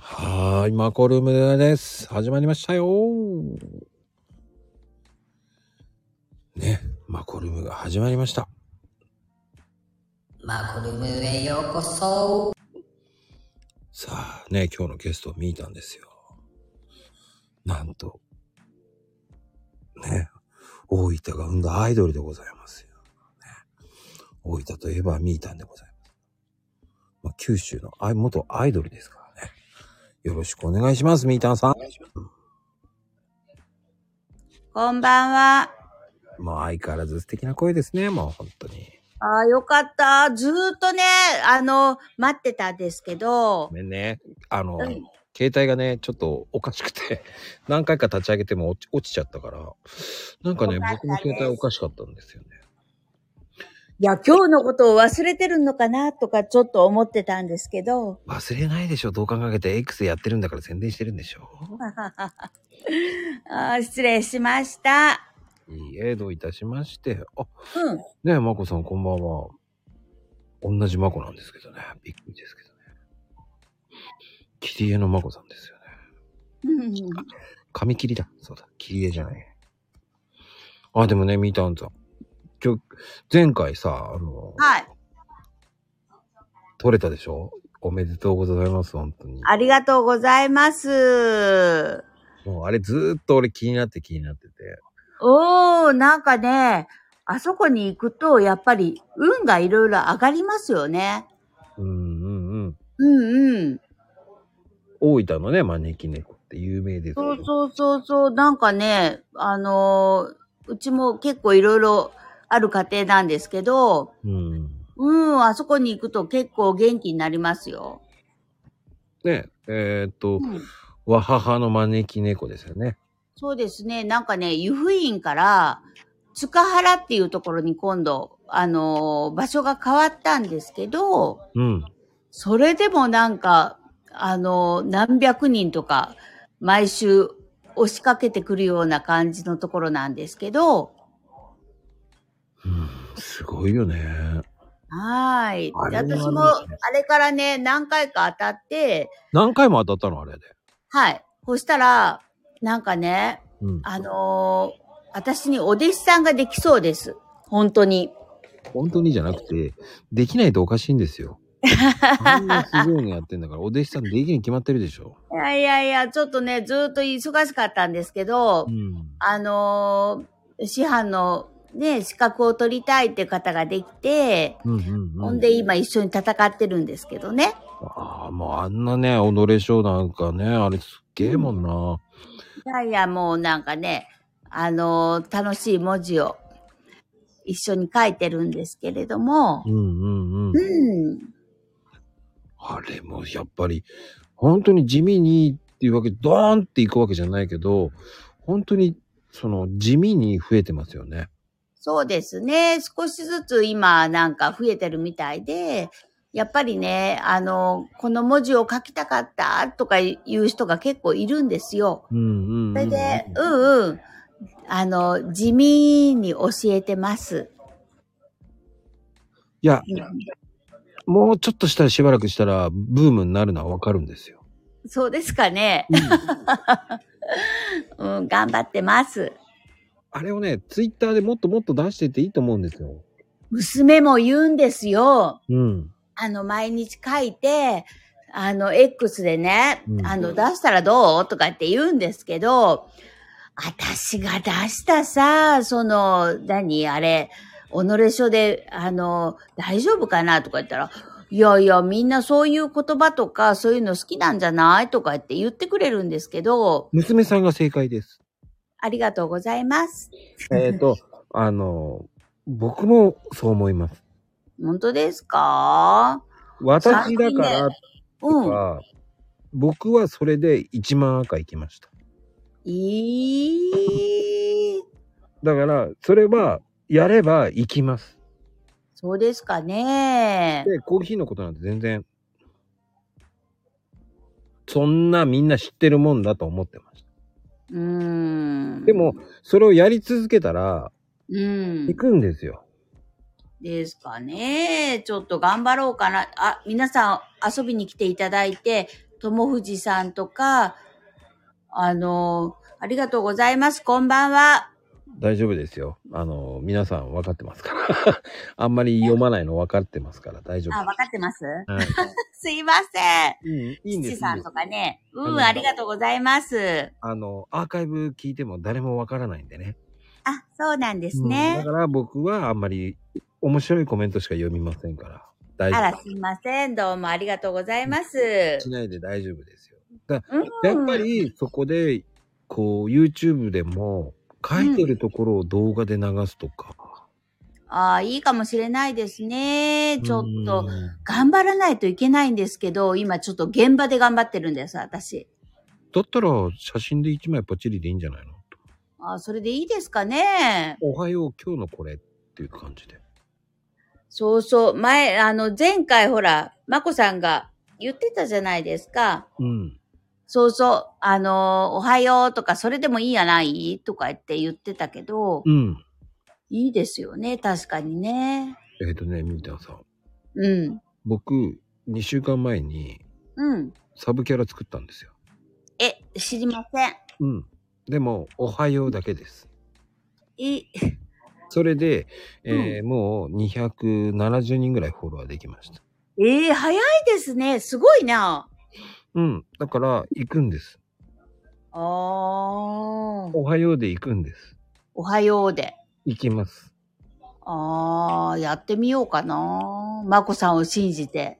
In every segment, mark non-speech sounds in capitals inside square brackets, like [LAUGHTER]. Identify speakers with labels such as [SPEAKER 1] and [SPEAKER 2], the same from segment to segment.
[SPEAKER 1] はい、マコルームです。始まりましたよ。ね、マコルームが始まりました。
[SPEAKER 2] マコルームへようこそ。
[SPEAKER 1] さあね、今日のゲストを見たんですよ。なんと、ね、大分が生んだアイドルでございますよ。ね、大分といえばミータンでございます。まあ、九州のあい元アイドルですからね。よろしくお願いします、ミータンさん。
[SPEAKER 2] こんばんは。
[SPEAKER 1] まあ、相変わらず素敵な声ですね、もう本当に。
[SPEAKER 2] ああ、よかった。ずーっとね、あの、待ってたんですけど
[SPEAKER 1] ご、めんね。あの、
[SPEAKER 2] うん
[SPEAKER 1] 携帯がね、ちょっとおかしくて、 [LAUGHS] 何回か立ち上げても落ち落ちちゃったから、なんかね、
[SPEAKER 2] よかった
[SPEAKER 1] 僕の携帯おかしかったんですよね。
[SPEAKER 2] いや、今日のことを忘れてるのかなとかちょっと思ってたんですけど、
[SPEAKER 1] 忘れないでしょ、どう考えて X やってるんだから宣伝してるんでしょ。
[SPEAKER 2] あー失礼しました。
[SPEAKER 1] いいえ、どういたしまして。あ、
[SPEAKER 2] うん。
[SPEAKER 1] ねえ、まこさんこんばんは。同じまこなんですけどね。びっくりですけどね。切り絵のまこさんですよね。
[SPEAKER 2] うん
[SPEAKER 1] 髪切りだ。そうだ。切り絵じゃない。あ、でもね、見たんだ。ちょ、前回さ、あの、
[SPEAKER 2] はい。
[SPEAKER 1] 取れたでしょおめでとうございます、本当に。
[SPEAKER 2] ありがとうございます。
[SPEAKER 1] もうあれずーっと俺気になって気になってて。
[SPEAKER 2] おー、なんかね、あそこに行くと、やっぱり、運がいろいろ上がりますよね。
[SPEAKER 1] うんうんうん。
[SPEAKER 2] うんうん。
[SPEAKER 1] 大分のね、招き猫って有名です
[SPEAKER 2] そ
[SPEAKER 1] よ
[SPEAKER 2] う
[SPEAKER 1] ね。
[SPEAKER 2] そうそうそう、なんかね、あのーうちも結構いろいろある家庭なんですけど、
[SPEAKER 1] うん。
[SPEAKER 2] うん、あそこに行くと結構元気になりますよ。
[SPEAKER 1] ねえーっと、
[SPEAKER 2] うん、
[SPEAKER 1] わははの招き猫ですよね。
[SPEAKER 2] そうですね、なんかね、湯布院から塚原っていうところに今度、あのー場所が変わったんですけど、
[SPEAKER 1] うん。
[SPEAKER 2] それでもなんか、あのー何百人とか毎週押しかけてくるような感じのところなんですけど、
[SPEAKER 1] うん、すごいよね。
[SPEAKER 2] はーい。
[SPEAKER 1] あ
[SPEAKER 2] で
[SPEAKER 1] れはね
[SPEAKER 2] 私も、あれからね、何回か当たって、
[SPEAKER 1] 何回も当たったのあれで。
[SPEAKER 2] はい。そしたら、なんかね、
[SPEAKER 1] うん。
[SPEAKER 2] あのー私にお弟子さんができそうです。本当に。
[SPEAKER 1] 本当にじゃなくて、できないとおかしいんです
[SPEAKER 2] [LAUGHS]
[SPEAKER 1] よ。あんなすごいのやってんだから、お弟子さんできるに決まってるでしょ。
[SPEAKER 2] いやいやいや、ちょっとね、ずーっと忙しかったんですけど、
[SPEAKER 1] うん。
[SPEAKER 2] あのー師範のね、資格を取りたいっていう方ができて、
[SPEAKER 1] うんうんうん。
[SPEAKER 2] ほんで今一緒に戦ってるんですけどね。
[SPEAKER 1] ああ、もうあんなね、踊れショーなんかね、あれすっげえもんな。
[SPEAKER 2] いやいや、もうなんかね、あのー楽しい文字を一緒に書いてるんですけれども
[SPEAKER 1] う、んうんうん
[SPEAKER 2] う。ん、
[SPEAKER 1] あれもやっぱり、本当に地味にっていうわけ、ドーンっていくわけじゃないけど、本当に、その、地味に増えてますよね。
[SPEAKER 2] そうですね、少しずつ今なんか増えてるみたいで、やっぱりね、あのーこの文字を書きたかったとかいう人が結構いるんですよ。
[SPEAKER 1] うんうん、うん。
[SPEAKER 2] それで、うんうん、あのー、地味に教えてます。
[SPEAKER 1] いや、
[SPEAKER 2] うん
[SPEAKER 1] もうちょっとしたらしばらくしたら、ブームになるのはわかるんですよ。
[SPEAKER 2] そうですかね。 [LAUGHS] うん、頑張ってます。
[SPEAKER 1] あれをね、ツイッターでもっともっと出してっていいと思うんですよ。
[SPEAKER 2] 娘も言うんですよ。
[SPEAKER 1] うん。
[SPEAKER 2] あの、毎日書いて、あの、X でね、
[SPEAKER 1] うん
[SPEAKER 2] あの、出したらどうとかって言うんですけど、私が出したさ、その、何、あれ、己書で、あの、大丈夫かなとか言ったら、いやいや、みんなそういう言葉とか、そういうの好きなんじゃないとかって言ってくれるんですけど、
[SPEAKER 1] 娘さんが正解 [LAUGHS] です。
[SPEAKER 2] ありがとうございます。
[SPEAKER 1] えっと、あの、僕もそう思います。
[SPEAKER 2] 本当ですか
[SPEAKER 1] 私だからと
[SPEAKER 2] うん。
[SPEAKER 1] か、僕はそれで1万赤いきました。
[SPEAKER 2] いい。
[SPEAKER 1] だから、それは、やれば行きます。
[SPEAKER 2] そうですかね。
[SPEAKER 1] で、コーヒーのことなんて全然、そんなみんな知ってるもんだと思ってました。
[SPEAKER 2] うーん。
[SPEAKER 1] でも、、それをやり続けたら、
[SPEAKER 2] うん
[SPEAKER 1] 行。くんですよ。
[SPEAKER 2] ですかね。ちょっと頑張ろうかな。あ、皆さん遊びに来ていただいて、友藤さんとか、あの、ありがとうございます。こんばんは。
[SPEAKER 1] 大丈夫ですよ。あの、皆さん分かってますから。 [LAUGHS] あんまり読まないの分かってますから大丈
[SPEAKER 2] あ、
[SPEAKER 1] 夫
[SPEAKER 2] わかってます
[SPEAKER 1] です。はい
[SPEAKER 2] すいません。
[SPEAKER 1] うんいいんです。いいんで
[SPEAKER 2] 七
[SPEAKER 1] す
[SPEAKER 2] さんとかね。
[SPEAKER 1] あ
[SPEAKER 2] う
[SPEAKER 1] の
[SPEAKER 2] ん、ありがとうございます。
[SPEAKER 1] あの、アーカイブ聞いても誰も分からないんでね。
[SPEAKER 2] あ、そうなんです
[SPEAKER 1] うんだ
[SPEAKER 2] ね。
[SPEAKER 1] から僕はあんまり面白いコメントしか読みませんから。大
[SPEAKER 2] あ
[SPEAKER 1] 丈
[SPEAKER 2] ら、すいません。どうもありがとうございます。
[SPEAKER 1] 夫。しないで大丈夫ですよ。だ
[SPEAKER 2] うん
[SPEAKER 1] やっぱりそこで、こう YouTube でも書いてるところを動画で流すとか。
[SPEAKER 2] ああ、いいかもしれないですね。ちょっと、
[SPEAKER 1] うん
[SPEAKER 2] 頑張らないといけないんですけど、今ちょっと現場で頑張ってるんです、私。
[SPEAKER 1] だったら写真で一枚ポチリでいいんじゃないの
[SPEAKER 2] ああ、それでいいですかね。
[SPEAKER 1] おはよう今日のこれっていう感じで。
[SPEAKER 2] そうそう。前、あの、前回ほら、まこさんが言ってたじゃないですか。
[SPEAKER 1] うん。
[SPEAKER 2] そうそう。あの、おはようとか、それでもいいやないとか言って言ってたけど、
[SPEAKER 1] うん。
[SPEAKER 2] いいですよね。確かにね。
[SPEAKER 1] えっ、とね、みーたんさん。
[SPEAKER 2] うん。
[SPEAKER 1] 僕、2週間前に
[SPEAKER 2] うん。
[SPEAKER 1] サブキャラ作ったんですよ。
[SPEAKER 2] え、知りません。
[SPEAKER 1] うん。でも、おはようだけです。
[SPEAKER 2] い、
[SPEAKER 1] それで、えーもう270人ぐらいフォロワーできました。
[SPEAKER 2] ええ早いですね。すごいな。
[SPEAKER 1] うん。だから、行くんです。
[SPEAKER 2] あー。
[SPEAKER 1] おはようで行くんです。
[SPEAKER 2] おはようで。
[SPEAKER 1] 行きます。
[SPEAKER 2] あー、やってみようかな。まこさんを信じて。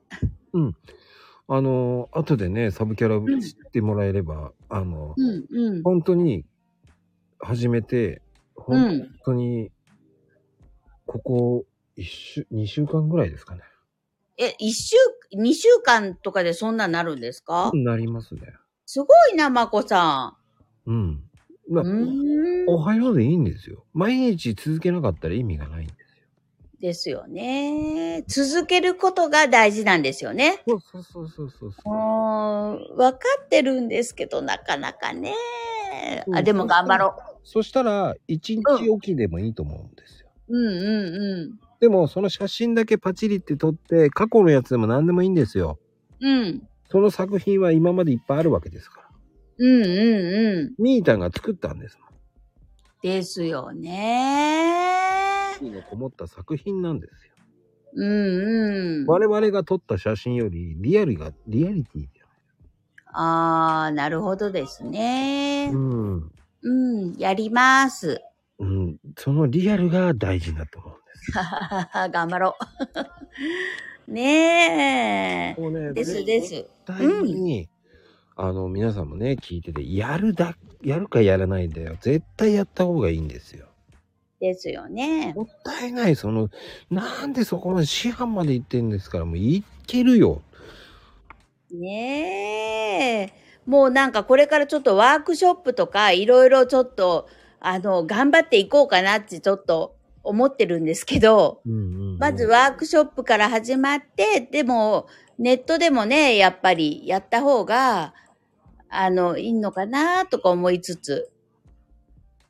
[SPEAKER 1] あのー後でね、サブキャラ知ってもらえれば、あのー
[SPEAKER 2] うん、うん。
[SPEAKER 1] 本当に、始めて、
[SPEAKER 2] う
[SPEAKER 1] 本
[SPEAKER 2] ん。
[SPEAKER 1] 当に、ここ、一週、二週間ぐらいですかね。
[SPEAKER 2] え、一週、二週間とかでそんななるんですか
[SPEAKER 1] なりますね。
[SPEAKER 2] すごいな、まこさ
[SPEAKER 1] うん。ま
[SPEAKER 2] ん。
[SPEAKER 1] あ
[SPEAKER 2] うー
[SPEAKER 1] お
[SPEAKER 2] ん。
[SPEAKER 1] はようでいいんですよ。毎日続けなかったら意味がないんですよ。
[SPEAKER 2] ですよね。続けることが大事なんですよね。
[SPEAKER 1] そうそうそうそうそう
[SPEAKER 2] うー
[SPEAKER 1] そ
[SPEAKER 2] ん。わかってるんですけど、なかなかね。
[SPEAKER 1] うん
[SPEAKER 2] あ、でも頑張ろ
[SPEAKER 1] う。そしたら、一日おきでもいいと思うんですよ。
[SPEAKER 2] う。うん、うん、うん。
[SPEAKER 1] でも、その写真だけパチリって撮って、過去のやつでも何でもいいんですよ。
[SPEAKER 2] うん。
[SPEAKER 1] その作品は今までいっぱいあるわけですから。
[SPEAKER 2] うんうんうん。
[SPEAKER 1] ミータンが作ったんですもん。
[SPEAKER 2] ですよね。
[SPEAKER 1] 意のこもった作品なんですよ。
[SPEAKER 2] うんうん。
[SPEAKER 1] 我々が撮った写真よりリアルが、リアリティだよ。
[SPEAKER 2] ああ、なるほどですね。
[SPEAKER 1] うん。
[SPEAKER 2] うん、やります。
[SPEAKER 1] うん。そのリアルが大事だと思うんです。
[SPEAKER 2] [LAUGHS] 頑張ろう。 [LAUGHS] ね
[SPEAKER 1] もうね
[SPEAKER 2] え。ですです。
[SPEAKER 1] 対に、あの皆さんもね聞いててやるだやるかやらないだよ絶対やった方がいいんですよ
[SPEAKER 2] ですよね。
[SPEAKER 1] もったいないそのなんでそこまで市販まで行ってんですからもういけるよ
[SPEAKER 2] ねえ。もうなんかこれからちょっとワークショップとかいろいろちょっと、あの、頑張っていこうかなってちょっと思ってるんですけど。
[SPEAKER 1] うんうんうん
[SPEAKER 2] まずワークショップから始まって、でも、ネットでもね、やっぱりやった方が、あの、いいのかなとか思いつつ。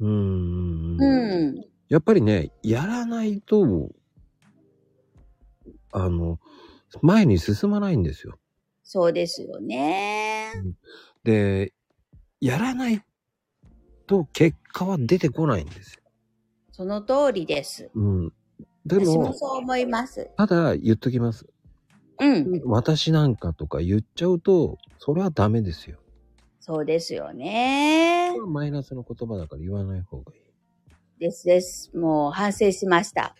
[SPEAKER 1] うんうん
[SPEAKER 2] う
[SPEAKER 1] うん
[SPEAKER 2] ん。
[SPEAKER 1] やっぱりねやらないとあの前に進まないんですよ
[SPEAKER 2] そうですよね。
[SPEAKER 1] でやらないと結果は出てこないんですよ、
[SPEAKER 2] その通りです。
[SPEAKER 1] うん、で
[SPEAKER 2] 私も
[SPEAKER 1] も
[SPEAKER 2] そう思います。
[SPEAKER 1] ただ言っときます
[SPEAKER 2] うん。
[SPEAKER 1] 私なんかとか言っちゃうと、それはダメですよ。
[SPEAKER 2] そうですよね
[SPEAKER 1] これ。はマイナスの言葉だから言わない方がいい。
[SPEAKER 2] ですです。もう反省しました。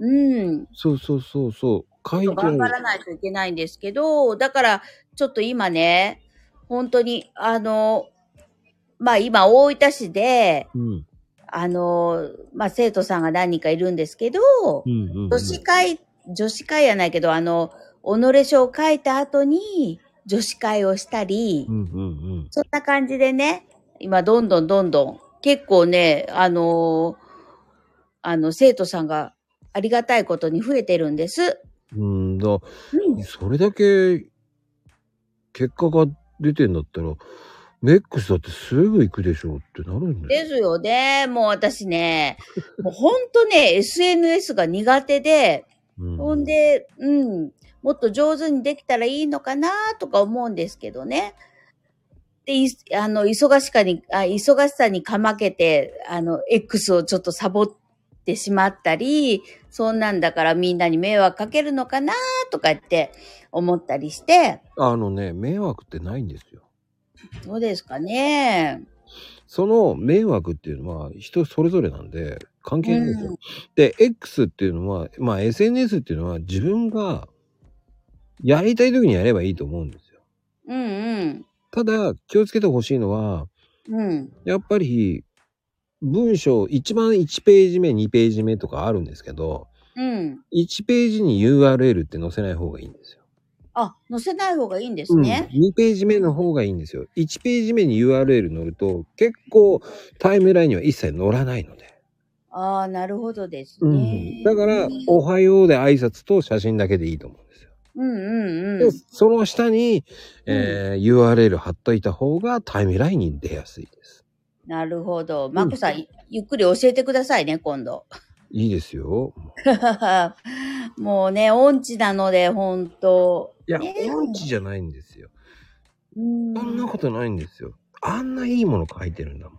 [SPEAKER 1] うん。
[SPEAKER 2] うん。
[SPEAKER 1] そうそうそうそう。書いてあ
[SPEAKER 2] 頑張ら
[SPEAKER 1] る。
[SPEAKER 2] ないといけないんですけど、だから、ちょっと今ね、本当に、あの、まあ今、大分市で、
[SPEAKER 1] うん。
[SPEAKER 2] あの、まあ、生徒さんが何人かいるんですけど、
[SPEAKER 1] うんうん、うん。
[SPEAKER 2] 女子会、女子会やないけど、あの、己書を書いた後に女子会をしたり、
[SPEAKER 1] うんうん
[SPEAKER 2] そんな感じでね、今どんどんどんどん、結構ね、あのあの、生徒さんがありがたいことに増えてるんです。
[SPEAKER 1] うん。うんだ、
[SPEAKER 2] うん、
[SPEAKER 1] それだけ、結果が出てんだったら、メックスだってすぐ行くでしょうってなるんだ
[SPEAKER 2] で
[SPEAKER 1] よ。
[SPEAKER 2] すよね。もう私ね、もうほんとね、SNS が苦手で、
[SPEAKER 1] うん
[SPEAKER 2] ほんで、うん。もっと上手にできたらいいのかなとか思うんですけどね。で、いあの、忙しかに、あ忙しさにかまけて、あの、X をちょっとサボってしまったり、そんなんだからみんなに迷惑かけるのかなとかって思ったりして、
[SPEAKER 1] あのね、迷惑ってないんですよ。
[SPEAKER 2] どうですかね。
[SPEAKER 1] その迷惑っていうのは人それぞれなんで関係ないんですよ。で、X っていうのは、まあ SNS っていうのは自分がやりたい時にやればいいと思うんですよ。
[SPEAKER 2] うんうん。
[SPEAKER 1] ただ、気をつけてほしいのは、
[SPEAKER 2] うん。
[SPEAKER 1] やっぱり文章一番1ページ目、2ページ目とかあるんですけど、
[SPEAKER 2] うん。
[SPEAKER 1] 1ページに URL って載せない方がいいんですよ。
[SPEAKER 2] あ、載せない方がいいんですね。
[SPEAKER 1] うん、2ページ目の方がいいんですよ。1ページ目に URL 載ると結構タイムラインには一切載らないので。
[SPEAKER 2] ああ、なるほどです
[SPEAKER 1] う
[SPEAKER 2] ね
[SPEAKER 1] ん。だから
[SPEAKER 2] うん、
[SPEAKER 1] おはようで挨拶と写真だけでいいと思うんですよ。
[SPEAKER 2] うんう
[SPEAKER 1] で
[SPEAKER 2] ん。
[SPEAKER 1] その下に、えー URL 貼っといた方がタイムラインに出やすいです。
[SPEAKER 2] なるほど。マコさん、ゆっくり教えてくださいね、今度。 [LAUGHS]
[SPEAKER 1] いいですよ。
[SPEAKER 2] もうね、音痴なので、本当
[SPEAKER 1] いや、
[SPEAKER 2] ねえ
[SPEAKER 1] 音痴じゃないんですよ。
[SPEAKER 2] うん
[SPEAKER 1] そんなことないんですよ。あんないいもの書いてるんだもん。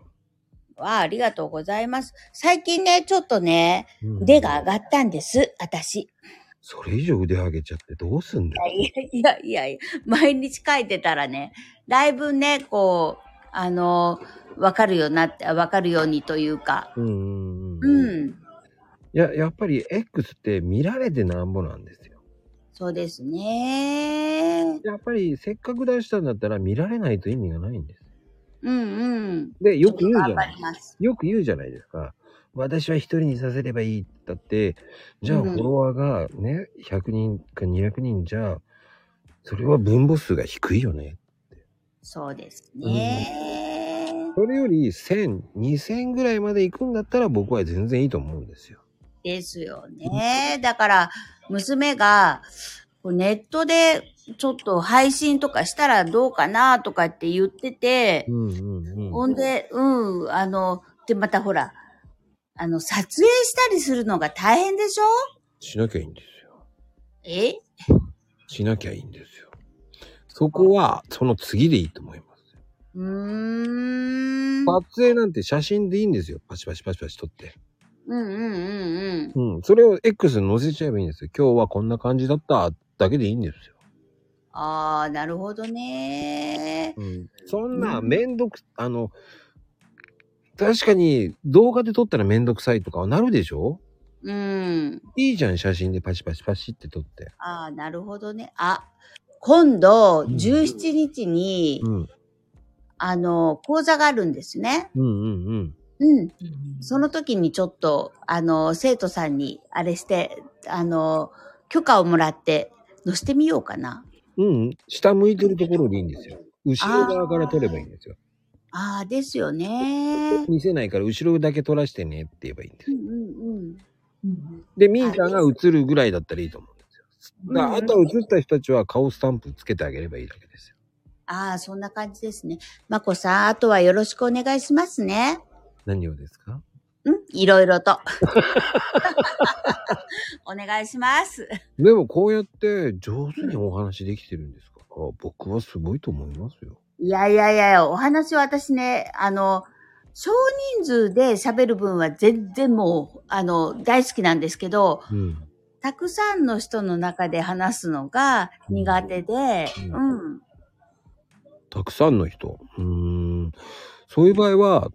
[SPEAKER 2] わあ、ありがとうございます。最近ね、ちょっとね、
[SPEAKER 1] うん
[SPEAKER 2] 腕が上がったんです、私。
[SPEAKER 1] それ以上腕上げちゃってどうすんだよ。
[SPEAKER 2] いやいやいやいや、毎日書いてたらね、だいぶね、こう、あの、わかるようになって、わかるようにというか。
[SPEAKER 1] うんうん
[SPEAKER 2] う
[SPEAKER 1] うん。い
[SPEAKER 2] ん。
[SPEAKER 1] や、やっぱり X って見られてなんぼなんですよ。
[SPEAKER 2] そうですね。
[SPEAKER 1] やっぱりせっかく出したんだったら見られないと意味がないんです。
[SPEAKER 2] うんうん。
[SPEAKER 1] で、よく言うじゃ
[SPEAKER 2] 頑張
[SPEAKER 1] ない
[SPEAKER 2] ります。
[SPEAKER 1] よく言うじゃないですか。私は一人にさせればいい。だって、じゃあ
[SPEAKER 2] う
[SPEAKER 1] フ
[SPEAKER 2] ん
[SPEAKER 1] ォロワーがね、100人か200人じゃ、それは分母数が低いよね。
[SPEAKER 2] そうですね。
[SPEAKER 1] それより1000、2000ぐらいまで行くんだったら僕は全然いいと思うんですよ。
[SPEAKER 2] ですよね。だから、娘が、こうネットでちょっと配信とかしたらどうかなとかって言ってて
[SPEAKER 1] う、んうん
[SPEAKER 2] ほ
[SPEAKER 1] うん。
[SPEAKER 2] んで、うん、あの、で、またほら、あの、撮影したりするのが大変でしょ
[SPEAKER 1] しなきゃいいんですよ。
[SPEAKER 2] え
[SPEAKER 1] しなきゃいいんですよ。そこは、その次でいいと思います。
[SPEAKER 2] うーん。うん
[SPEAKER 1] 撮影なんて写真でいいんですよ。パシパシパシパシ撮って。
[SPEAKER 2] うんうん
[SPEAKER 1] うん。それを X に載せちゃえばいいんですよ。今日はこんな感じだっただけでいいんですよ。
[SPEAKER 2] うん。ああ、なるほどね。
[SPEAKER 1] そんな
[SPEAKER 2] うん
[SPEAKER 1] めんどく、あの、確かに動画で撮ったらめんどくさいとかはなるでしょ
[SPEAKER 2] うん。
[SPEAKER 1] いいじゃん、写真でパシパシパシって撮って。
[SPEAKER 2] ああ、なるほどね。あ、今度、
[SPEAKER 1] うん
[SPEAKER 2] 17日に、
[SPEAKER 1] うん。
[SPEAKER 2] あの、講座があるんですね。
[SPEAKER 1] うんうんうん。
[SPEAKER 2] うん。その時にちょっと、あの、生徒さんに、あれして、あの、許可をもらって、載してみようかな。
[SPEAKER 1] うん、下向いてるところでいいんですよ。後ろ側から撮ればいいんですよ。
[SPEAKER 2] ああ、ですよね。
[SPEAKER 1] 見せないから後ろだけ撮らしてねって言えばいいんです
[SPEAKER 2] うん
[SPEAKER 1] よ。
[SPEAKER 2] うんうん。
[SPEAKER 1] で、ミーちゃんが映るぐらいだったらいいと思うんですよ。だからあとは映った人たちは顔スタンプつけてあげればいいだけですよ。
[SPEAKER 2] ああ、そんな感じですね。まこさん、あとはよろしくお願いしますね。
[SPEAKER 1] 何をですか
[SPEAKER 2] うんいろいろ [LAUGHS] と。お願いします。
[SPEAKER 1] でもこうやって上手にお話できてるんですから、僕はすごいと思いますよ。
[SPEAKER 2] いやいやいや、お話は私ね、あの、少人数で喋る分は全然もう、あの、大好きなんですけど、
[SPEAKER 1] うん。
[SPEAKER 2] たくさんの人の中で話すのが苦手で、
[SPEAKER 1] う
[SPEAKER 2] うんん。
[SPEAKER 1] たくさんの人。うーん。そういう場合は、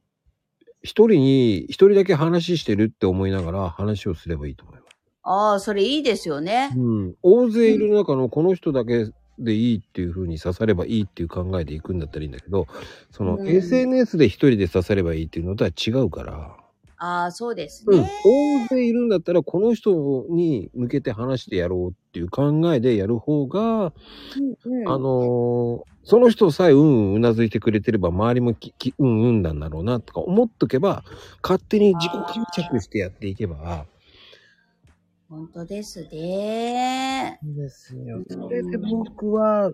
[SPEAKER 1] 一人に、一人だけ話してるって思いながら話をすればいいと思いま
[SPEAKER 2] ああ、それいいですよね
[SPEAKER 1] す。。うん。大勢いる中のこの人だけでいいっていう風に刺さればいいっていう考えでいくんだったらいいんだけど、その
[SPEAKER 2] うん
[SPEAKER 1] SNS で一人で刺さればいいっていうのとは違うから、
[SPEAKER 2] ああ、そうです
[SPEAKER 1] うん
[SPEAKER 2] ね。。
[SPEAKER 1] 大勢いるんだったらこの人に向けて話してやろうっていう考えでやる方が、
[SPEAKER 2] うんうん
[SPEAKER 1] あのーその人さえうんうんうなずいてくれてれば周りもききうんうんなんだろうなとか思っとけば勝手に自己決着してやっていけば
[SPEAKER 2] 本当ですね。
[SPEAKER 1] いいですよ
[SPEAKER 2] そ
[SPEAKER 1] そ
[SPEAKER 2] れ
[SPEAKER 1] れ
[SPEAKER 2] で
[SPEAKER 1] で僕は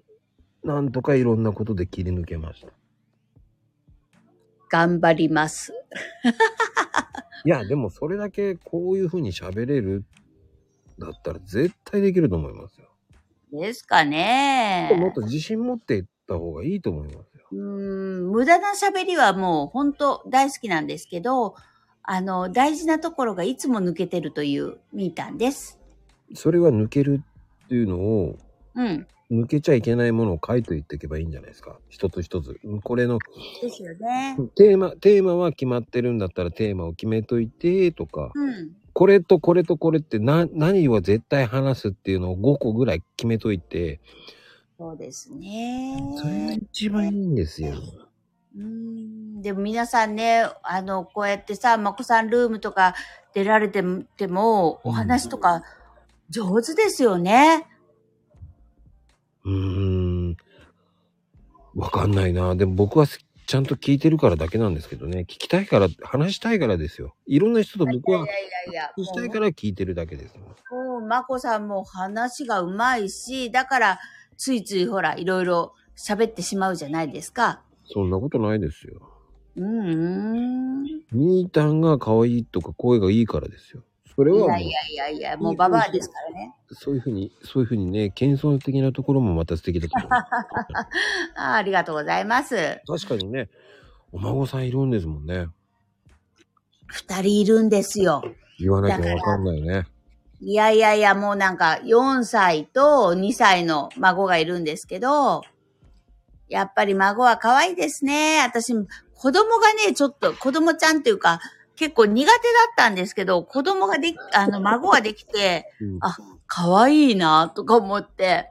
[SPEAKER 1] なんとかいろんなことで切り抜けましたい
[SPEAKER 2] 頑張ります。
[SPEAKER 1] やでもそれだけこういうふうに喋れるだったら絶対できると思いますよ
[SPEAKER 2] ですかね。
[SPEAKER 1] もっと自信持っていった方がいいと思いますよ。
[SPEAKER 2] うーん無駄な喋りはもう本当大好きなんですけど、あの、大事なところがいつも抜けてるというみーたんです。
[SPEAKER 1] それは抜けるっていうのを、
[SPEAKER 2] うん。
[SPEAKER 1] 抜けちゃいけないものを書いていっていけばいいんじゃないですか。一つ一つ。これの
[SPEAKER 2] ですよね。
[SPEAKER 1] テーマ、テーマは決まってるんだったらテーマを決めといてとか、
[SPEAKER 2] うん。
[SPEAKER 1] これとこれとこれってな何は絶対話すっていうのを5個ぐらい決めといて、
[SPEAKER 2] そうですね。
[SPEAKER 1] それが一番いいんですよ。
[SPEAKER 2] うーんでも皆さんね、あの、こうやってさ、まこさんルームとか出られてもても、
[SPEAKER 1] うん
[SPEAKER 2] お話とか上手ですよね。
[SPEAKER 1] うーん。わかんないな。でも僕はすちゃんと聞いてるからだけなんですけどね。聞きたいから、話したいからですよ。いろんな人と僕はい
[SPEAKER 2] やいやいや
[SPEAKER 1] 聞きたいから聞いてるだけです。
[SPEAKER 2] もう、まこさんも話がうまいし、だから、ついついほら、いろいろ喋ってしまうじゃないですか。
[SPEAKER 1] そんなことないですよ。
[SPEAKER 2] うんうん。
[SPEAKER 1] みーたんが可愛いとか声がいいからですよ。それ
[SPEAKER 2] い
[SPEAKER 1] はもう
[SPEAKER 2] やいやいやいや、もうババアですからね。
[SPEAKER 1] そういうふうに、そういうふうにね、謙遜的なところもまた素敵だと思いま
[SPEAKER 2] [LAUGHS] あーありがとうございます。
[SPEAKER 1] す。確かにね、お孫さんいるんですもんね。
[SPEAKER 2] 二人いるんですよ。
[SPEAKER 1] 言わなきゃわかんないね。
[SPEAKER 2] いやいやいや、もうなんか4歳と2歳の孫がいるんですけど、やっぱり孫は可愛いですね。私、子供がね、ちょっと、子供ちゃんというか、結構苦手だったんですけど、子供ができ、あの、孫ができて、
[SPEAKER 1] うん
[SPEAKER 2] あ可愛いなとか思って、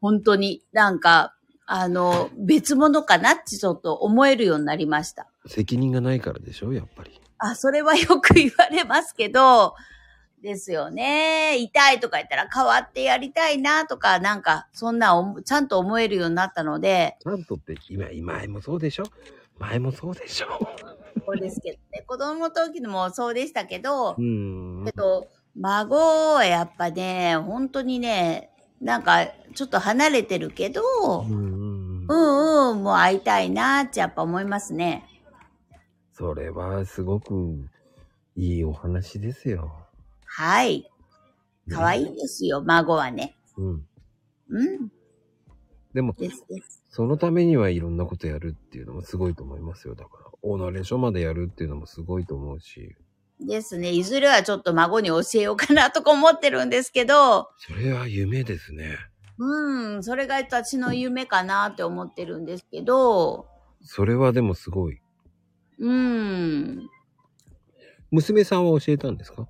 [SPEAKER 2] 本当になんか、あの、別物かなってちょっと思えるようになりました。
[SPEAKER 1] 責任がないからでしょ、やっぱり。
[SPEAKER 2] あ、それはよく言われますけど、ですよね。痛いとか言ったら変わってやりたいなとか、なんか、そんなお、ちゃんと思えるようになったので、
[SPEAKER 1] ちゃんとって、今、今もそうでしょ前もそうでしょ
[SPEAKER 2] そうですけどね。子供の時のもそうでしたけど
[SPEAKER 1] う、ん
[SPEAKER 2] け。ど、孫はやっぱね、本当にね、なんか、ちょっと離れてるけど、
[SPEAKER 1] うん
[SPEAKER 2] う。んうん、もう会いたいなってやっぱ思いますね。
[SPEAKER 1] それはすごくいいお話ですよ。
[SPEAKER 2] はい。可愛いですよ、孫はね。
[SPEAKER 1] うん。
[SPEAKER 2] うん。
[SPEAKER 1] でも、
[SPEAKER 2] ですです。
[SPEAKER 1] そのためにはいろんなことやるっていうのもすごいと思いますよ。だから、オーナーレーションまでやるっていうのもすごいと思うし、
[SPEAKER 2] ですね。いずれはちょっと孫に教えようかなとか思ってるんですけど、
[SPEAKER 1] それは夢ですね。
[SPEAKER 2] うん、それが私の夢かなって思ってるんですけど、
[SPEAKER 1] それはでもすごい。
[SPEAKER 2] うん。
[SPEAKER 1] 娘さんは教えたんですか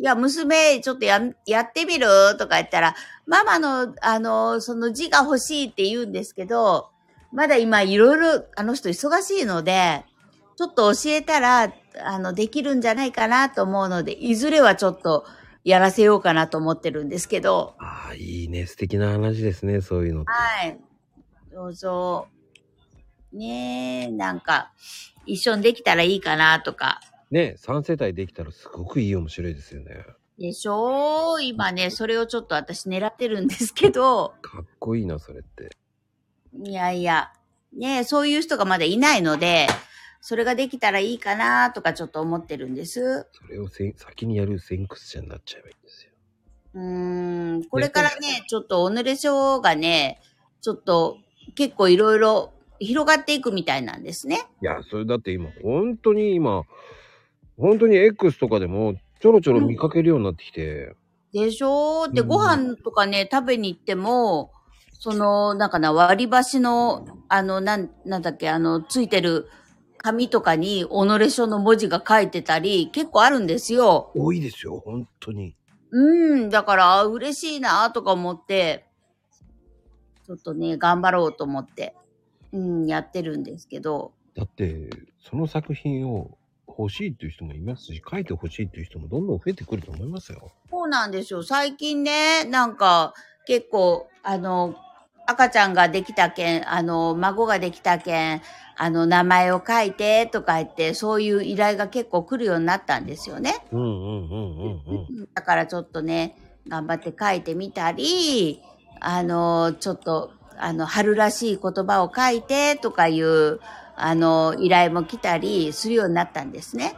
[SPEAKER 2] いや、娘、ちょっとや、やってみるとか言ったら、ママの、あの、その字が欲しいって言うんですけど、まだ今いろいろ、あの人忙しいので、ちょっと教えたら、あの、できるんじゃないかなと思うので、いずれはちょっとやらせようかなと思ってるんですけど、
[SPEAKER 1] ああ、いいね。素敵な話ですね。そういうのって。
[SPEAKER 2] はい。どうぞ。ねえ、なんか、一緒にできたらいいかなとか。
[SPEAKER 1] ね、3世帯できたらすごくいい面白いですよね。
[SPEAKER 2] でしょう今ね、それをちょっと私狙ってるんですけど、
[SPEAKER 1] かっこいいな、それって。
[SPEAKER 2] いやいや、ねえ、そういう人がまだいないので、それができたらいいかなとかちょっと思ってるんです。
[SPEAKER 1] それをせ先にやる先駆者になっちゃえばいいんですよ。
[SPEAKER 2] うーん、これからね、ちょっとおぬれ症がね、ちょっと結構いろいろ広がっていくみたいなんですね。
[SPEAKER 1] いや、それだって今、本当に今、本当に X とかでもちょろちょろ見かけるようになってきて、
[SPEAKER 2] でしょで、
[SPEAKER 1] うん
[SPEAKER 2] ご飯とかね、食べに行っても、その、なんかな、割り箸の、あの、なん、なんだっけ、あの、ついてる紙とかに、おのれ書の文字が書いてたり、結構あるんですよ。
[SPEAKER 1] 多いですよ、本当に。
[SPEAKER 2] うん、だから、あ嬉しいな、とか思って、ちょっとね、頑張ろうと思って、うん、やってるんですけど、
[SPEAKER 1] だって、その作品を欲しいっていう人もいますし、書いて欲しいっていう人もどんどん増えてくると思いますよ。
[SPEAKER 2] そうなんですよ。最近ね、なんか、結構、あの、赤ちゃんができたけん、あの、孫ができたけん、あの、名前を書いて、とか言って、そういう依頼が結構来るようになったんですよね。
[SPEAKER 1] うんうんうんうんうん。
[SPEAKER 2] だからちょっとね、頑張って書いてみたり、あの、ちょっと、あの、春らしい言葉を書いて、とかいう、あの、依頼も来たりするようになったんですね。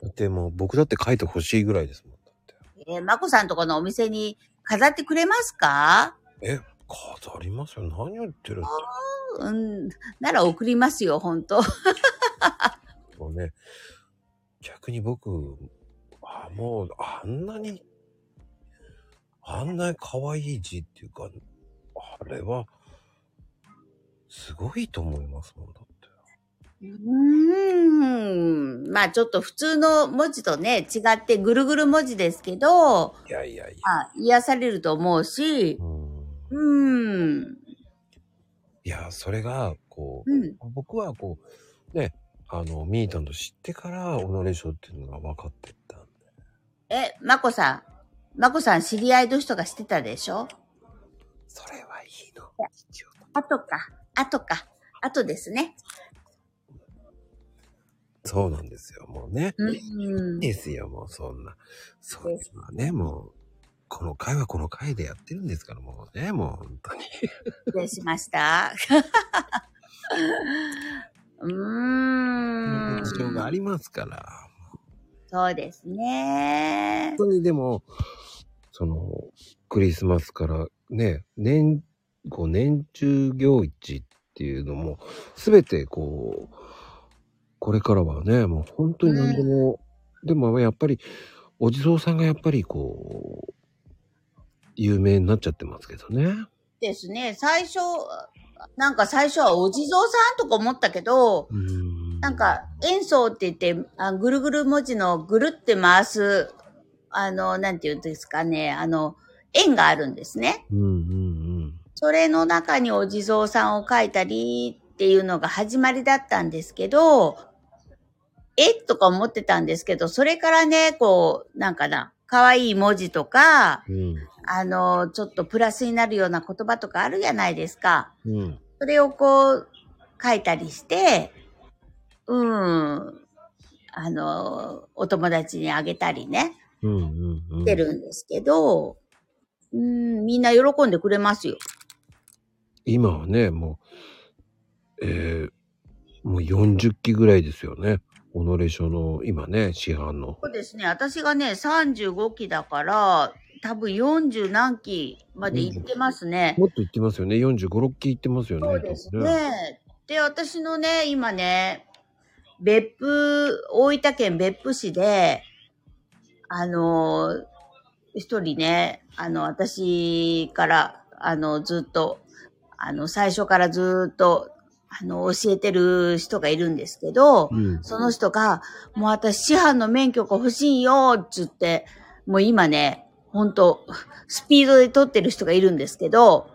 [SPEAKER 1] だってもう僕だって書いて欲しいぐらいですもん。だって
[SPEAKER 2] えー、まこさんとこのお店に飾ってくれますか
[SPEAKER 1] 飾りますよ。何を言ってるんですか
[SPEAKER 2] うん、なら送りますよ、本当
[SPEAKER 1] もうね、逆に僕、あもう、あんなに、あんな可愛い字っていうか、あれは、すごいと思いますもん、だって。
[SPEAKER 2] うーん。まあちょっと普通の文字とね、違ってぐるぐる文字ですけど、
[SPEAKER 1] いやいやいや。
[SPEAKER 2] まあ、癒されると思うし、
[SPEAKER 1] うん。
[SPEAKER 2] うーん。
[SPEAKER 1] いや、それが、こ
[SPEAKER 2] うん。
[SPEAKER 1] う、僕はこう、ね、あの、ミータンと知ってから、己レショっていうのが分かってったんで。
[SPEAKER 2] え、まこさん。まこさん知り合いの人がしてたでしょ
[SPEAKER 1] それはいいの。一応
[SPEAKER 2] あとか、あとか、あとですね。
[SPEAKER 1] そうなんですよ、もうね。
[SPEAKER 2] うん。
[SPEAKER 1] ですよ、もうそんな。そういうのはね、もう、この回はこの回でやってるんですから、もうね、もう本当に。
[SPEAKER 2] 失礼しま [LAUGHS] した。うーん。
[SPEAKER 1] 事情がありますから。
[SPEAKER 2] そうですね。
[SPEAKER 1] 本当にでも、その、クリスマスからね、年、こう、年中行事っていうのも、すべてこう、これからはね、もう本当に何でも、でもやっぱり、お地蔵さんがやっぱりこう、有名になっちゃってますけどね。
[SPEAKER 2] ですね。最初、なんか最初はお地蔵さんとか思ったけど、
[SPEAKER 1] うん
[SPEAKER 2] なんか演奏って言って、あぐるぐる文字のぐるって回す、あの、なんていうんですかね、あの、円があるんですね。
[SPEAKER 1] うんうんうん。
[SPEAKER 2] それの中にお地蔵さんを描いたりっていうのが始まりだったんですけど、えとか思ってたんですけど、それからね、こう、なんかな、可愛い文字とか、
[SPEAKER 1] うん。
[SPEAKER 2] あの、ちょっとプラスになるような言葉とかあるじゃないですか。
[SPEAKER 1] うん。
[SPEAKER 2] それをこう書いたりして、うん、あの、お友達にあげたりね、
[SPEAKER 1] うん。うん。うん
[SPEAKER 2] して。るんですけど、うん、みんな喜んでくれますよ。
[SPEAKER 1] 今はね、もう、えー、もう40期ぐらいですよね。己書の、今ね、市販の。
[SPEAKER 2] そうですね、私がね、35期だから、多分40何期まで行ってますね。
[SPEAKER 1] もっと言ってますよね。45、6期言ってますよね。
[SPEAKER 2] そうですね。で、私のね、今ね、別府、大分県別府市で、あのー、一人ね、あの、私から、あの、ずっと、あの、最初からずっと、あの、教えてる人がいるんですけど、
[SPEAKER 1] うん。
[SPEAKER 2] その人が、もう私、市販の免許が欲しいよ、っつって、もう今ね、ほんと、スピードで撮ってる人がいるんですけど、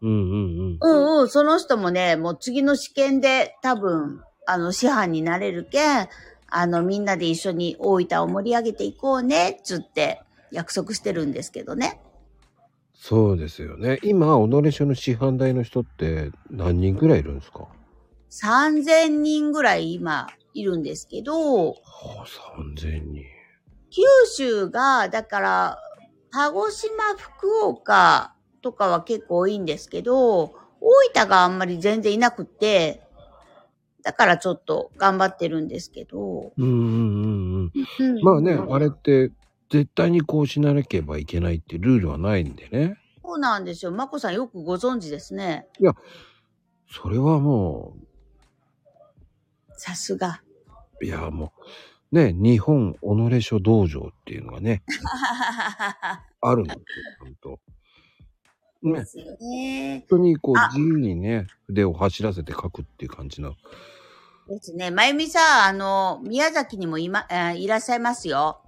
[SPEAKER 1] うんうん
[SPEAKER 2] うんうん、その人もね、もう次の試験で多分、あの、師範になれるけん、あの、みんなで一緒に大分を盛り上げていこうね、つって約束してるんですけどね。
[SPEAKER 1] そうですよね。今、己書の師範代の人って何人ぐらいいるんですか
[SPEAKER 2] 3000人ぐらい今いるんですけど、
[SPEAKER 1] はあ、3000人。
[SPEAKER 2] 九州が、だから、鹿児島、福岡とかは結構多いんですけど、大分があんまり全然いなくて、だからちょっと頑張ってるんですけど。
[SPEAKER 1] うんうんうんうん。
[SPEAKER 2] うん
[SPEAKER 1] まあね、あれって、絶対にこうしなければいけないってルールはないんでね。
[SPEAKER 2] そうなんですよ。まこさんよくご存知ですね。
[SPEAKER 1] それはもう、
[SPEAKER 2] さすが。
[SPEAKER 1] いや、もう、ね、日本己書道場っていうのがね、あるんですよ、本当。
[SPEAKER 2] で
[SPEAKER 1] ね、
[SPEAKER 2] すよね。
[SPEAKER 1] 本当にこう
[SPEAKER 2] あ
[SPEAKER 1] 自由にね、筆を走らせて書くっていう感じの。
[SPEAKER 2] ですね。まゆみさん、あの、宮崎にもいま、えーいらっしゃいますよ。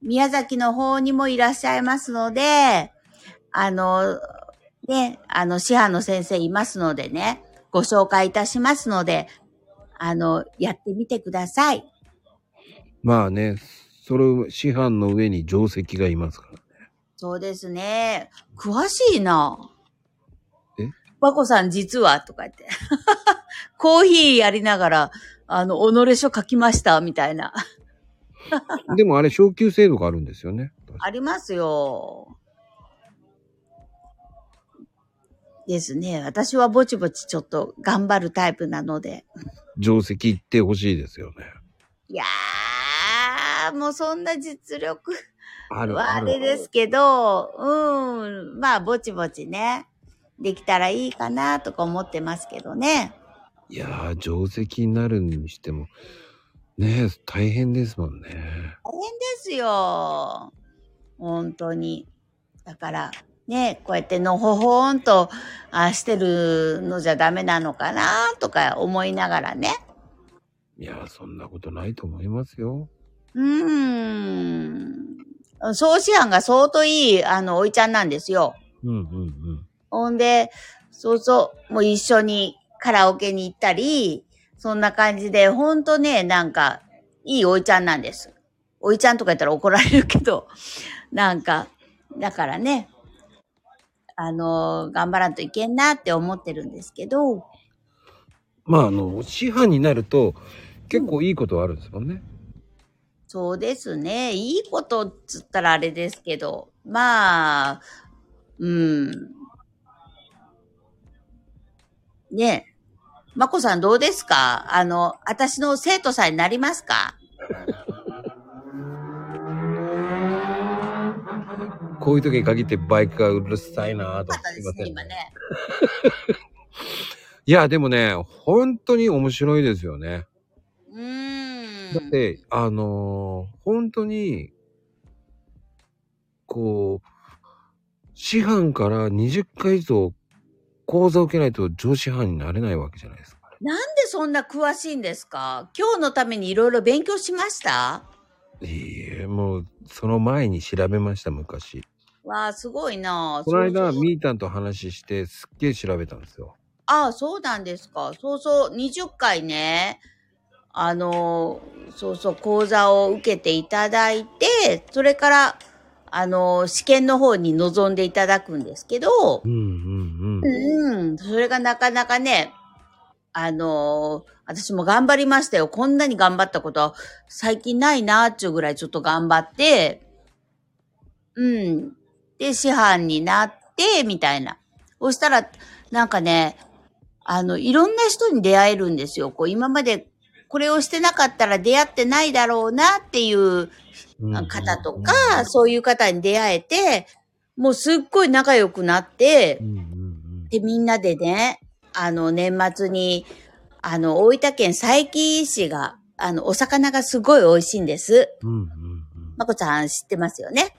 [SPEAKER 2] 宮崎の方にもいらっしゃいますので、あの、ね、あの、師範の先生いますのでね、ご紹介いたしますので、あの、やってみてください。
[SPEAKER 1] まあね、それを師範の上に定石がいますから。
[SPEAKER 2] そうですね。詳しいな。
[SPEAKER 1] え
[SPEAKER 2] 和子さん実はとか言って。 [LAUGHS] コーヒーやりながら、あの、己書書きました、みたいな。 [LAUGHS]
[SPEAKER 1] でもあれ、昇級制度があるんですよね。
[SPEAKER 2] ありますよ。ですね。私はぼちぼちちょっと頑張るタイプなので。
[SPEAKER 1] 定石行ってほしいですよね。
[SPEAKER 2] いやー、もうそんな実力、
[SPEAKER 1] ある
[SPEAKER 2] は
[SPEAKER 1] あ
[SPEAKER 2] あ
[SPEAKER 1] る。
[SPEAKER 2] れですけど、うん、まあ、ぼちぼちね、できたらいいかなとか思ってますけどね。
[SPEAKER 1] いやー、定石になるにしても、ねえ、大変ですもんね。
[SPEAKER 2] 大変ですよ。本当に。だから、ね、こうやってのほほんとあしてるのじゃダメなのかなとか思いながらね。
[SPEAKER 1] いやー、そんなことないと思いますよ。
[SPEAKER 2] うーん。総師範が相当いい、あの、おいちゃんなんですよ。
[SPEAKER 1] うんうん
[SPEAKER 2] ほんで、そうそう、もう一緒にカラオケに行ったり、そんな感じで、ほんとね、なんか、いいおいちゃんなんです。おいちゃんとか言ったら怒られるけど、 [LAUGHS] なんか、だからね、あの、頑張らんといけんなって思ってるんですけど、
[SPEAKER 1] うん。まあ、あの、師範になると、結構いいことはあるんですもんね。
[SPEAKER 2] そうですね、いいことっつったらあれですけど、まあ、うん。ねえ。まこさんどうですかあの、私の生徒さんになりますか
[SPEAKER 1] こういう時に限ってバイクがうるさいなーと
[SPEAKER 2] よか
[SPEAKER 1] 思
[SPEAKER 2] っ
[SPEAKER 1] ったて。いま、せ
[SPEAKER 2] ですね
[SPEAKER 1] ん
[SPEAKER 2] 今ね。
[SPEAKER 1] いや、でもね、本当に面白いですよね。
[SPEAKER 2] うーん。
[SPEAKER 1] だって、あのー本当に、こう、師範から20回以上講座を受けないと上師範になれないわけじゃないですか。
[SPEAKER 2] なんでそんな詳しいんですか今日のためにいろいろ勉強しました
[SPEAKER 1] いいえ、もう、その前に調べました、昔。
[SPEAKER 2] わあ、すごいなあ
[SPEAKER 1] この間、
[SPEAKER 2] そうそう
[SPEAKER 1] みーたんと話して、すっげえ調べたんですよ。
[SPEAKER 2] ああ、そうなんですか。そうそう、20回ね、あのー、そうそう、講座を受けていただいて、それから、あのー、試験の方に臨んでいただくんですけど
[SPEAKER 1] う、んうんうん。
[SPEAKER 2] うん、それがなかなかね、あのー私も頑張りましたよ。こんなに頑張ったことは最近ないなーっちゅうぐらいちょっと頑張って、うん。で、師範になって、みたいな。そしたら、なんかね、あの、いろんな人に出会えるんですよ。こう、今までこれをしてなかったら出会ってないだろうなっていう
[SPEAKER 1] うんうんうん
[SPEAKER 2] 方とか、そういう方に出会えて、もうすっごい仲良くなって
[SPEAKER 1] う、んうんうん。
[SPEAKER 2] で、みんなでね、あの、年末に、あの、大分県佐伯市が、あの、お魚がすごい美味しいんです。
[SPEAKER 1] うんうんうん。
[SPEAKER 2] まこちゃん知ってますよ
[SPEAKER 1] 知
[SPEAKER 2] ね
[SPEAKER 1] っ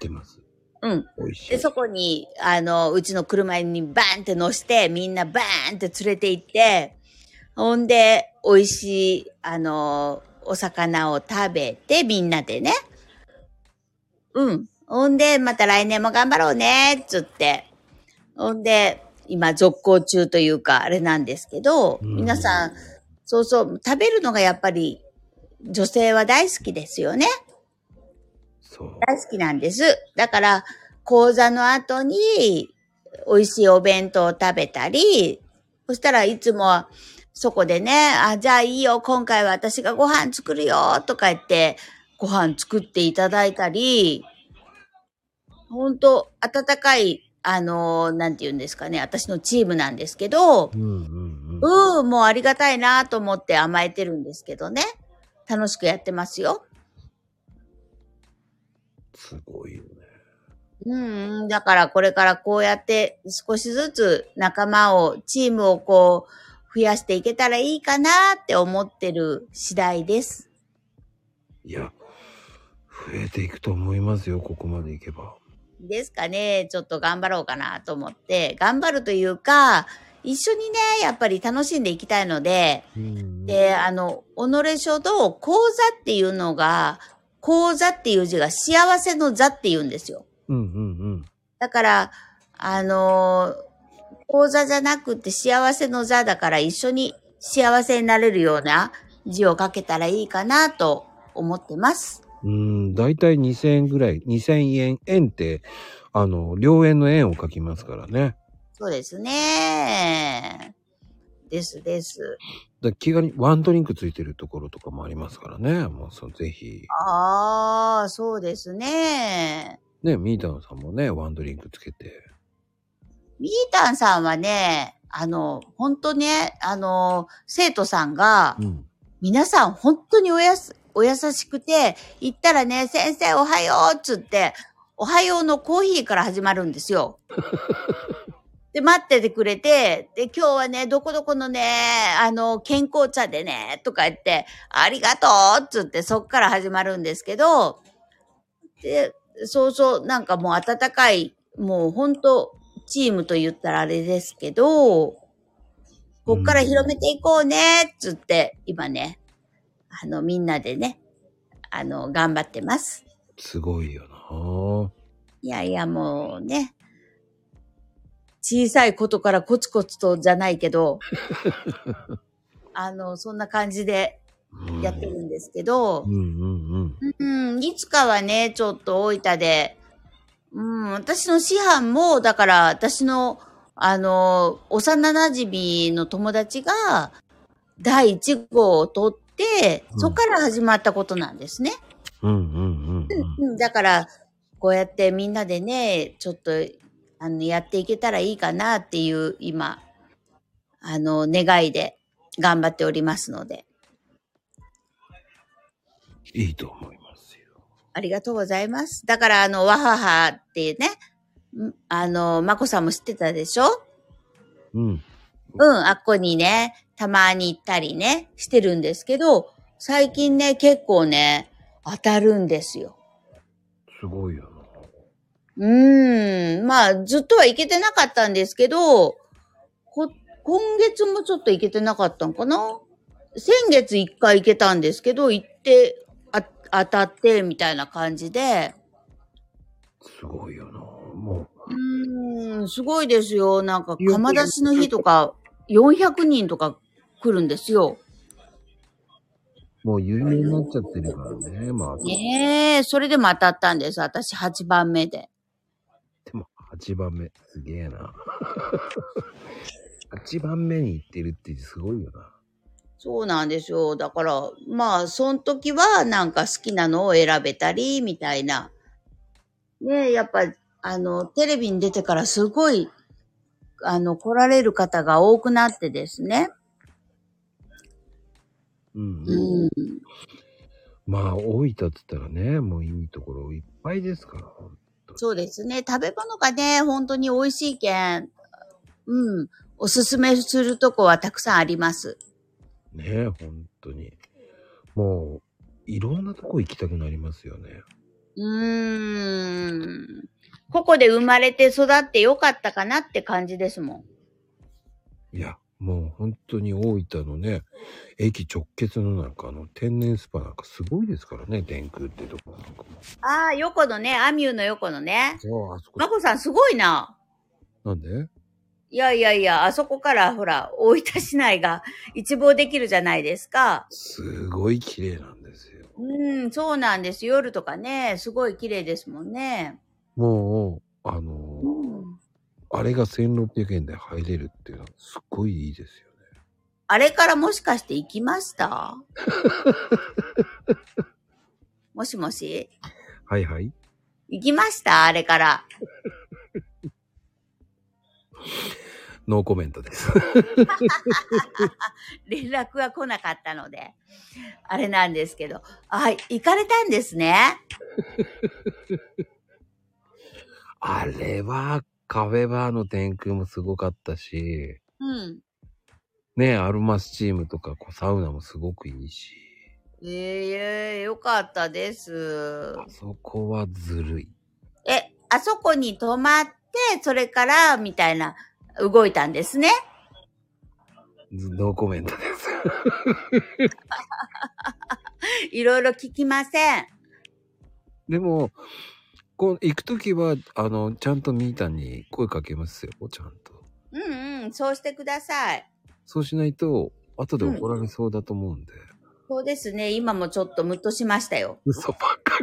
[SPEAKER 1] てます。
[SPEAKER 2] うん。
[SPEAKER 1] 美味しい。
[SPEAKER 2] で、そこに、あの、うちの車にバーンって乗して、みんなバーンって連れて行って、ほんで、美味しい、あの、お魚を食べて、みんなでね。うん。ほんで、また来年も頑張ろうね、つって。ほんで、今、続行中というか、あれなんですけど、
[SPEAKER 1] うん
[SPEAKER 2] 皆さん、そうそう、食べるのがやっぱり、女性は大好きですよね。
[SPEAKER 1] そう。
[SPEAKER 2] 大好きなんです。だから、講座の後に、美味しいお弁当を食べたり、そしたらいつもは、そこでね、あ、じゃあいいよ、今回は私がご飯作るよ、とか言って、ご飯作っていただいたり、ほんと、温かい、あのーなんて言うんですかね、私のチームなんですけど、
[SPEAKER 1] うんうんうん。
[SPEAKER 2] うん、もうありがたいなと思って甘えてるんですけどね。楽しくやってますよ。
[SPEAKER 1] すごいよね。
[SPEAKER 2] うんうん、だからこれからこうやって少しずつ仲間を、チームをこう増やしていけたらいいかなって思ってる次第です。
[SPEAKER 1] いや、増えていくと思いますよ、ここまでいけば。
[SPEAKER 2] ですかね、ちょっと頑張ろうかなと思って、頑張るというか、一緒にね、やっぱり楽しんでいきたいので、
[SPEAKER 1] うん
[SPEAKER 2] で、あの、己書道、講座っていうのが、講座っていう字が幸せの座っていうんですよ。
[SPEAKER 1] うんうん
[SPEAKER 2] だから、あのー講座じゃなくて幸せの座だから一緒に幸せになれるような字を書けたらいいかなと思ってます。
[SPEAKER 1] うん。うん、だいたい2000円ぐらい、2000円、円って、あの、両円の円を書きますからね。
[SPEAKER 2] そうですね。ですです。
[SPEAKER 1] だ気軽にワンドリンクついてるところとかもありますからね。もうそのぜひ、
[SPEAKER 2] ああ、そうですね。
[SPEAKER 1] ね、ミータンさんもね、ワンドリンクつけて。
[SPEAKER 2] ミータンさんはね、あの、本当ね、あの、生徒さんが
[SPEAKER 1] う、ん。
[SPEAKER 2] 皆さん本当におやす、お優しくて、行ったらね、先生おはようっつって、おはようのコーヒーから始まるんですよ。で、待っててくれて、で、今日はね、どこどこのね、あの、健康茶でね、とか言って、ありがとうっつって、そっから始まるんですけど、で、そうそう、なんかもう温かい、もう本当チームと言ったらあれですけど、こっから広めていこうね、っつって、今ね、あの、みんなでね、あの、頑張ってます。
[SPEAKER 1] すごいよない
[SPEAKER 2] やいや、もうね、小さいことからコツコツとじゃないけ
[SPEAKER 1] [LAUGHS]
[SPEAKER 2] ど、あの、そんな感じで
[SPEAKER 1] うん
[SPEAKER 2] やってるんですけど
[SPEAKER 1] う、んうんうん。
[SPEAKER 2] うん、いつかはね、ちょっと大分で、うん、私の師範も、だから私の、あの、幼馴染の友達が、第1号を取って、
[SPEAKER 1] うん
[SPEAKER 2] そこから始まったことなんですね。
[SPEAKER 1] うんうんうんうん。
[SPEAKER 2] うん、だから、こうやってみんなでね、ちょっと、あの、やっていけたらいいかなっていう、今、あの、願いで頑張っておりますので、
[SPEAKER 1] いいと思いますよ。
[SPEAKER 2] ありがとうございます。だから、あの、わははっていうね、んあの、まこさんも知ってたでしょ
[SPEAKER 1] うん。
[SPEAKER 2] うん、あっこにね、たまに行ったりね、してるんですけど、最近ね、結構ね、当たるんですよ。
[SPEAKER 1] すごいよ
[SPEAKER 2] うーん。まあ、ずっとは行けてなかったんですけど、こ、今月もちょっと行けてなかったんかな先月一回行けたんですけど、行って、あ、当たって、みたいな感じで、
[SPEAKER 1] な。すごいよな。も
[SPEAKER 2] うーん、すごいですよ。なんか、
[SPEAKER 1] よく
[SPEAKER 2] 釜出しの日とか、400人とか来るんですよ。
[SPEAKER 1] う、もう有名になっちゃってるからね。まあ、で
[SPEAKER 2] ねえ、それでも当たったんです。私8番目で。
[SPEAKER 1] も8番目。すげえな。8番目に行ってるってすごいよな。
[SPEAKER 2] そうなんですよ。だから、まあ、その時は、なんか好きなのを選べたり、みたいな。ねえやっぱ、あの、テレビに出てからすごい、あの、来られる方が多くなってですね。
[SPEAKER 1] うん、うん。
[SPEAKER 2] うん。
[SPEAKER 1] まあ、大分って言ったらね、もういいところいっぱいですから。
[SPEAKER 2] そうですね。食べ物がね、本当に美味しいけん、うん。おすすめするとこはたくさんあります。
[SPEAKER 1] ね本当に。もう、いろんなとこ行きたくなりますよね。
[SPEAKER 2] うーん。ここで生まれて育ってよかったかなって感じですもん。
[SPEAKER 1] いや、もう本当に大分のね、駅直結のなんかあの天然スパなんかすごいですからね、天空ってとこなんかも。
[SPEAKER 2] ああ、横のね、アミューの横のね。
[SPEAKER 1] そう、あそこ
[SPEAKER 2] ま。こさんすごいな。
[SPEAKER 1] なんで
[SPEAKER 2] いやいやいや、あそこからほら、大分市内が一望できるじゃないですか。
[SPEAKER 1] すごい綺麗なんですよ。
[SPEAKER 2] うん、そうなんです。夜とかね、すごい綺麗ですもんね。
[SPEAKER 1] もう、あの
[SPEAKER 2] う、ん、
[SPEAKER 1] あれが1600円で入れるっていうのはすっごいいいですよね。
[SPEAKER 2] あれからもしかして行きました [LAUGHS] もしもし
[SPEAKER 1] はいはい。
[SPEAKER 2] 行きましたあれから。
[SPEAKER 1] ノーコメントです。 [LAUGHS]
[SPEAKER 2] 連絡が来なかったので、あれなんですけど。あ、行かれたんですね。
[SPEAKER 1] あれは、カフェバーの天空もすごかったし、
[SPEAKER 2] うん。
[SPEAKER 1] ね、アルマスチームとかこうサウナもすごくいいし、
[SPEAKER 2] ええよかったです。
[SPEAKER 1] あそこはずるい。
[SPEAKER 2] え、あそこに泊まって、それから、みたいな、動いたんですね。
[SPEAKER 1] ずノーコメントです。
[SPEAKER 2] いろいろ聞きません。
[SPEAKER 1] でも、こう行くときは、あの、ちゃんとミータンに声かけますよ、ちゃんと。
[SPEAKER 2] うんうん、そうしてください。
[SPEAKER 1] そうしないと、後で怒られそうだと思うんで。
[SPEAKER 2] そうですね、今もちょっとムッとしましたよ。
[SPEAKER 1] 嘘ばっか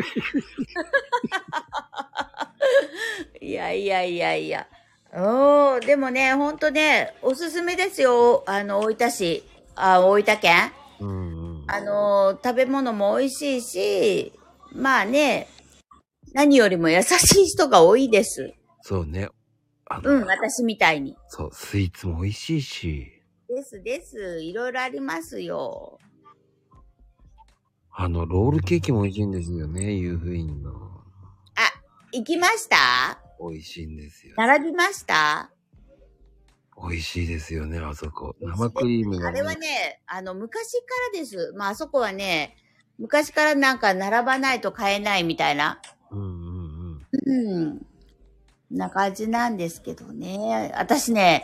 [SPEAKER 1] り。
[SPEAKER 2] いやいやいやいや。おー、でもね、ほんとね、おすすめですよ。あの、大分市、あ、大分県。
[SPEAKER 1] うんうん。
[SPEAKER 2] あのー食べ物も美味しいし、まあね、何よりも優しい人が多いです。
[SPEAKER 1] そうね。あの、
[SPEAKER 2] うん、私みたいに。
[SPEAKER 1] そう、スイーツも美味しいし、
[SPEAKER 2] ですです。いろいろありますよ。
[SPEAKER 1] ああの、ロールケーキも美味しいんですよね、湯布院の。
[SPEAKER 2] 行きました
[SPEAKER 1] 美味しいんですよ。
[SPEAKER 2] 並びました
[SPEAKER 1] 美味しいですよね、あそこ。生クリームが、
[SPEAKER 2] あれはね、あの、昔からです。まあ、あそこはね、昔からなんか並ばないと買えないみたいな、
[SPEAKER 1] うんうんうん。
[SPEAKER 2] うん、な感じなんですけどね。私ね、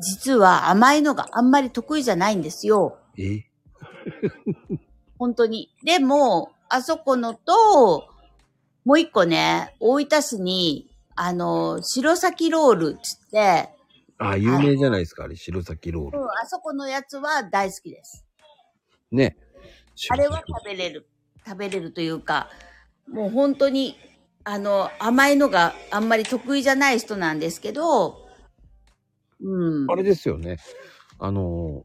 [SPEAKER 2] 実は甘いのがあんまり得意じゃないんですよ。
[SPEAKER 1] え
[SPEAKER 2] 本当に。でも、あそこのと、もう一個ね、大分市に、あの、白崎ロールっつって、
[SPEAKER 1] あ、有名じゃないですか、あれ、白崎ロー
[SPEAKER 2] うん
[SPEAKER 1] ル。
[SPEAKER 2] あそこのやつは大好きです。
[SPEAKER 1] ね。
[SPEAKER 2] あれは食べれる。食べれるというか、もう本当に、あの、甘いのがあんまり得意じゃない人なんですけど、うん。
[SPEAKER 1] あれですよね。あの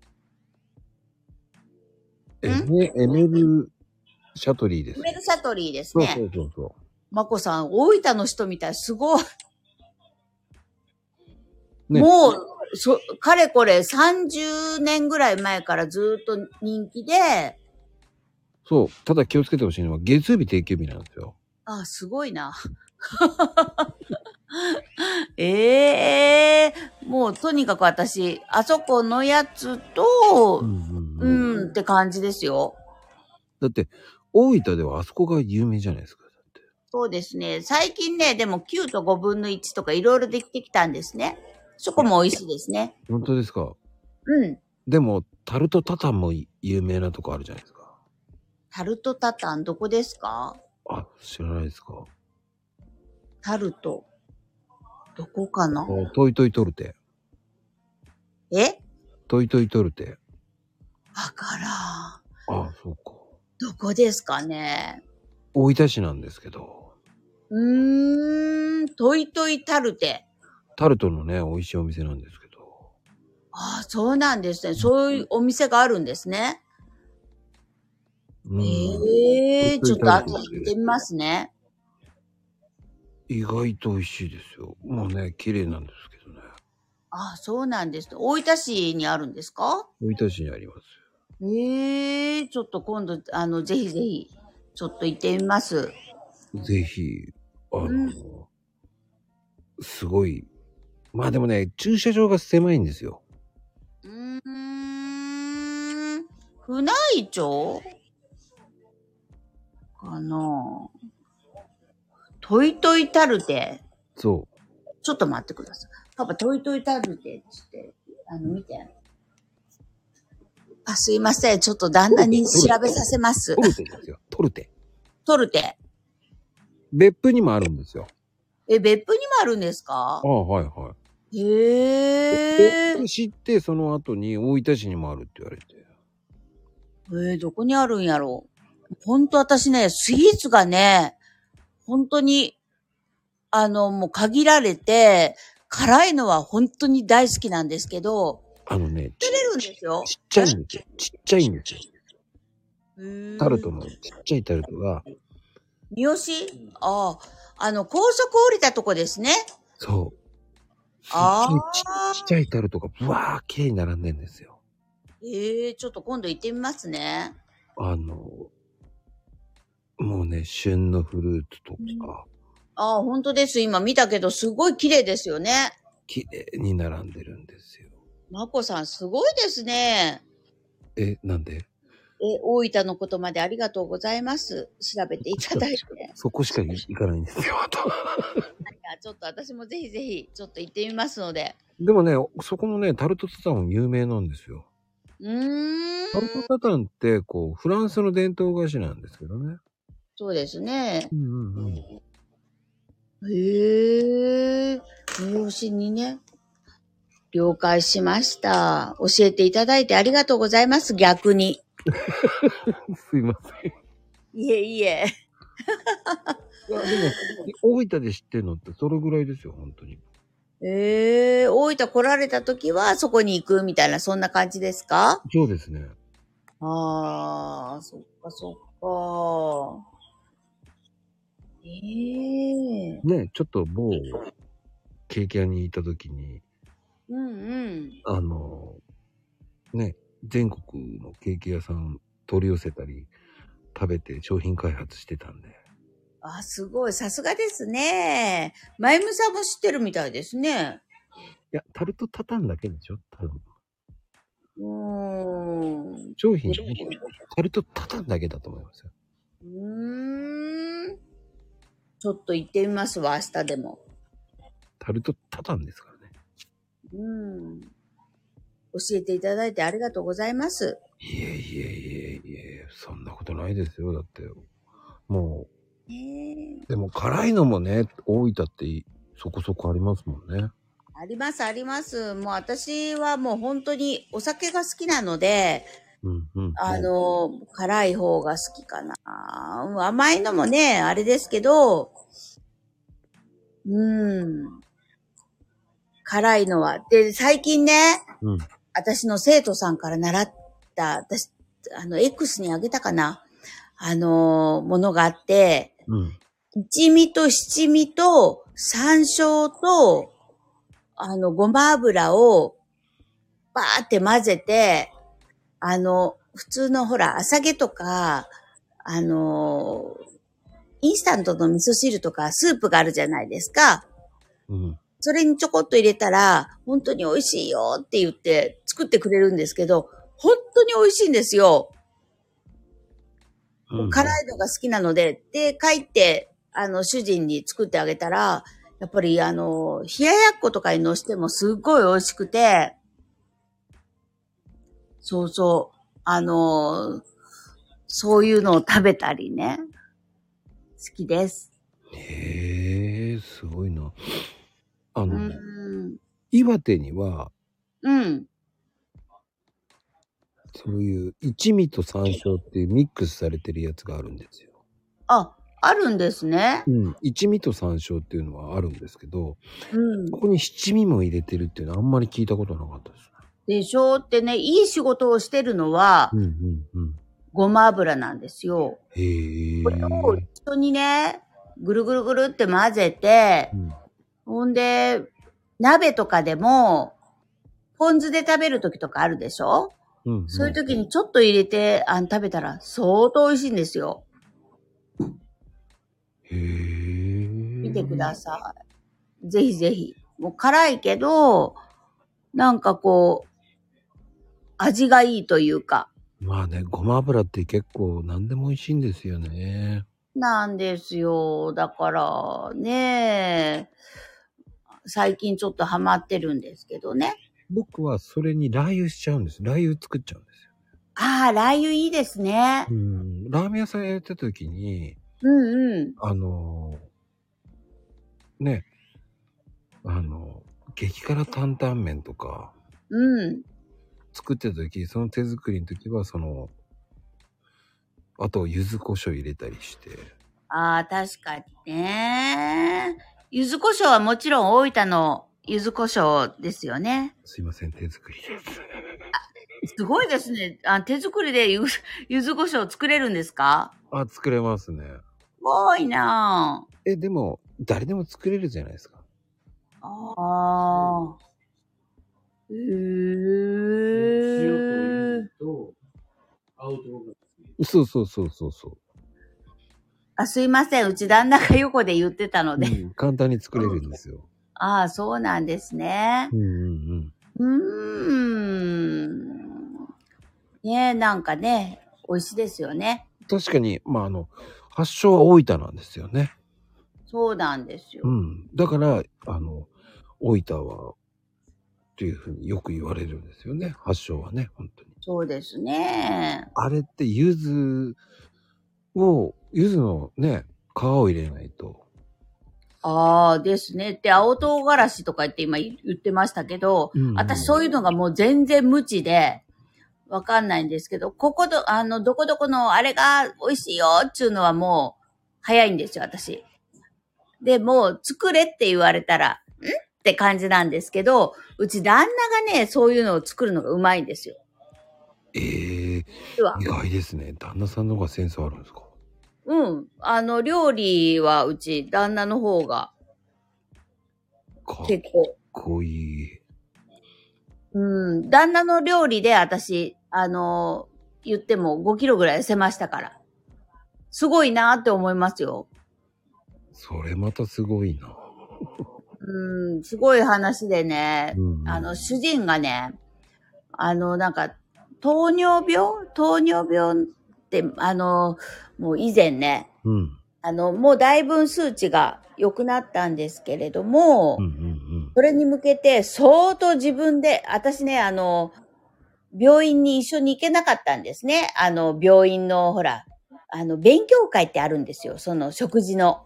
[SPEAKER 1] ー、エ
[SPEAKER 2] ん
[SPEAKER 1] メエメル・シャトリーです
[SPEAKER 2] メ
[SPEAKER 1] ね。
[SPEAKER 2] ルシャトリーです
[SPEAKER 1] そう
[SPEAKER 2] ね。
[SPEAKER 1] そうそうそ
[SPEAKER 2] まこさん、大分の人みたい、すごい。
[SPEAKER 1] ね
[SPEAKER 2] もう、そ、かれこれ30年ぐらい前からずっと人気で、
[SPEAKER 1] う。そう。ただ気をつけてほしいのは、月曜日定休日なんですよ。
[SPEAKER 2] あ、すごいな。 [LAUGHS] ええもうとにかく私、あそこのやつと、
[SPEAKER 1] ん
[SPEAKER 2] うん、って感じですよ。
[SPEAKER 1] だって、大分ではあそこが有名じゃないですか。だって
[SPEAKER 2] そうですね。最近ね、でも9と5分の1とかいろいろできてきたんですね。そこも美味しいですね。
[SPEAKER 1] 本当ですか。
[SPEAKER 2] うん。
[SPEAKER 1] でも、タルトタタンも有名なとこあるじゃないですか。
[SPEAKER 2] タルトタタン、どこですか
[SPEAKER 1] あ、知らないですか。
[SPEAKER 2] タルト。どこかな
[SPEAKER 1] あトイトイトルテ。
[SPEAKER 2] え
[SPEAKER 1] トイトイトルテ。
[SPEAKER 2] わか
[SPEAKER 1] あ、そうか。
[SPEAKER 2] らん。どこですかね
[SPEAKER 1] 大分市なんですけど、
[SPEAKER 2] うーん、トイトイタルテ。
[SPEAKER 1] タルトのね、美味しいお店なんですけど、
[SPEAKER 2] ああ、そうなんですね。そういうお店があるんですね。
[SPEAKER 1] うん
[SPEAKER 2] ええ
[SPEAKER 1] うん
[SPEAKER 2] ちょっと後で行ってみますね。
[SPEAKER 1] 意外と美味しいですよ。もうね、綺麗なんですけどね。
[SPEAKER 2] ああ、そうなんです。大分市にあるんですか
[SPEAKER 1] 大分市にあります。
[SPEAKER 2] ええちょっと今度、あの、ぜひぜひ、ちょっと行ってみます。
[SPEAKER 1] ぜひ、あの、
[SPEAKER 2] うん
[SPEAKER 1] すごい。まあでもね、駐車場が狭いんですよ。
[SPEAKER 2] うーん、船井町かなトイトイタルテ。
[SPEAKER 1] そ
[SPEAKER 2] ちょっと待ってください。パパ、トイトイタルテって言って、あの、見て。あ、すいません。ちょっと旦那に調べさせま
[SPEAKER 1] う。
[SPEAKER 2] す
[SPEAKER 1] ト。ルテですよ。トルテ。
[SPEAKER 2] トルテ。
[SPEAKER 1] 別府にもあるんですよ。
[SPEAKER 2] え、別府にもあるんですか
[SPEAKER 1] ああ、はいはい。
[SPEAKER 2] へえ
[SPEAKER 1] 別。府市ってその後に大分市にもあるって言われて。
[SPEAKER 2] えー、どこにあるんやろう。ほんと私ね、スイーツがね、本当に、あの、もう限られて、辛いのは本当に大好きなんですけど、
[SPEAKER 1] あのね、ち
[SPEAKER 2] 出れるんですよ。
[SPEAKER 1] ちっちゃいんですよ。ちっちゃいんですよ。タルト
[SPEAKER 2] も
[SPEAKER 1] のちっちゃいタルトが、
[SPEAKER 2] 三好ああ、あの、高速降りたとこですね。
[SPEAKER 1] そう。
[SPEAKER 2] あ
[SPEAKER 1] ち
[SPEAKER 2] あ
[SPEAKER 1] ちっちゃいタルトが、ぶわー、綺麗に並んでんですよ。
[SPEAKER 2] ええちょっと今度行ってみますね。
[SPEAKER 1] あの、もうね、旬のフルーツとか、
[SPEAKER 2] ああ、本当です。今見たけど、すごい綺麗ですよね。
[SPEAKER 1] 綺麗に並んでるんですよ。
[SPEAKER 2] まこさん、すごいですね。
[SPEAKER 1] え、なんで
[SPEAKER 2] え、大分のことまでありがとうございます。調べていただいて。い
[SPEAKER 1] そこしか行かないんですよ、あと。
[SPEAKER 2] や、ちょっと私もぜひぜひ、ちょっと行ってみますので。
[SPEAKER 1] でもね、そこもね、タルトタタンも有名なんですよ。
[SPEAKER 2] うーん。
[SPEAKER 1] タルトタタンって、こう、フランスの伝統菓子なんですけどね。
[SPEAKER 2] そうですね
[SPEAKER 1] う。んうんうん。
[SPEAKER 2] へえ。三好にね。了解しました。教えていただいてありがとうございます。逆に。
[SPEAKER 1] すいません。
[SPEAKER 2] いえい
[SPEAKER 1] い
[SPEAKER 2] え。
[SPEAKER 1] や、でも、大分で知ってるのってそれぐらいですよ、本当に。
[SPEAKER 2] ええ大分来られた時はそこに行くみたいな、そんな感じですか
[SPEAKER 1] そうですね。
[SPEAKER 2] ああ、そっかそっか。ええ
[SPEAKER 1] ね、ちょっと某、ケーキ屋に行った時に、
[SPEAKER 2] うんうん。
[SPEAKER 1] あの、ね、全国のケーキ屋さん取り寄せたり、食べて商品開発してたんで。
[SPEAKER 2] あ、すごい。さすがですね。まゆむさんも知ってるみたいですね。
[SPEAKER 1] いや、タルトタタンだけでしょ多分。
[SPEAKER 2] うーん。
[SPEAKER 1] 商品、タルトタタンだけだと思いますよ。
[SPEAKER 2] うーん。ちょっと行ってみますわ、明日でも。
[SPEAKER 1] タルトタタンですからね。
[SPEAKER 2] うん。教えていただいてありがとうございます。
[SPEAKER 1] いえいえいえいえ、そんなことないですよ。だって、も
[SPEAKER 2] ええ
[SPEAKER 1] う、でも辛いのもね、大分っていそこそこありますもんね。
[SPEAKER 2] あります、あります。もう私はもう本当にお酒が好きなので、
[SPEAKER 1] うんうん、うん。
[SPEAKER 2] あの、辛い方が好きかな。うん甘いのもね、あれですけど、うん。辛いのは。で、最近ね、
[SPEAKER 1] うん。
[SPEAKER 2] 私の生徒さんから習った、私、あの、X にあげたかな。あの、ものがあって、
[SPEAKER 1] うん。
[SPEAKER 2] 一味と七味と山椒と、あの、ごま油を、バーって混ぜて、あの、普通のほら、朝毛とか、あの、インスタントの味噌汁とかスープがあるじゃないですか。
[SPEAKER 1] うん。
[SPEAKER 2] それにちょこっと入れたら、本当に美味しいよって言って作ってくれるんですけど、本当に美味しいんですよ。
[SPEAKER 1] うん。
[SPEAKER 2] 辛
[SPEAKER 1] い。
[SPEAKER 2] いのが好きなので、で、帰って、あの、主人に作ってあげたら、やっぱり、あの、冷ややっことかにのしてもすっごい美味しくて、そうそう、あの、そういうのを食べたりね、好きです。
[SPEAKER 1] へえ、すごいな。あ
[SPEAKER 2] う
[SPEAKER 1] の、
[SPEAKER 2] ん。
[SPEAKER 1] 岩手には、
[SPEAKER 2] うん。
[SPEAKER 1] そういう一味と山椒っていうミックスされてるやつがあるんですよ。
[SPEAKER 2] あ、あるんですね。
[SPEAKER 1] うん。一味と山椒っていうのはあるんですけど、
[SPEAKER 2] うん
[SPEAKER 1] こ。こに七味も入れてるっていうのはあんまり聞いたことなかったですね。
[SPEAKER 2] でしょうってね、いい仕事をしてるのは
[SPEAKER 1] う、んうんうん。
[SPEAKER 2] ごま油なんですよ。
[SPEAKER 1] へえ。
[SPEAKER 2] これを一緒にね、ぐるぐるぐるって混ぜて
[SPEAKER 1] う、ん
[SPEAKER 2] ほんで、鍋とかでも、ポン酢で食べる時とかあるでしょ、
[SPEAKER 1] うんうん
[SPEAKER 2] そういう時にちょっと入れてあの食べたら相当美味しいんですよ。
[SPEAKER 1] へえ。
[SPEAKER 2] 見
[SPEAKER 1] 見
[SPEAKER 2] てください。ぜひぜひ。もう辛いけど、なんかこう、味がいいというか、
[SPEAKER 1] い。まあね、ごま油って結構何でも美味しいんですよね。
[SPEAKER 2] なんですよ。だから、ねえ、最近ちょっとハマってるんですけどね。
[SPEAKER 1] 僕はそれにラー油しちゃうんです。ラー油作っちゃうんですよ。
[SPEAKER 2] ああ、ラー油いいですね。
[SPEAKER 1] うん。ラーメン屋さんやってた時に、
[SPEAKER 2] うんうん。
[SPEAKER 1] あのーね、あの激辛担々麺とか
[SPEAKER 2] うん。
[SPEAKER 1] 作ってた時、その手作りの時は、その、あと、柚子胡椒入れたりして。
[SPEAKER 2] ああ、確かにね。柚子胡椒はもちろん大分の柚子胡椒ですよね。
[SPEAKER 1] すいません、手作りです。
[SPEAKER 2] すごいですね。あ手作りで柚子柚子胡椒作れるんですか
[SPEAKER 1] あ、作れますね。
[SPEAKER 2] すごいな
[SPEAKER 1] え、でも、誰でも作れるじゃないですか。
[SPEAKER 2] あ。ああ。へえー。
[SPEAKER 3] と、アウトローがです
[SPEAKER 1] そ
[SPEAKER 3] ね、
[SPEAKER 1] うそうそうそうそ
[SPEAKER 2] あ、すいません。うち旦那が横で言ってたの
[SPEAKER 1] う。
[SPEAKER 2] で。
[SPEAKER 1] うん簡単に作れるんですよ。
[SPEAKER 2] ああ、そうなんですね
[SPEAKER 1] う。んうんうん。
[SPEAKER 2] うーん。ねえ、なんかね、美味しいですよね。
[SPEAKER 1] 確かに、まあ、あの、発祥は大分なんですよね。
[SPEAKER 2] そうなんですよ
[SPEAKER 1] う。ん。だから、あの、大分は、っていうふうによく言われるんですよね。発祥はね、本当に。
[SPEAKER 2] そうですね。
[SPEAKER 1] あれって、柚子を、柚子のね、皮を入れないと。
[SPEAKER 2] ああ、ですね。って、青唐辛子とか言って今言ってましたけど、
[SPEAKER 1] うんうん
[SPEAKER 2] 私そういうのがもう全然無知で、わかんないんですけど、ここど、あの、どこどこのあれが美味しいよっていうのはもう、早いんですよ、私。で、もう、作れって言われたら、んって感じなんですけど、うち旦那がね、そういうのを作るのがうまいんですよ。
[SPEAKER 1] ええ
[SPEAKER 2] 実は
[SPEAKER 1] 意外ですね。旦那さんの方がセンスあるんですか。
[SPEAKER 2] うん。あの、料理はうち旦那の方が
[SPEAKER 1] かっ
[SPEAKER 2] 結構
[SPEAKER 1] こいい。
[SPEAKER 2] うん、旦那の料理で私、あのー言っても5キロぐらい痩せましたから。すごいなって思いますよ。
[SPEAKER 1] それまたすごいな。
[SPEAKER 2] うん、すごい話でね、
[SPEAKER 1] うん
[SPEAKER 2] あの、主人がね、あの、なんか、糖尿病糖尿病って、あの、もう以前ね、
[SPEAKER 1] うん。
[SPEAKER 2] あの、もうだいぶ数値が良くなったんですけれども、
[SPEAKER 1] うんうん
[SPEAKER 2] それに向けて相当自分で、私ね、あの、病院に一緒に行けなかったんですね。あの、病院の、ほら、あの、勉強会ってあるんですよ。その、食事の。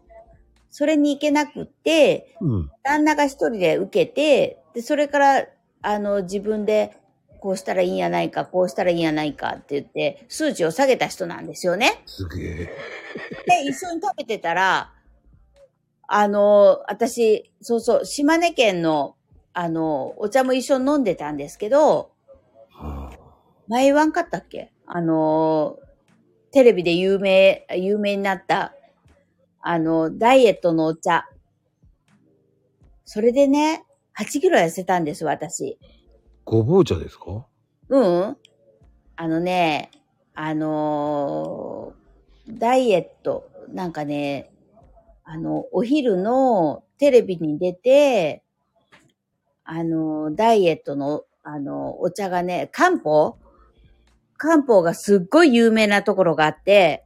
[SPEAKER 2] それに行けなくって、
[SPEAKER 1] うん。うん。
[SPEAKER 2] 旦那が一人で受けて、で、それから、あの、自分で、こうしたらいいんやないか、こうしたらいいんやないかって言って、数値を下げた人なんですよね。
[SPEAKER 1] すげえ。
[SPEAKER 2] で、一緒に食べてたら、あの、私、そうそう、島根県の、あの、お茶も一緒に飲んでたんですけど、
[SPEAKER 1] は
[SPEAKER 2] 前言わんかったっけあの、テレビで有名、有名になった、あの、ダイエットのお茶。それでね、8キロ痩せたんです、私。
[SPEAKER 1] あごぼう茶ですか
[SPEAKER 2] うん、うん、あのね、あのーダイエット、なんかね、あの、お昼のテレビに出て、あのーダイエットの、あのーお茶がね、漢方漢方がすっごい有名なところがあって、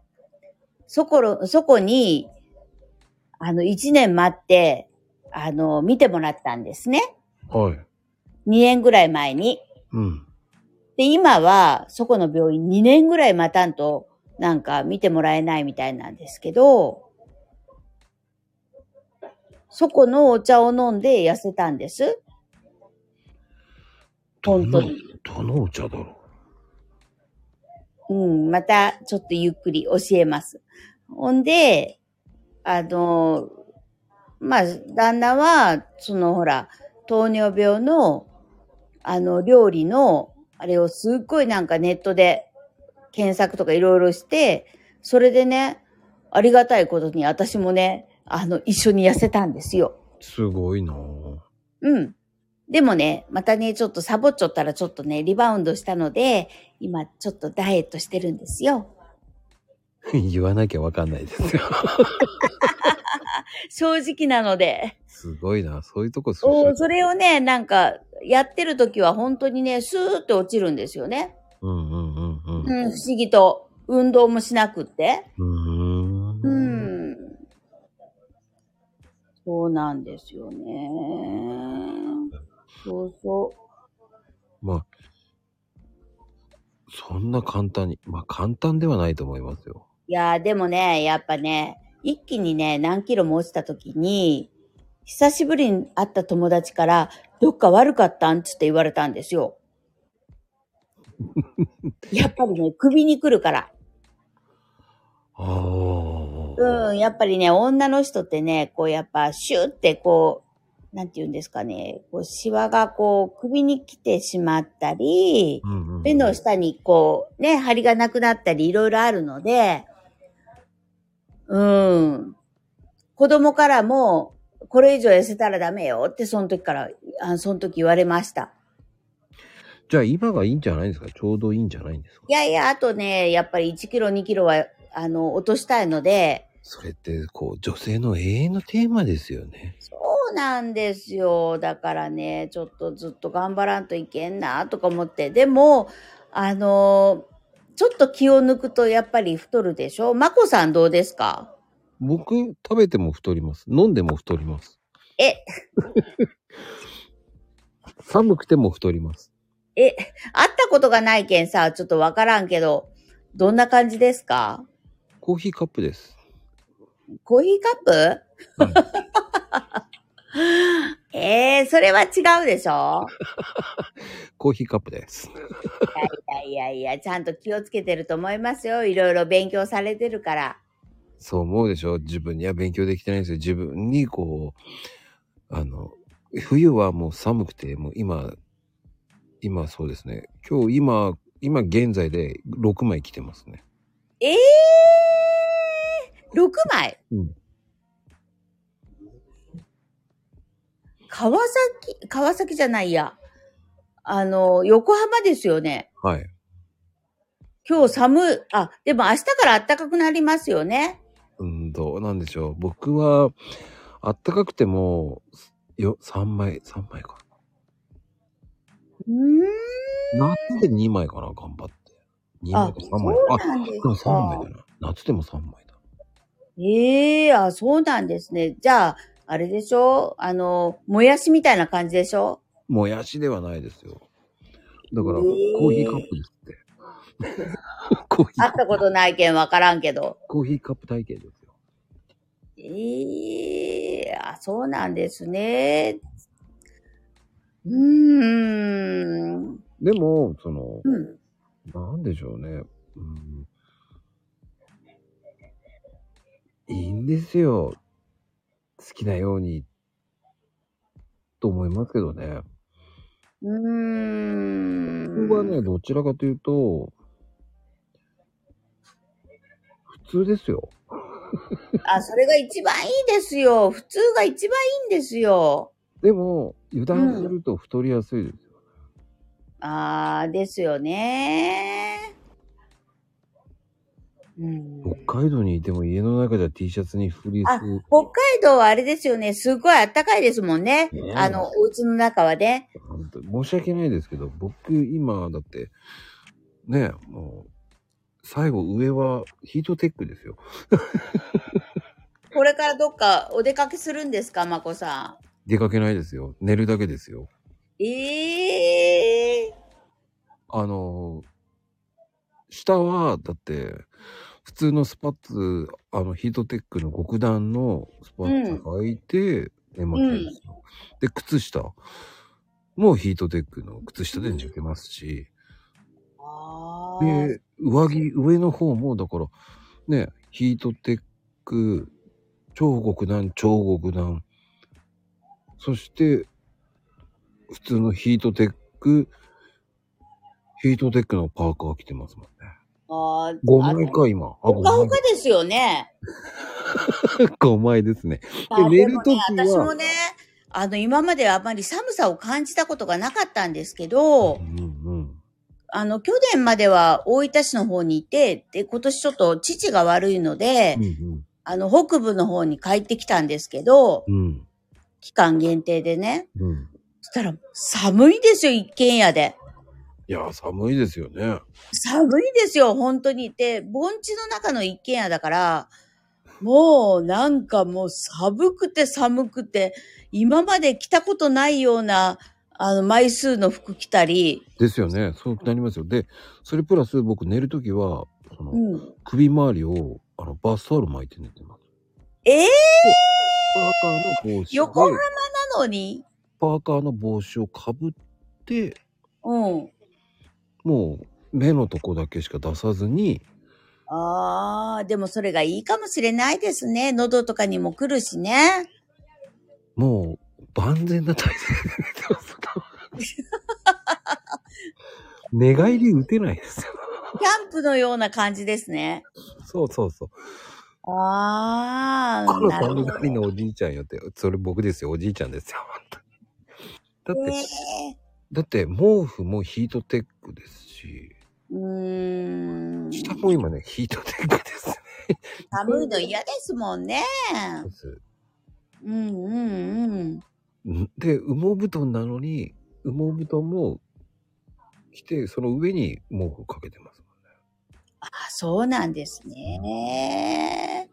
[SPEAKER 2] そころ、そこに、あの、1年待って、あのー見てもらったんですね。
[SPEAKER 1] はい。
[SPEAKER 2] 2年ぐらい前に。
[SPEAKER 1] うん。
[SPEAKER 2] で、今は、そこの病院2年ぐらい待たんと、なんか見てもらえないみたいなんですけど、そこのお茶を飲んで痩せたんです。
[SPEAKER 1] ど
[SPEAKER 2] 本
[SPEAKER 1] の
[SPEAKER 2] 当に、
[SPEAKER 1] どのお茶だろ
[SPEAKER 2] うん、またちょっとゆっくり教えます。ほんで、あの、まあ、旦那は、そのほら、糖尿病の、あの、料理の、あれをすっごいなんかネットで検索とかいろいろして、それでね、ありがたいことに私もね、あの、一緒に痩せたんですよ。
[SPEAKER 1] うすごいなあ
[SPEAKER 2] うん。でもね、またね、ちょっとサボっちゃったらちょっとね、リバウンドしたので、今ちょっとダイエットしてるんですよ。
[SPEAKER 1] [LAUGHS] 言わなきゃわかんないですよ。
[SPEAKER 2] 正直なので。
[SPEAKER 1] [LAUGHS] すごいなそういうとこす
[SPEAKER 2] おそれをね、なんか、やってる時は本当にね、スーッと落ちるんですよね。
[SPEAKER 1] うんうんうんう。
[SPEAKER 2] うんん、不思議と。運動もしなくって。
[SPEAKER 1] う
[SPEAKER 2] う
[SPEAKER 1] ーん。
[SPEAKER 2] ん。そうなんですよね。そうそ
[SPEAKER 1] まあ、そんな簡単に、まあ簡単ではないと思いますよ。
[SPEAKER 2] う。いやー、でもね、やっぱね、一気にね、何キロも落ちた時に、久しぶりに会った友達から、どっか悪かったんつって言われたんですよ。やっぱりね、首に来るから。
[SPEAKER 1] ああ。
[SPEAKER 2] うん、やっぱりね、女の人ってね、こうやっぱシューってこう、なんて言うんですかね、こうシワがこう首に来てしまったり、
[SPEAKER 1] うんうん
[SPEAKER 2] 目の下にこうね、張りがなくなったりいろいろあるので、うん。子供からも、これ以上痩せたらダメよって、その時から、あその時言われました。
[SPEAKER 1] じゃあ今がいいんじゃないですかちょうどいいんじゃないんですか
[SPEAKER 2] いやいや、あとね、やっぱり1キロ2キロは、あの、落としたいので、
[SPEAKER 1] それって、こう、女性の永遠のテーマですよね。
[SPEAKER 2] そうなんですよ。だからね、ちょっとずっと頑張らんといけんなとか思って。でも、あのーちょっと気を抜くとやっぱり太るでしょまこさんどうですか
[SPEAKER 1] 僕、食べても太ります。飲んでも太ります。
[SPEAKER 2] え、
[SPEAKER 1] [LAUGHS] 寒くても太ります。
[SPEAKER 2] え、会ったことがないけんさ、ちょっとわからんけど、どんな感じですか
[SPEAKER 1] コーヒーカップです。
[SPEAKER 2] コーヒーカップ、 [LAUGHS] えー、それは違うでしょ
[SPEAKER 1] コーヒーカップです。
[SPEAKER 2] いやいやいや、ちゃんと気をつけてると思いますよ。いろいろ勉強されてるから。
[SPEAKER 1] そう思うでしょ自分には勉強できてないんですよ。自分にこう、あの、冬はもう寒くて、もう今、今そうですね。今日今、今現在で6枚来てますね。
[SPEAKER 2] ええー、6枚
[SPEAKER 1] うん。
[SPEAKER 2] 川崎、川崎じゃないや。あの、横浜ですよね。
[SPEAKER 1] はい。
[SPEAKER 2] 今日寒い、あ、でも明日から暖かくなりますよね。
[SPEAKER 1] うん、どうなんでしょう。僕は、あったかくても、よ、3枚、3枚か。
[SPEAKER 2] うーん。
[SPEAKER 1] 夏で2枚かな、頑張って。2枚
[SPEAKER 2] あ、
[SPEAKER 1] か3枚
[SPEAKER 2] そう
[SPEAKER 1] か。あ、
[SPEAKER 2] なんです
[SPEAKER 1] でも3枚
[SPEAKER 2] か
[SPEAKER 1] だ。な。夏でも3枚だ。
[SPEAKER 2] ええあ、そうなんですね。じゃあ、あれでしょあの、もやしみたいな感じでしょ
[SPEAKER 1] もやしではないですよ。だから、
[SPEAKER 2] えー
[SPEAKER 1] コーヒーカップですって。 [LAUGHS] コーヒー
[SPEAKER 2] 会
[SPEAKER 1] カッ
[SPEAKER 2] っ
[SPEAKER 1] プ
[SPEAKER 2] たことないけんわからんけど。
[SPEAKER 1] コーヒーカップ体型ですよ。
[SPEAKER 2] ええあ、そうなんですね。うーん。
[SPEAKER 1] でも、その、
[SPEAKER 2] うん。
[SPEAKER 1] なんでしょうね。うん、いいんですよ。好きなように。と思いますけどね。
[SPEAKER 2] うーん。
[SPEAKER 1] 僕はね、どちらかというと、普通ですよ。
[SPEAKER 2] あ、それが一番いいですよ。普通が一番いいんですよ。
[SPEAKER 1] でも、油断すると太りやすいですよ。
[SPEAKER 2] あー、ですよね。うん、
[SPEAKER 1] 北海道にいても家の中じゃ T シャツにフリー
[SPEAKER 2] あ
[SPEAKER 1] ス。
[SPEAKER 2] 北海道はあれですよね。すごい暖かいですもんね
[SPEAKER 1] ね。
[SPEAKER 2] あの、お家の中はね。
[SPEAKER 1] 本当申し訳ないですけど、僕今だって、ね、もう、最後上はヒートテックですよ。
[SPEAKER 2] これからどっかお出かけするんですか、まこさ
[SPEAKER 1] 出かけないですよ。寝るだけですよ。
[SPEAKER 2] ん。ええ
[SPEAKER 1] あの、下は、だって、普通のスパッツ、あの、ヒートテックの極段のスパッツ履いて、寝ますですよ。で、靴下もヒートテックの靴下で寝てますし、
[SPEAKER 2] あー
[SPEAKER 1] で、上着、上の方も、だから、ね、ヒートテック、超極暖、超極暖、そして、普通のヒートテック、ヒートテックのパーカー着てますもんね。
[SPEAKER 2] あー。
[SPEAKER 1] 5枚か、今。あ、
[SPEAKER 2] ほかほ
[SPEAKER 1] 5
[SPEAKER 2] かですよね。
[SPEAKER 1] 枚。5枚ですね。
[SPEAKER 2] あ
[SPEAKER 1] 寝
[SPEAKER 2] で
[SPEAKER 1] る
[SPEAKER 2] も
[SPEAKER 1] 時
[SPEAKER 2] ね
[SPEAKER 1] は、
[SPEAKER 2] 私もね、あの、今まではあまり寒さを感じたことがなかったんですけど、
[SPEAKER 1] うんうん。
[SPEAKER 2] あの、去年までは大分市の方にいて、で、今年ちょっと父が悪いので、
[SPEAKER 1] うんうん。
[SPEAKER 2] あの、北部の方に帰ってきたんですけど、
[SPEAKER 1] うん。
[SPEAKER 2] 期間限定でね。
[SPEAKER 1] うん。
[SPEAKER 2] そしたら、寒いですよ、一軒家で。
[SPEAKER 1] いや、寒いですよね。
[SPEAKER 2] 寒いですよ、本当に。で、盆地の中の一軒家だから、もう、なんかもう寒くて寒くて、今まで着たことないような、あの、枚数の服着たり、
[SPEAKER 1] ですよね。そうなりますよ。で、それプラス僕寝るときは、その、
[SPEAKER 2] うん。
[SPEAKER 1] 首周りをあのバスタオル巻いて寝てます。
[SPEAKER 2] ええ
[SPEAKER 1] パーカーの帽子で
[SPEAKER 2] 横浜なのに
[SPEAKER 1] パーカーの帽子をかぶって、
[SPEAKER 2] うん。
[SPEAKER 1] もう目のとこだけしか出さずに、
[SPEAKER 2] ああ、でもそれがいいかもしれないですね。喉とかにも来るしね。
[SPEAKER 1] もう万全な体勢で寝てます。寝返り打てないですよ。
[SPEAKER 2] キャンプのような感じですね。
[SPEAKER 1] そうそうそう。
[SPEAKER 2] あ
[SPEAKER 1] こ
[SPEAKER 2] あ、
[SPEAKER 1] の
[SPEAKER 2] なるほ
[SPEAKER 1] 寒
[SPEAKER 2] ど。
[SPEAKER 1] がりのおじいちゃんよって、それ僕ですよ、おじいちゃんですよ、本当にだって、
[SPEAKER 2] ね
[SPEAKER 1] だって毛布もヒートテックですし、
[SPEAKER 2] うーん。
[SPEAKER 1] 下も今ね、ヒートテックですね。
[SPEAKER 2] 寒いの嫌ですもんね。うんうんうん。
[SPEAKER 1] んで羽毛布団なのに羽毛布団も着てその上に毛布かけてます
[SPEAKER 2] あ、そうなんですね。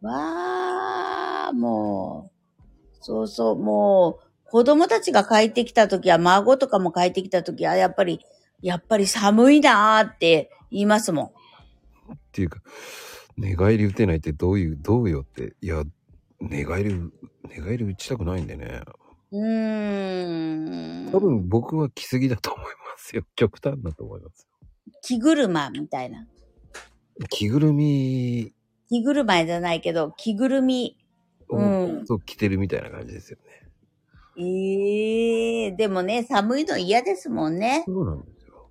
[SPEAKER 2] わあ、もう。そうそう、もう、子供たちが帰ってきたときは、孫とかも帰ってきたときは、やっぱり、やっぱり寒いなーって言いますもん。
[SPEAKER 1] っていうか寝返り打てないってどういうどうよっていや寝返り寝返り打ちたくないんでね
[SPEAKER 2] うーん。
[SPEAKER 1] 多分僕は着すぎだと思いますよ極端だと思います
[SPEAKER 2] 着車みたいな。
[SPEAKER 1] 着ぐるみ
[SPEAKER 2] 着車じゃないけど、着ぐるみ。う
[SPEAKER 1] を
[SPEAKER 2] ん
[SPEAKER 1] そう着てるみたいな感じですよね、
[SPEAKER 2] ええでもね、寒いの嫌ですもんね。
[SPEAKER 1] そうなんですよ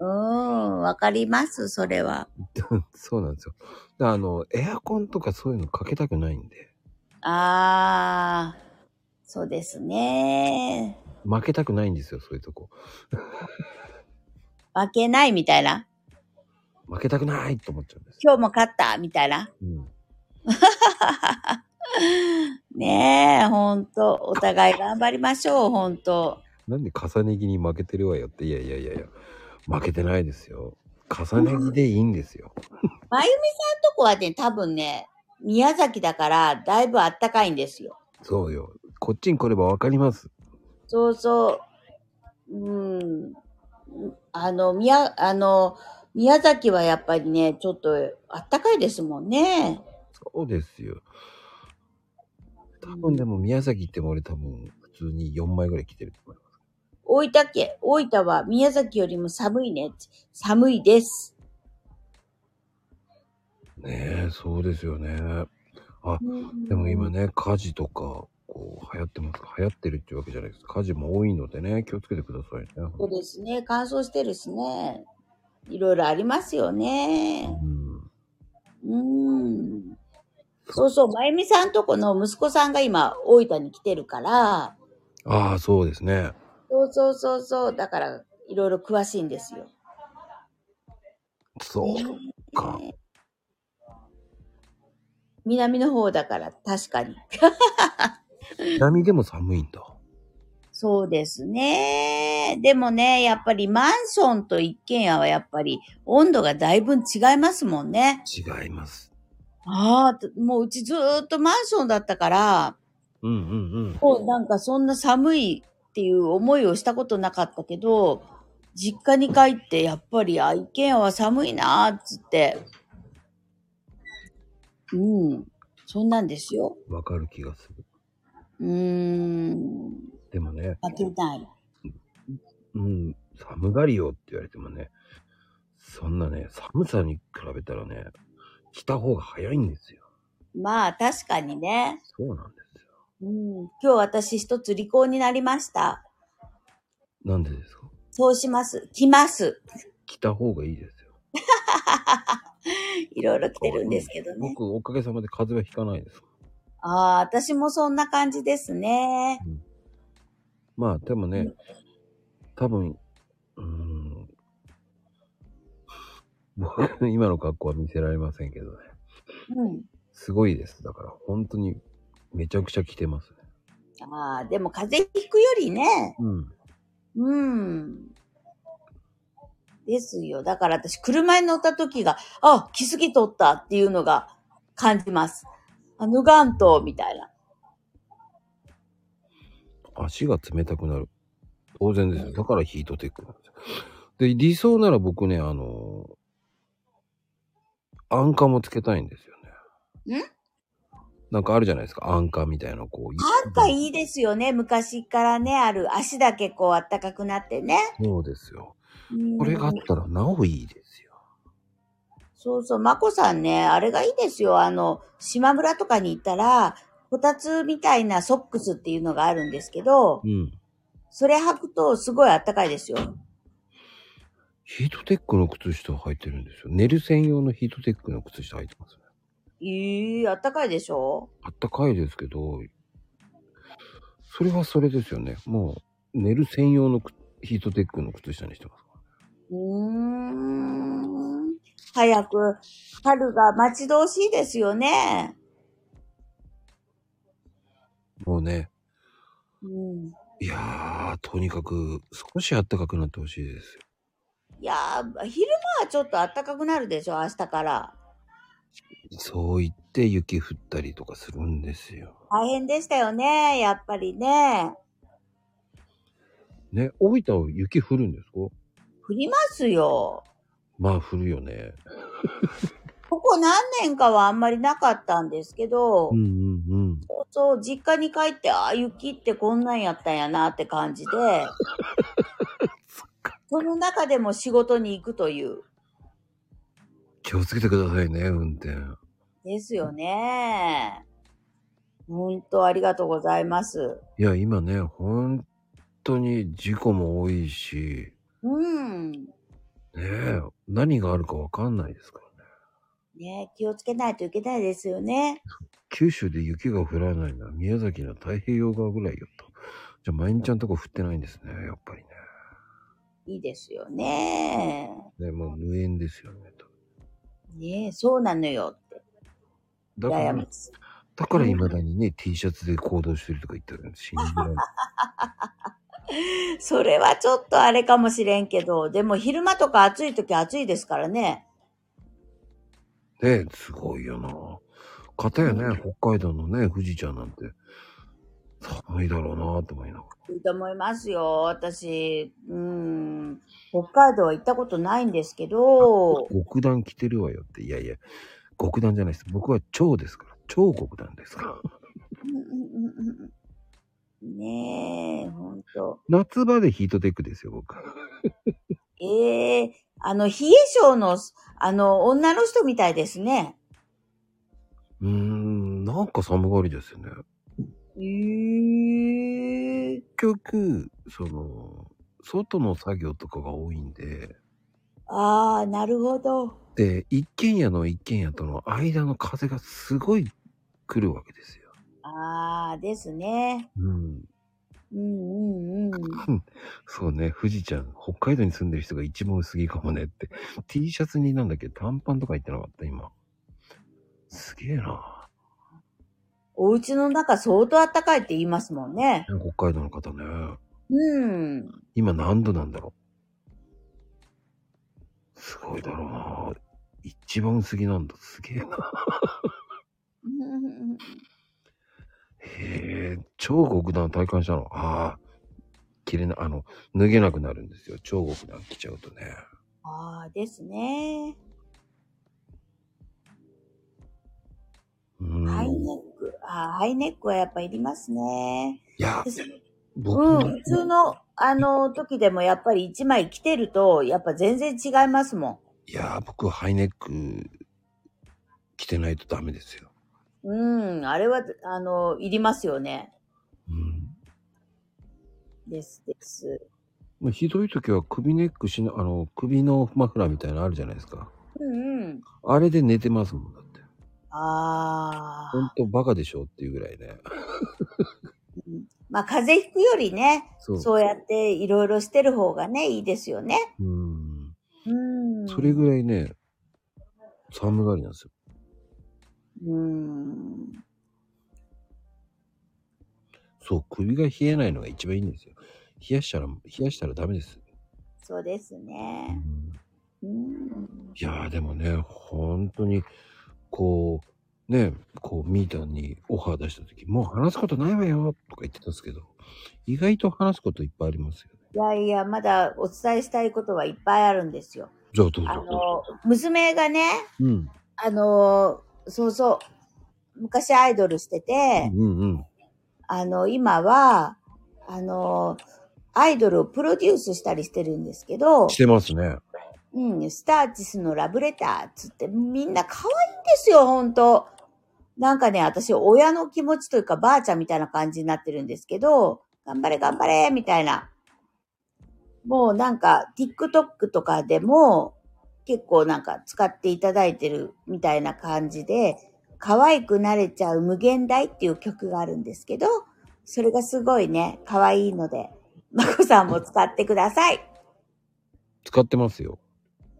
[SPEAKER 2] うーん、わかります、それは。
[SPEAKER 1] [LAUGHS] そうなんですよだからあのエアコンとかそういうのかけたくないんで
[SPEAKER 2] あー、そうですね。
[SPEAKER 1] 負けたくないんですよそういうとこ
[SPEAKER 2] 負けないみたいな。
[SPEAKER 1] 負けたくないと思っちゃうんです。
[SPEAKER 2] 今日も勝ったみたいな。
[SPEAKER 1] うん。
[SPEAKER 2] ねえ、ほんと。お互い頑張りましょう、ほんと。
[SPEAKER 1] なんで重ね着に負けてるわよって、いやいやいやいや、負けてないですよ。重ね着でいいんですよ。
[SPEAKER 2] まゆみさんとこはね、多分ね、宮崎だから、だいぶあったかいんですよ。
[SPEAKER 1] そうよ。こっちに来ればわかります。
[SPEAKER 2] そうそう。うん。あの、宮、あの、宮崎はやっぱりね、ちょっとあったかいですもんね。
[SPEAKER 1] そうですよ。多分でも宮崎行っても俺多分普通に4枚ぐらい来てると思います。
[SPEAKER 2] 大分県、大分は宮崎よりも寒いね。寒いです。
[SPEAKER 1] ねえ、そうですよね。でも今ね、火事とか、こう、流行ってます。流行ってるっていうわけじゃないです。火事も多いのでね、気をつけてくださいね。
[SPEAKER 2] そうですね。乾燥してるしね。いろいろありますよね。
[SPEAKER 1] うん。
[SPEAKER 2] うん。そうそう、まゆみさんとこの息子さんが今、大分に来てるから、
[SPEAKER 1] ああ、そうですね。
[SPEAKER 2] そうそうそうそう、だから、いろいろ詳しいんですよ。
[SPEAKER 1] そうか。
[SPEAKER 2] ね南の方だから、確かに。
[SPEAKER 1] 南でも寒いんだ。
[SPEAKER 2] そうですね。でもね、やっぱりマンションと一軒家はやっぱり温度がだいぶ違いますもんね。
[SPEAKER 1] 違います。
[SPEAKER 2] ああ、もううちずーっとマンションだったから、
[SPEAKER 1] うんうん
[SPEAKER 2] もうなんかそんな寒いっていう思いをしたことなかったけど、実家に帰ってやっぱり、あ、一軒家は寒いなーっつって。うん。そんなんですよ。
[SPEAKER 1] うん。わかる気がする。
[SPEAKER 2] うーん。
[SPEAKER 1] でもね、
[SPEAKER 2] 負けない。
[SPEAKER 1] うん、寒がりよって言われてもね、そんなね、寒さに比べたらね、来た方が早いんですよ。
[SPEAKER 2] まあ確かにね。
[SPEAKER 1] そうなんですよ。
[SPEAKER 2] うん、今日私一つ離婚になりました。
[SPEAKER 1] なんでですか
[SPEAKER 2] そうします。来ます。
[SPEAKER 1] 来た方がいいですよ。
[SPEAKER 2] いろいろ来てるんですけどね。
[SPEAKER 1] 僕、おかげさまで風邪はひかないです。
[SPEAKER 2] ああ、私もそんな感じですね。
[SPEAKER 1] まあ、でも
[SPEAKER 2] う
[SPEAKER 1] ね
[SPEAKER 2] ん、
[SPEAKER 1] 多分、うーん、僕、今の格好は見せられませんけどね。
[SPEAKER 2] うん。
[SPEAKER 1] すごいです。だから、本当に、めちゃくちゃ来てますね。
[SPEAKER 2] ああ、でも風邪ひくよりね。
[SPEAKER 1] うん。
[SPEAKER 2] うん。ですよ。だから私、車に乗った時が、あ、気づき取ったっていうのが感じます。あ、脱がんと、みたいな。
[SPEAKER 1] 足が冷たくなる。当然ですよ。だからヒートテックなんですよ。で、理想なら僕ね、あのー、安価もつけたいんですよね。
[SPEAKER 2] ん
[SPEAKER 1] なんかあるじゃないですか。安価みたいな、こう。
[SPEAKER 2] なんかいいですよね。昔からね、ある足だけこう暖かくなってね。
[SPEAKER 1] そうですよ。
[SPEAKER 2] うん
[SPEAKER 1] これがあったら、なおいいですよ。
[SPEAKER 2] そうそう、まこさんね、あれがいいですよ。あの、島村とかに行ったら、こたつみたいなソックスっていうのがあるんですけど
[SPEAKER 1] う、ん。
[SPEAKER 2] それ履くとすごいあったかいですよ。
[SPEAKER 1] ヒートテックの靴下を履いてるんですよ。寝る専用のヒートテックの靴下履いてますね。
[SPEAKER 2] ええあったかいでしょ
[SPEAKER 1] あったかいですけど、それはそれですよね。もう、寝る専用のくヒートテックの靴下にしてます。
[SPEAKER 2] うーん。早く、春が待ち遠しいですよね。
[SPEAKER 1] もうね、
[SPEAKER 2] うん。
[SPEAKER 1] いやー、とにかく少し暖かくなってほしいですよ。
[SPEAKER 2] いやー、昼間はちょっと暖かくなるでしょ、明日から。
[SPEAKER 1] そう言って雪降ったりとかするんですよ。
[SPEAKER 2] 大変でしたよね、やっぱりね。
[SPEAKER 1] ね、大分は雪降るんですか
[SPEAKER 2] 降りますよ。
[SPEAKER 1] まあ降るよね。
[SPEAKER 2] ここ何年かはあんまりなかったんですけど、
[SPEAKER 1] うんうんうん。
[SPEAKER 2] そうそう、実家に帰って、ああ、雪ってこんなんやったんやなって感じで、 [LAUGHS] その中でも仕事に行くという。
[SPEAKER 1] 気をつけてくださいね、運転。
[SPEAKER 2] ですよね。本当ありがとうございます。
[SPEAKER 1] いや、今ね、本当に事故も多いし、
[SPEAKER 2] うん。
[SPEAKER 1] ねえ、何があるかわかんないですからね。
[SPEAKER 2] ね気をつけないといけないですよね。
[SPEAKER 1] 九州で雪が降らないのは宮崎の太平洋側ぐらいよと。じゃあ、まゆみちゃんとこ降ってないんですね、やっぱりね。
[SPEAKER 2] いいですよね。
[SPEAKER 1] ね、もう無縁ですよね。と
[SPEAKER 2] ねえ、そうなのよって。
[SPEAKER 1] だか
[SPEAKER 2] 羨
[SPEAKER 1] ら、
[SPEAKER 2] ま
[SPEAKER 1] だ
[SPEAKER 2] しい。
[SPEAKER 1] から未だにね、T シャツで行動してるとか言ったら信じられない。
[SPEAKER 2] それはちょっとあれかもしれんけど、でも昼間とか暑い時暑いですからね。
[SPEAKER 1] ねえ、すごいよな。かたやね、北海道のね、富士ちゃんなんて、寒いだろうなと思いながら。
[SPEAKER 2] いいと思いますよ。私、うん、北海道は行ったことないんですけど、
[SPEAKER 1] 極暖着てるわよって。いやいや、極暖じゃないです。僕は超ですから。超極暖ですから。
[SPEAKER 2] うんうんうんうんうんねえ、ほんと。
[SPEAKER 1] 夏場でヒートテックですよ、僕。
[SPEAKER 2] ええあの、冷え性の、あの、女の人みたいですね。
[SPEAKER 1] うーん、なんか寒がりですよね。
[SPEAKER 2] ええ
[SPEAKER 1] 結局、その、外の作業とかが多いんで、
[SPEAKER 2] ああ、なるほど。
[SPEAKER 1] で、一軒家の一軒家との間の風がすごい来るわけですよ。
[SPEAKER 2] ああ、ですね。
[SPEAKER 1] うん。
[SPEAKER 2] うんうんうん。
[SPEAKER 1] そうね、富士ちゃん、北海道に住んでる人が一番薄着かもねって。T シャツになんだっけ、短パンとか言ってなかった、今。すげえな。
[SPEAKER 2] お家の中相当暖かいって言いますもんね。
[SPEAKER 1] 北海道の方ね。
[SPEAKER 2] うん。 [LAUGHS]
[SPEAKER 1] 今何度なんだろう。すごいだろうな。一番薄着なんだ。すげえな。へえ、超極端体感したの。ああ、着れな、あの、脱げなくなるんですよ。超極端着ちゃうとね。
[SPEAKER 2] ああ、ですね。
[SPEAKER 1] うーん。
[SPEAKER 2] ハイ
[SPEAKER 1] い
[SPEAKER 2] ネック。ああ、ハイネックはやっぱいりますね。
[SPEAKER 1] や、僕
[SPEAKER 2] う
[SPEAKER 1] も、
[SPEAKER 2] ん。普通の、あの、時でもやっぱり一枚着てると、やっぱ全然違いますもん。
[SPEAKER 1] いや、僕ハイネック着てないとダメですよ。
[SPEAKER 2] うん、あれは、あの、いりますよね。
[SPEAKER 1] うん。
[SPEAKER 2] です、です。
[SPEAKER 1] まあひどい時は首ネックしな、あの、首のマフラーみたいなのあるじゃないですか。
[SPEAKER 2] うんうん。
[SPEAKER 1] あれで寝てますもん、だって。
[SPEAKER 2] あ
[SPEAKER 1] ほん
[SPEAKER 2] あ。
[SPEAKER 1] とバカでしょっていうぐらいね。
[SPEAKER 2] まあ、風邪ひくよりね、
[SPEAKER 1] そう。
[SPEAKER 2] そうやっていろいろしてる方がね、いいですよね。
[SPEAKER 1] うん。
[SPEAKER 2] うん。
[SPEAKER 1] それぐらいね、寒がりなんですよ。
[SPEAKER 2] うん。
[SPEAKER 1] そう、首が冷えないのが一番いいんですよ。冷やしたら、冷やしたらダメです。
[SPEAKER 2] そうです
[SPEAKER 1] う
[SPEAKER 2] ね。
[SPEAKER 1] ん
[SPEAKER 2] うん。
[SPEAKER 1] いやーでもね、本当に、こう、ね、こう、ミータンにオファー出した時、もう話すことないわよ、とか言ってたんですけど、意外と話すこといっぱいありますよね。
[SPEAKER 2] いやいや、まだお伝えしたいことはいっぱいあるんですよ。
[SPEAKER 1] じゃあどうぞ
[SPEAKER 2] あ
[SPEAKER 1] どうぞ。
[SPEAKER 2] の、娘がね、
[SPEAKER 1] うん。
[SPEAKER 2] あの、そうそう、昔アイドルしてて、
[SPEAKER 1] うんうん。
[SPEAKER 2] あの、今は、あの、アイドルをプロデュースしたりしてるんですけど、
[SPEAKER 1] してますね。
[SPEAKER 2] うん、スターチスのラブレターっつってみんな可愛いんですよ、ほんと。なんかね、私、親の気持ちというか、ばあちゃんみたいな感じになってるんですけど、頑張れ、頑張れ、みたいな。もうなんか、TikTok とかでも、結構なんか使っていただいてるみたいな感じで、可愛くなれちゃう無限大っていう曲があるんですけど、それがすごいね、可愛いので、まこさんも使ってください。
[SPEAKER 1] 使ってますよ。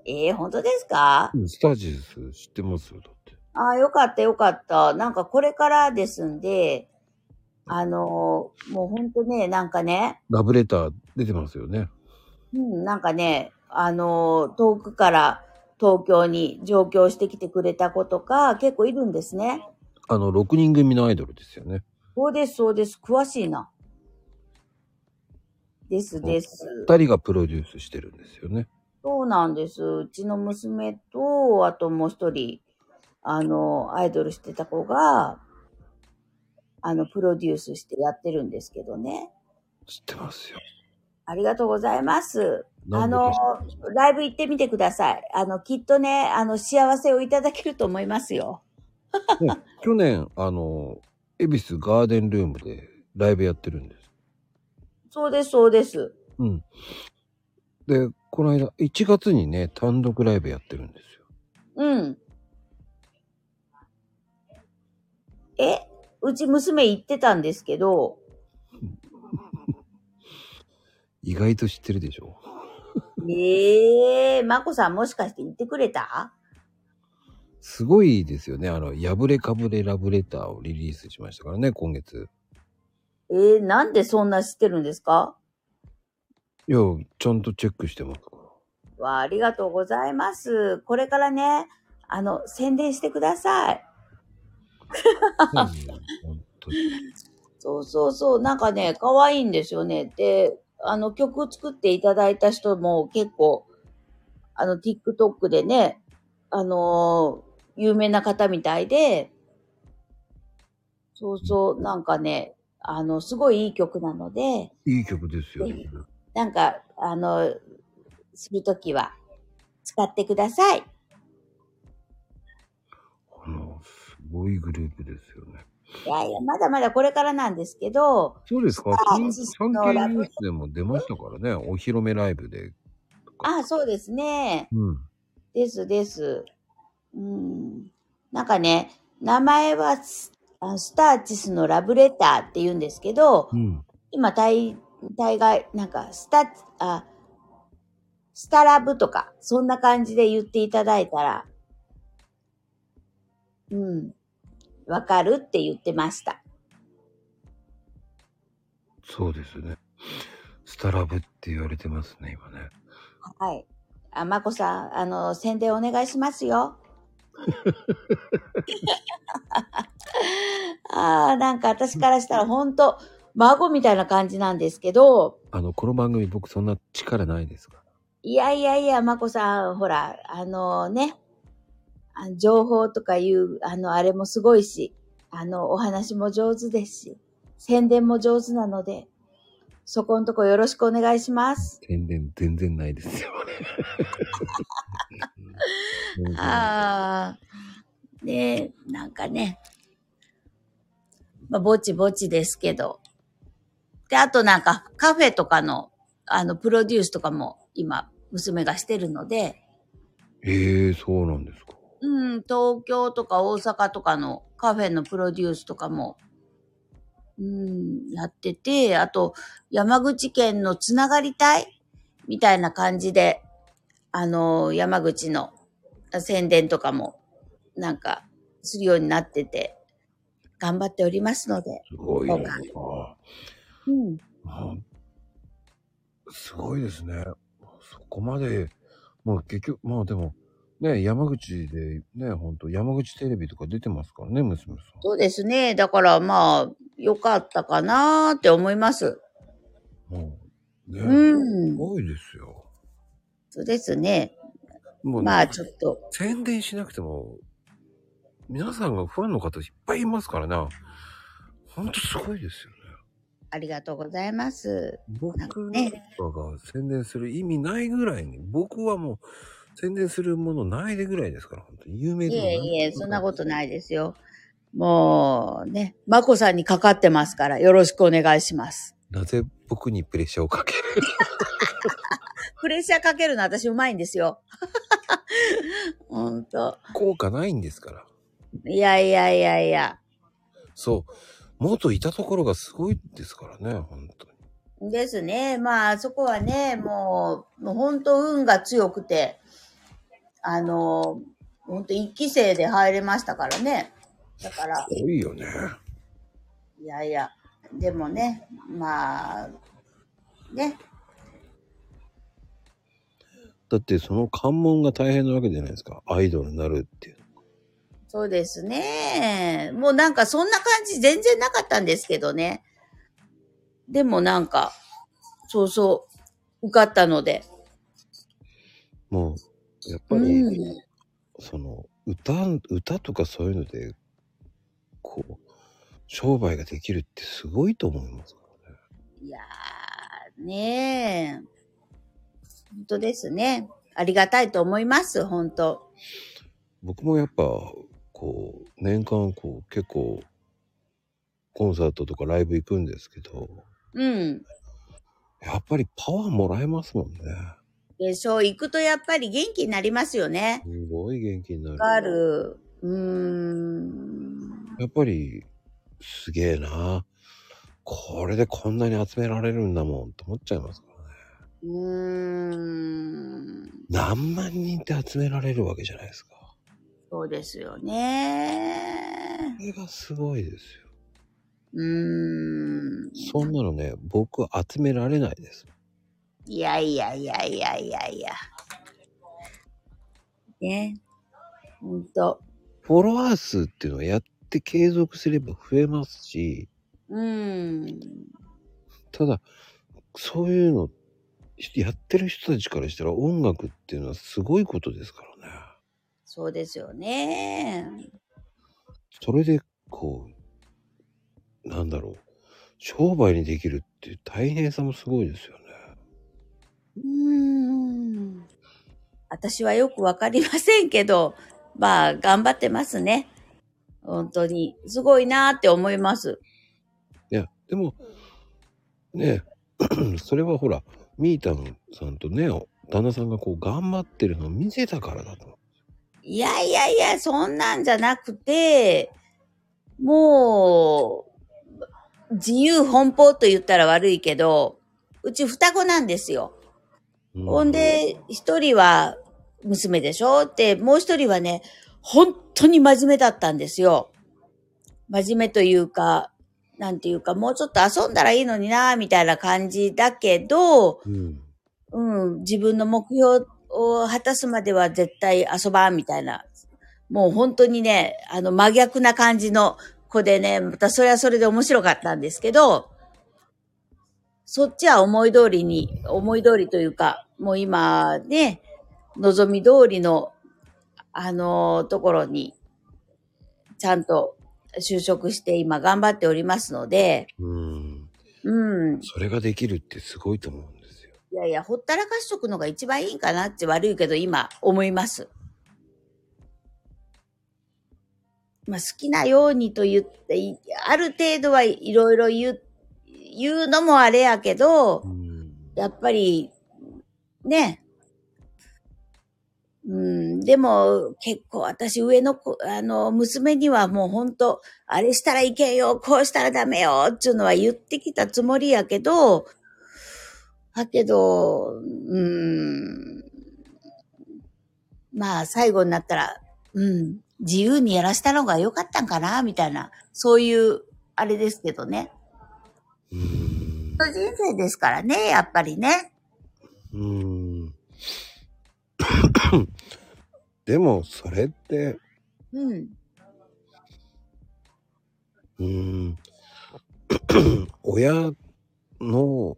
[SPEAKER 2] ええー、本当ですか
[SPEAKER 1] うんスタージス知ってますよ、だって。
[SPEAKER 2] ああ、よかったよかった。なんかこれからですんで、あのーもうほんとね、なんかね、
[SPEAKER 1] ラブレター出てますよね。
[SPEAKER 2] うん、なんかね、あのー遠くから東京に上京してきてくれた子とか結構いるんですね。
[SPEAKER 1] あの、6人組のアイドルですよね。
[SPEAKER 2] そうです、そうです。詳しいな。です、です。
[SPEAKER 1] 2人がプロデュースしてるんですよね。
[SPEAKER 2] そうなんです。うちの娘と、あともう一人、あの、アイドルしてた子が、あの、プロデュースしてやってるんですけどね。
[SPEAKER 1] 知ってますよ。
[SPEAKER 2] ありがとうございます。
[SPEAKER 1] な
[SPEAKER 2] あ
[SPEAKER 1] んで
[SPEAKER 2] の、ライブ行ってみてください。あの、きっとね、あの、幸せをいただけると思いますよ。
[SPEAKER 1] 去年、あの、恵比寿ガーデンルームでライブやってるんです。
[SPEAKER 2] そうです、そうです。
[SPEAKER 1] うん。で、この間、1月にね、単独ライブやってるんですよ。
[SPEAKER 2] うん。え、うち娘行ってたんですけど、
[SPEAKER 1] 意外と知ってるでしょ。
[SPEAKER 2] ええー、まこさんもしかして行ってくれた
[SPEAKER 1] すごいですよね。あの、破れかぶれラブレターをリリースしましたからね、今月。
[SPEAKER 2] えー、なんでそんな知ってるんですか
[SPEAKER 1] いや、ちゃんとチェックして [LAUGHS] ますから。
[SPEAKER 2] わあ、ありがとうございます。これからね、あの、宣伝してください。
[SPEAKER 1] 本当に
[SPEAKER 2] そうそうそう。なんかね、可愛いんですよね。で、あの、曲を作っていただいた人も結構、あの、TikTok でね、あのー有名な方みたいで、そうそう、なんかね、あの、すごいいい曲なので、
[SPEAKER 1] いい曲ですよね。
[SPEAKER 2] なんか、あの、するときは、使ってください。
[SPEAKER 1] あの、すごいグループですよね。
[SPEAKER 2] いやいや、まだまだこれからなんですけど、
[SPEAKER 1] そうですか
[SPEAKER 2] あ
[SPEAKER 1] 産
[SPEAKER 2] そうそう
[SPEAKER 1] 経ニュースでも出ましたからね、お披露目ライブで。
[SPEAKER 2] あ、そうですね。
[SPEAKER 1] うん。
[SPEAKER 2] ですです。うん。なんかね、名前はスあスターチスのラブレターって言うんですけど、
[SPEAKER 1] うん。
[SPEAKER 2] 今大、大概、なんか、スタ、あ、スタラブとか、そんな感じで言っていただいたら、うん。わかるって言ってました。
[SPEAKER 1] そうですね。スタラブって言われてますね、今ね。
[SPEAKER 2] はい。あ、まこさん、あの、宣伝お願いしますよ。 [LAUGHS] ああ、なんか私からしたら本当孫みたいな感じなんですけど、
[SPEAKER 1] あの、この番組僕そんな力ないですから。
[SPEAKER 2] いやいやいや、まこさん、ほら、あのね、あ情報とかいう、あの、あれもすごいし、あの、お話も上手ですし、宣伝も上手なので、そこんとこよろしくお願いします。
[SPEAKER 1] 全然、全然ないですよね。
[SPEAKER 2] [LAUGHS]
[SPEAKER 1] 全然
[SPEAKER 2] ああ、ねえなんかね、まあ、ぼちぼちですけど。で、あとなんかカフェとかの、あの、プロデュースとかも今、娘がしてるので、
[SPEAKER 1] ええそうなんですか。
[SPEAKER 2] うん、東京とか大阪とかのカフェのプロデュースとかも、うん、やってて、あと、山口県のつながり隊みたいな感じで、あの、山口の宣伝とかも、なんか、するようになってて、頑張っておりますので。
[SPEAKER 1] すごい
[SPEAKER 2] そう
[SPEAKER 1] な
[SPEAKER 2] か。
[SPEAKER 1] あ
[SPEAKER 2] うん。
[SPEAKER 1] あすごいですね。そこまで、まあ結局、まあでも、ね、山口で、ね、ほんと、山口テレビとか出てますからね、娘さん。
[SPEAKER 2] そうですね。だから、まあ、良かったかなーって思います。
[SPEAKER 1] もう、ね、
[SPEAKER 2] うん
[SPEAKER 1] すごいですよ。
[SPEAKER 2] そうですね。
[SPEAKER 1] もう、
[SPEAKER 2] まあ、ちょっと。
[SPEAKER 1] 宣伝しなくても、皆さんがファンの方いっぱいいますからな。ほんとすごいですよね。
[SPEAKER 2] ありがとうございます。
[SPEAKER 1] 僕
[SPEAKER 2] なんか
[SPEAKER 1] なん
[SPEAKER 2] ね
[SPEAKER 1] かが宣伝する意味ないぐらいに、僕はもう宣伝するものないでぐらいですから、本当に有名
[SPEAKER 2] い
[SPEAKER 1] でもな。
[SPEAKER 2] えいえ、そんなことないいですよ。もうね、まこさんにかかってますから、よろしくお願いします。
[SPEAKER 1] なぜ僕にプレッシャーをかける
[SPEAKER 2] プレッシャーかけるの私うまいんですよ。 [LAUGHS] ほんと。
[SPEAKER 1] 効果ないんですから。
[SPEAKER 2] いやいやいやいや。
[SPEAKER 1] そう。元いたところがすごいですからね、本当に。
[SPEAKER 2] ですね。まあ、そこはね、もう、もう本当運が強くて、あの、本当一期生で入れましたからね。だから、
[SPEAKER 1] すごいよね。
[SPEAKER 2] いやいや、でもね、まあ、ね、
[SPEAKER 1] だってその関門が大変なわけじゃないですか。アイドルになるっていう。
[SPEAKER 2] そうですね。もうなんかそんな感じ全然なかったんですけどね。でもなんか、そうそう、受かったので。
[SPEAKER 1] もう、やっぱ
[SPEAKER 2] う
[SPEAKER 1] り、
[SPEAKER 2] ん。
[SPEAKER 1] その歌歌とかそういうのでこう商売ができるってすごいと思いますからね
[SPEAKER 2] いやー、ねえ。本当ですね。ありがたいと思います、本当。
[SPEAKER 1] 僕もやっぱこう年間こう結構コンサートとかライブ行くんですけど
[SPEAKER 2] うん。
[SPEAKER 1] やっぱりパワーもらえますもんね
[SPEAKER 2] でしょう。行くとやっぱり元気になりますよね。
[SPEAKER 1] すごい元気になる
[SPEAKER 2] わかる。うーん。
[SPEAKER 1] やっぱりすげえなこれでこんなに集められるんだもんと思っちゃいますからね
[SPEAKER 2] うーん。
[SPEAKER 1] 何万人って集められるわけじゃないですか
[SPEAKER 2] そうですよね。
[SPEAKER 1] れがすごいですよ。
[SPEAKER 2] うーん。
[SPEAKER 1] そんなのね、僕集められないです。
[SPEAKER 2] いやいやいやいやいやいや。ね。ほんと。
[SPEAKER 1] フォロワー数っていうのをやって継続すれば増えますし、
[SPEAKER 2] うん。
[SPEAKER 1] ただ、そういうの、やってる人たちからしたら音楽っていうのはすごいことですからね。
[SPEAKER 2] そうですよね。
[SPEAKER 1] それで、こう、なんだろう、商売にできるっていう大変さもすごいですよね。
[SPEAKER 2] うーん。私はよくわかりませんけど、まあ、頑張ってますね。本当に。すごいなーって思います。
[SPEAKER 1] いや、でも、ね [CLEARS THROAT] えそれはほら、みーたんさんとね、旦那さんがこう頑張ってるのを見せたからだと。
[SPEAKER 2] いやいやいや、そんなんじゃなくて、もう、自由奔放と言ったら悪いけど、うち双子なんですよ。
[SPEAKER 1] う
[SPEAKER 2] ほん、で、一人は娘でしょって、もう一人はね、本当に真面目だったんですよ。真面目というか、なんていうか、もうちょっと遊んだらいいのにな、みたいな感じだけど、
[SPEAKER 1] うん。
[SPEAKER 2] うん、自分の目標を果たすまでは絶対遊ばんみたいな。もう本当にね、あの真逆な感じの子でね、またそれはそれで面白かったんですけど、そっちは思い通りに、思い通りというか、もう今ね、望み通りの、あのところに、ちゃんと就職して今頑張っておりますので、
[SPEAKER 1] うん。
[SPEAKER 2] うん、
[SPEAKER 1] それができるってすごいと思うんですよ。
[SPEAKER 2] いやいや、ほったらかしとくのが一番いいんかなって悪いけど今思います。まあ好きなようにと言って、いある程度はいろいろ言う、言うのもあれやけど
[SPEAKER 1] う、ん。
[SPEAKER 2] やっぱり、ね。うん、でも結構私上の子、あの、娘にはもうほんと、あれしたらいけんよ、こうしたらダメよ、っていうのは言ってきたつもりやけど、だけど、うん、まあ最後になったら、うん、自由にやらしたのが良かったんかな、みたいな、そういう、あれですけどね。
[SPEAKER 1] うん
[SPEAKER 2] 人生ですからね、やっぱりね。
[SPEAKER 1] うん。 [COUGHS] でも、それって、
[SPEAKER 2] うん。
[SPEAKER 1] うーん [COUGHS] 親の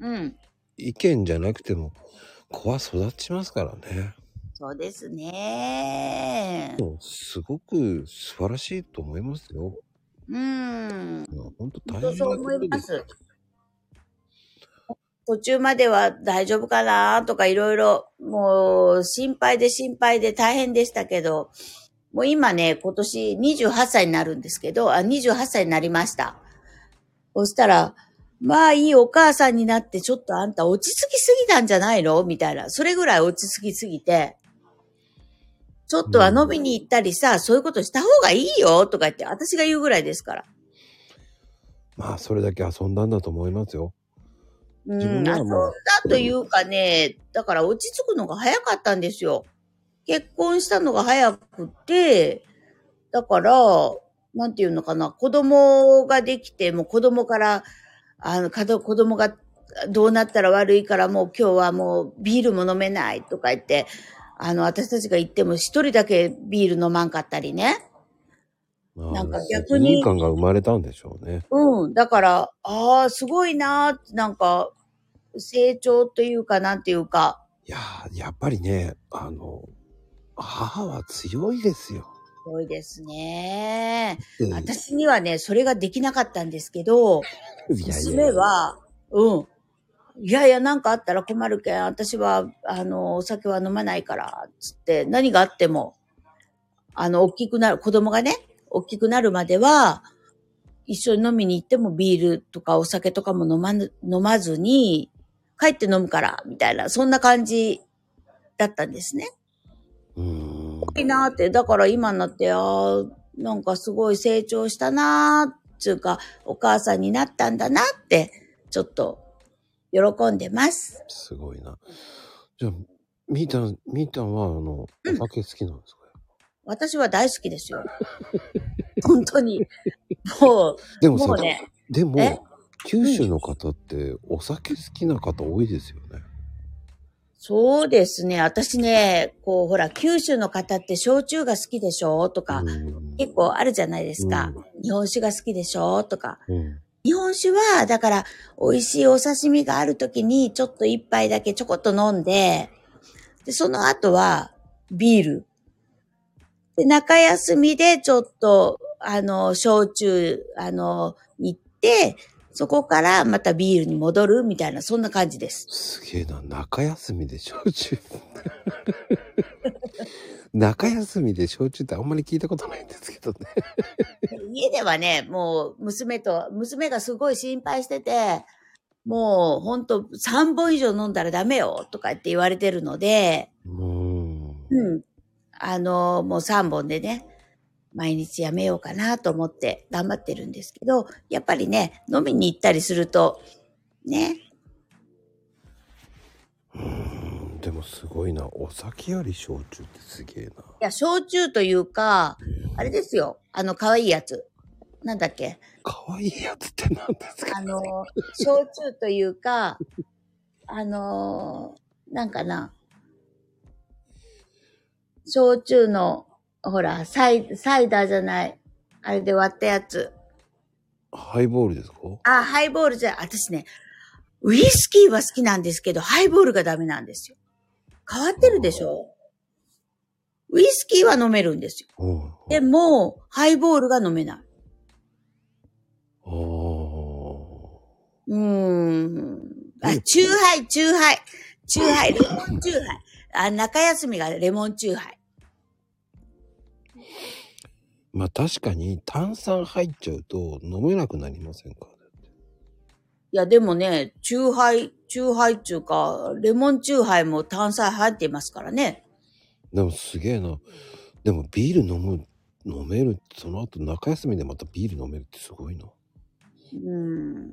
[SPEAKER 2] うん。
[SPEAKER 1] 意見じゃなくても子は育ちますからね。
[SPEAKER 2] そうですね。
[SPEAKER 1] もうすごく素晴らしいと思いますよ。
[SPEAKER 2] うん。
[SPEAKER 1] 本当大
[SPEAKER 2] 本当
[SPEAKER 1] 変
[SPEAKER 2] そう
[SPEAKER 1] な
[SPEAKER 2] 思
[SPEAKER 1] ことで
[SPEAKER 2] います
[SPEAKER 1] よ
[SPEAKER 2] す。。途中までは大丈夫かなとかいろいろ、もう心配で心配で大変でしたけど、もう今ね、今年28歳になるんですけど、あ、28歳になりました。そしたら、まあいいお母さんになってちょっとあんた落ち着きすぎたんじゃないのみたいな。それぐらい落ち着きすぎて、ちょっとは飲みに行ったりさ、そういうことした方がいいよとか言って、私が言うぐらいですから。
[SPEAKER 1] まあそれだけ遊んだんだと思いますよ。
[SPEAKER 2] う
[SPEAKER 1] 自分
[SPEAKER 2] ん、
[SPEAKER 1] は
[SPEAKER 2] 遊ん
[SPEAKER 1] もう
[SPEAKER 2] だというかね、だから落ち着くのが早かったんですよ。結婚したのが早くて、だから、なんていうのかな、子供ができて、もう子供から、あの、かど子供がどうなったら悪いから、もう今日はもうビールも飲めないとか言って、あの、私たちが行っても一人だけビール飲まんかったりね。
[SPEAKER 1] まあ
[SPEAKER 2] なんか逆に
[SPEAKER 1] 責任感が生まれたんでしょうね。
[SPEAKER 2] うん。だから、ああ、すごいなーって、なんか、成長というか、なんていうか、
[SPEAKER 1] いやーやっぱりねあの母は強いですよ。
[SPEAKER 2] 多いですね。
[SPEAKER 1] うん
[SPEAKER 2] 私にはね、それができなかったんですけど、
[SPEAKER 1] いやいや
[SPEAKER 2] 娘は、うん。いやいや、なんかあったら困るけん、私は、あの、お酒は飲まないから、つって、何があっても、あの、大きくなる、子供がね、大きくなるまでは、一緒に飲みに行ってもビールとかお酒とかも飲まぬ、飲まずに、帰って飲むから、みたいな、そんな感じだったんですね。
[SPEAKER 1] うーん
[SPEAKER 2] いいなーって、だから今になって、ああ、なんかすごい成長したなーっていうか、お母さんになったんだなって、ちょっと、喜んでます。
[SPEAKER 1] すごいな。じゃあ、みーたん、みーたんは、あの、お酒好きなんですか、
[SPEAKER 2] 私は大好きで
[SPEAKER 1] [LAUGHS]
[SPEAKER 2] すよ。本当に。も
[SPEAKER 1] で
[SPEAKER 2] う、
[SPEAKER 1] も
[SPEAKER 2] も
[SPEAKER 1] さ
[SPEAKER 2] う、ね。
[SPEAKER 1] で
[SPEAKER 2] え
[SPEAKER 1] も、九州の方ってお酒好きな方多いですよね。
[SPEAKER 2] そうですね。私ね、こう、ほら、九州の方って焼酎が好きでしょとか、
[SPEAKER 1] うん
[SPEAKER 2] 結構あるじゃないですか。日本酒が好きでしょとか。
[SPEAKER 1] うん
[SPEAKER 2] 日本酒は、だから、美味しいお刺身がある時に、ちょっと一杯だけちょこっと飲んで、で、その後は、ビール。で、中休みで、ちょっと、あの、焼酎、あの、行って、そこからまたビールに戻るみたいな、そんな感じです。
[SPEAKER 1] すげえな、中休みで焼酎。 [LAUGHS] 中休みで焼酎ってあんまり聞いたことないんですけど
[SPEAKER 2] [LAUGHS]
[SPEAKER 1] ね。
[SPEAKER 2] 家ではね、もう娘と、娘がすごい心配してて、もうほんと3本以上飲んだらダメよとかって言われてるので、
[SPEAKER 1] うん。
[SPEAKER 2] うん。あの、もう3本でね、毎日やめようかなと思って頑張ってるんですけど、やっぱりね、飲みに行ったりすると、ね、
[SPEAKER 1] うんでもすごいな。お酒より焼酎ってすげえな。
[SPEAKER 2] いや、焼酎というか、あれですよ、あの、可愛いやつ。なんだっけ
[SPEAKER 1] かわいいやつって何ですか
[SPEAKER 2] あの、焼酎というか、あの、なんかな、焼酎の、ほら、サイ、サイダーじゃない。あれで割ったやつ。
[SPEAKER 1] ハイボールですか
[SPEAKER 2] あ、ハイボールじゃ、私ね、ウイスキーは好きなんですけど、ハイボールがダメなんですよ。変わってるでしょウイスキーは飲めるんですよ。
[SPEAKER 1] うん。あ
[SPEAKER 2] でも、ハイボールが飲めない。
[SPEAKER 1] あー。
[SPEAKER 2] うーん。あ、チューハイ、チューハイ。チューハイ、レモンチューハイ。あ、中休みがレモンチューハイ。
[SPEAKER 1] まあ確かに炭酸入っちゃうと飲めなくなりませんか
[SPEAKER 2] いや、でもね、チューハイ、チューハイっていうか、レモンチューハイも炭酸入っていますからね。
[SPEAKER 1] でもすげえな。でもビール飲む、飲める、その後中休みでまたビール飲めるってすごいな。
[SPEAKER 2] うーん。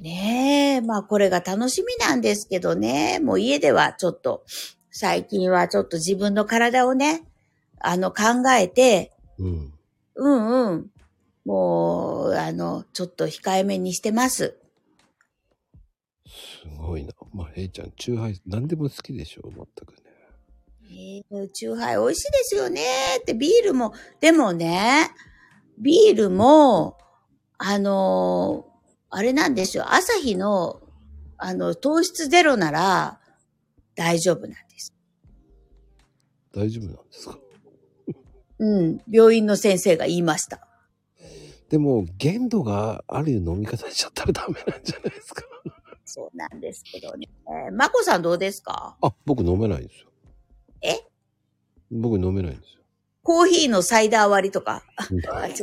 [SPEAKER 2] ねえ、まあこれが楽しみなんですけどね、もう家ではちょっと、最近はちょっと自分の体をね、あの考えて、
[SPEAKER 1] うん。
[SPEAKER 2] うんうん。もう、あの、ちょっと控えめにしてます。
[SPEAKER 1] すごいな。まあ、へいちゃん、チューハイ、何でも好きでしょ、全くね。
[SPEAKER 2] えー、チューハイ美味しいですよねって、ビールも、でもね、ビールも、あのーあれなんですよ、朝日の、あの、糖質ゼロなら大丈夫なんです。
[SPEAKER 1] 大丈夫なんですか
[SPEAKER 2] うん、病院の先生が言いました。
[SPEAKER 1] でも、限度がある飲み方しちゃったらダメなんじゃないですか
[SPEAKER 2] そうなんですけどね。えー、まこさんどうですか
[SPEAKER 1] あ、僕飲めないんですよ。
[SPEAKER 2] え
[SPEAKER 1] 僕飲めないんですよ。
[SPEAKER 2] コーヒーのサイダー割りとか。 [LAUGHS] あ、違う。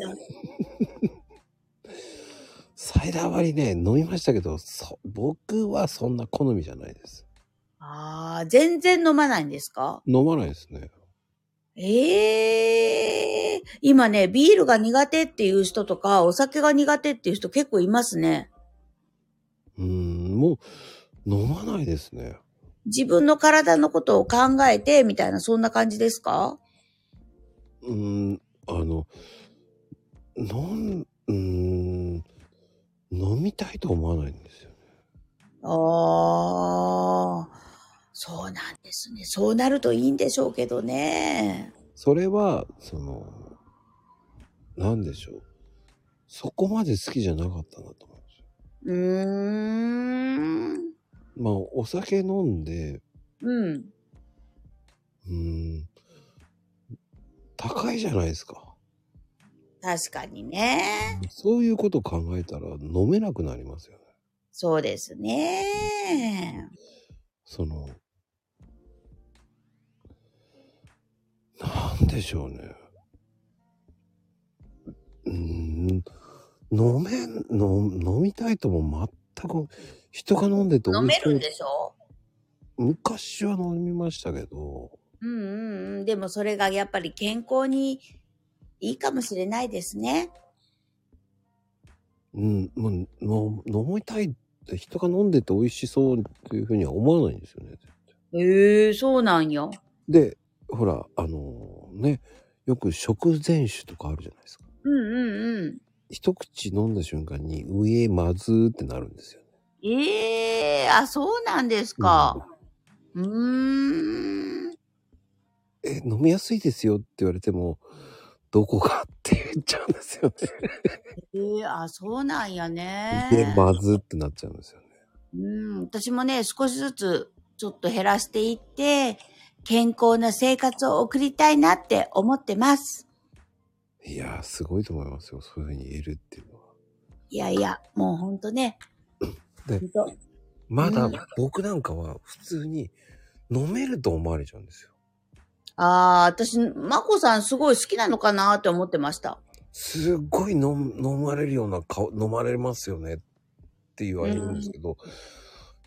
[SPEAKER 1] サイダー割りね、飲みましたけど、そ僕はそんな好みじゃないです。
[SPEAKER 2] ああ、全然飲まないんですか
[SPEAKER 1] 飲まないですね。
[SPEAKER 2] ええ今ね、ビールが苦手っていう人とか、お酒が苦手っていう人結構いますね。
[SPEAKER 1] うーん、もう、飲まないですね。
[SPEAKER 2] 自分の体のことを考えて、みたいな、そんな感じですか
[SPEAKER 1] うーん、あの、飲ん、うーん、飲みたいと思わないんですよ。
[SPEAKER 2] ああ、そうなんですね。そうなるといいんでしょうけどね。
[SPEAKER 1] それは、その、なんでしょう。そこまで好きじゃなかったなと思うんですよ。
[SPEAKER 2] うーん。
[SPEAKER 1] まあ、お酒飲んで、
[SPEAKER 2] うん。
[SPEAKER 1] うーん、高いじゃないですか。
[SPEAKER 2] 確かにね。
[SPEAKER 1] そういうこと考えたら飲めなくなりますよね。
[SPEAKER 2] そうですね。
[SPEAKER 1] その、なんでしょうね。うーん、飲めん、飲飲みたいとも全く、人が飲んでて美
[SPEAKER 2] 飲
[SPEAKER 1] 味
[SPEAKER 2] め
[SPEAKER 1] しそう
[SPEAKER 2] るんでしょ
[SPEAKER 1] 昔は飲みましたけど、
[SPEAKER 2] うんうんうん。でもそれがやっぱり健康にいいかもしれないですね。
[SPEAKER 1] うん、もうの飲みたいって人が飲んでて美味しそうっていうふうには思わないんですよね。
[SPEAKER 2] へえそうなんよ。
[SPEAKER 1] で、ほら、あのね、よく食前酒とかあるじゃないですか。
[SPEAKER 2] うんうんうん。
[SPEAKER 1] 一口飲んだ瞬間に、うえ、まずーってなるんですよね。
[SPEAKER 2] ええあ、そうなんですか。うーん。
[SPEAKER 1] え、飲みやすいですよって言われても、どこかって言っちゃうんですよね。
[SPEAKER 2] ええあ、そうなんやね。
[SPEAKER 1] で、まずってなっちゃうんですよね。
[SPEAKER 2] うん、私もね、少しずつちょっと減らしていって、健康な生活を送りたいなって思ってます。
[SPEAKER 1] いやー、すごいと思いますよ。そういうふうに言えるっていうのは。
[SPEAKER 2] いやいや、もうほんとね。
[SPEAKER 1] で
[SPEAKER 2] ほんと
[SPEAKER 1] まだ
[SPEAKER 2] うん
[SPEAKER 1] 僕なんかは普通に飲めると思われちゃうんですよ。
[SPEAKER 2] ああ、私、まこさんすごい好きなのかなって思ってました。
[SPEAKER 1] すっごい飲む飲まれるような顔、飲まれますよねって言われるんですけど、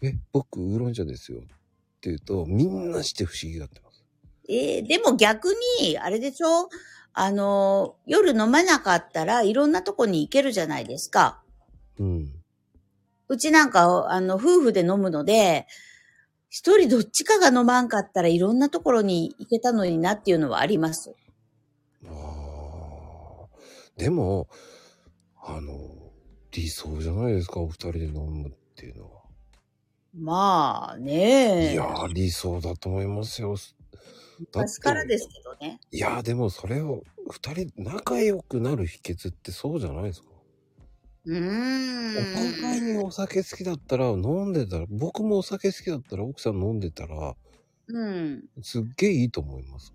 [SPEAKER 1] え、僕ウーロン茶ですよって言うと、みんなして不思議がってます。
[SPEAKER 2] えーでも逆に、あれでしょあのー、夜飲まなかったらいろんなとこに行けるじゃないですか。
[SPEAKER 1] うん。
[SPEAKER 2] うちなんか、あの、夫婦で飲むので、一人どっちかが飲まんかったらいろんなところに行けたのになっていうのはあります。
[SPEAKER 1] あーでも、あの、理想じゃないですか、お二人で飲むっていうのは。
[SPEAKER 2] まあ
[SPEAKER 1] い
[SPEAKER 2] ねえ
[SPEAKER 1] や。ー、理想だと思いますよ。だって
[SPEAKER 2] 昔からですけどね。
[SPEAKER 1] いやーでもそれを二人仲良くなる秘訣ってそうじゃないですか、
[SPEAKER 2] う
[SPEAKER 1] お互い
[SPEAKER 2] ーん。
[SPEAKER 1] にお酒好きだったら飲んでたら僕もお酒好きだったら奥さん飲んでたら
[SPEAKER 2] うん。
[SPEAKER 1] すっげえいいと思います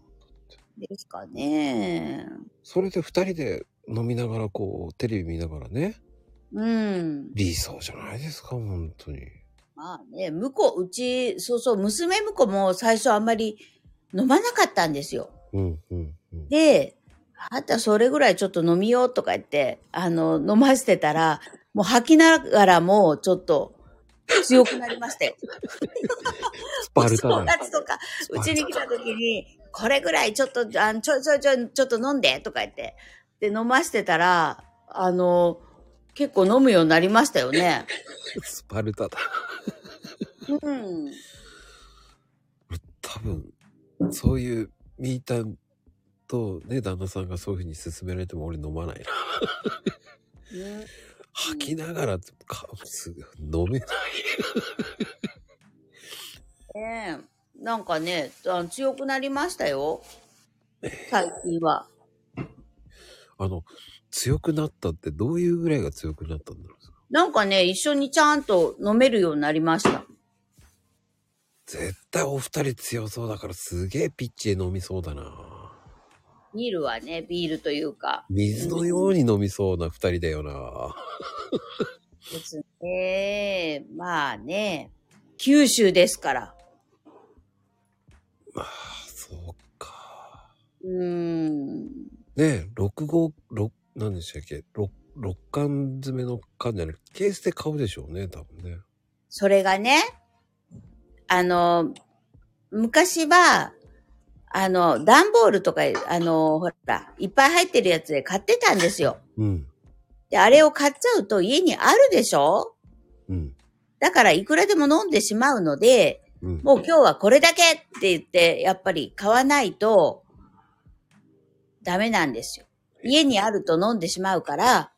[SPEAKER 2] ですかね。
[SPEAKER 1] それで二人で飲みながらこうテレビ見ながらね
[SPEAKER 2] うん。
[SPEAKER 1] 理想じゃないですか本当に
[SPEAKER 2] まあね、向こう、うち、そうそう、娘婿も最初あんまり飲まなかったんですよ。
[SPEAKER 1] うんうんうん
[SPEAKER 2] で、あんたそれぐらいちょっと飲みようとか言って、あの、飲ませてたら、もう吐きながらもちょっと強くなりまし
[SPEAKER 1] [LAUGHS]
[SPEAKER 2] たよ。
[SPEAKER 1] スパルタ
[SPEAKER 2] お正
[SPEAKER 1] だ
[SPEAKER 2] 月とか、
[SPEAKER 1] パル
[SPEAKER 2] う
[SPEAKER 1] タ
[SPEAKER 2] ちに来た時に、これぐらいちょっと、あのちょいちょいちょい、ちょっと飲んでとか言って、で、飲ましてたら、あの、結構飲むようになりましたよね。
[SPEAKER 1] スパルタだ
[SPEAKER 2] うん。
[SPEAKER 1] 多分そういうミータンとね旦那さんがそういうふうに勧められても俺飲まないな吐きながらってかすぐ飲めない
[SPEAKER 2] ねえ、なんかね、あ強くなりましたよ。最近は。
[SPEAKER 1] あの、強くなったってどういうぐらいが強くなったんだろう
[SPEAKER 2] なんかね、一緒にちゃんと飲めるようになりました。
[SPEAKER 1] 絶対お二人強そうだからすげえピッチで飲みそうだな。
[SPEAKER 2] ビールはね、ビールというか。
[SPEAKER 1] 水のように飲みそうな二人だよな。
[SPEAKER 2] ですね。まあね、九州ですから。
[SPEAKER 1] まあ、そうか。
[SPEAKER 2] うーん。
[SPEAKER 1] ねえ、六号、六、何でしたっけ六、六缶詰めの缶じゃなくて、ケースで買うでしょうね、多分ね。
[SPEAKER 2] それがね、あの、昔は、あの、段ボールとか、あの、ほら、いっぱい入ってるやつで買ってたんですよ。
[SPEAKER 1] うん、
[SPEAKER 2] で、あれを買っちゃうと家にあるでしょ
[SPEAKER 1] うん、
[SPEAKER 2] だからいくらでも飲んでしまうので、
[SPEAKER 1] うん。
[SPEAKER 2] もう今日はこれだけって言って、やっぱり買わないとダメなんですよ。家にあると飲んでしまうから、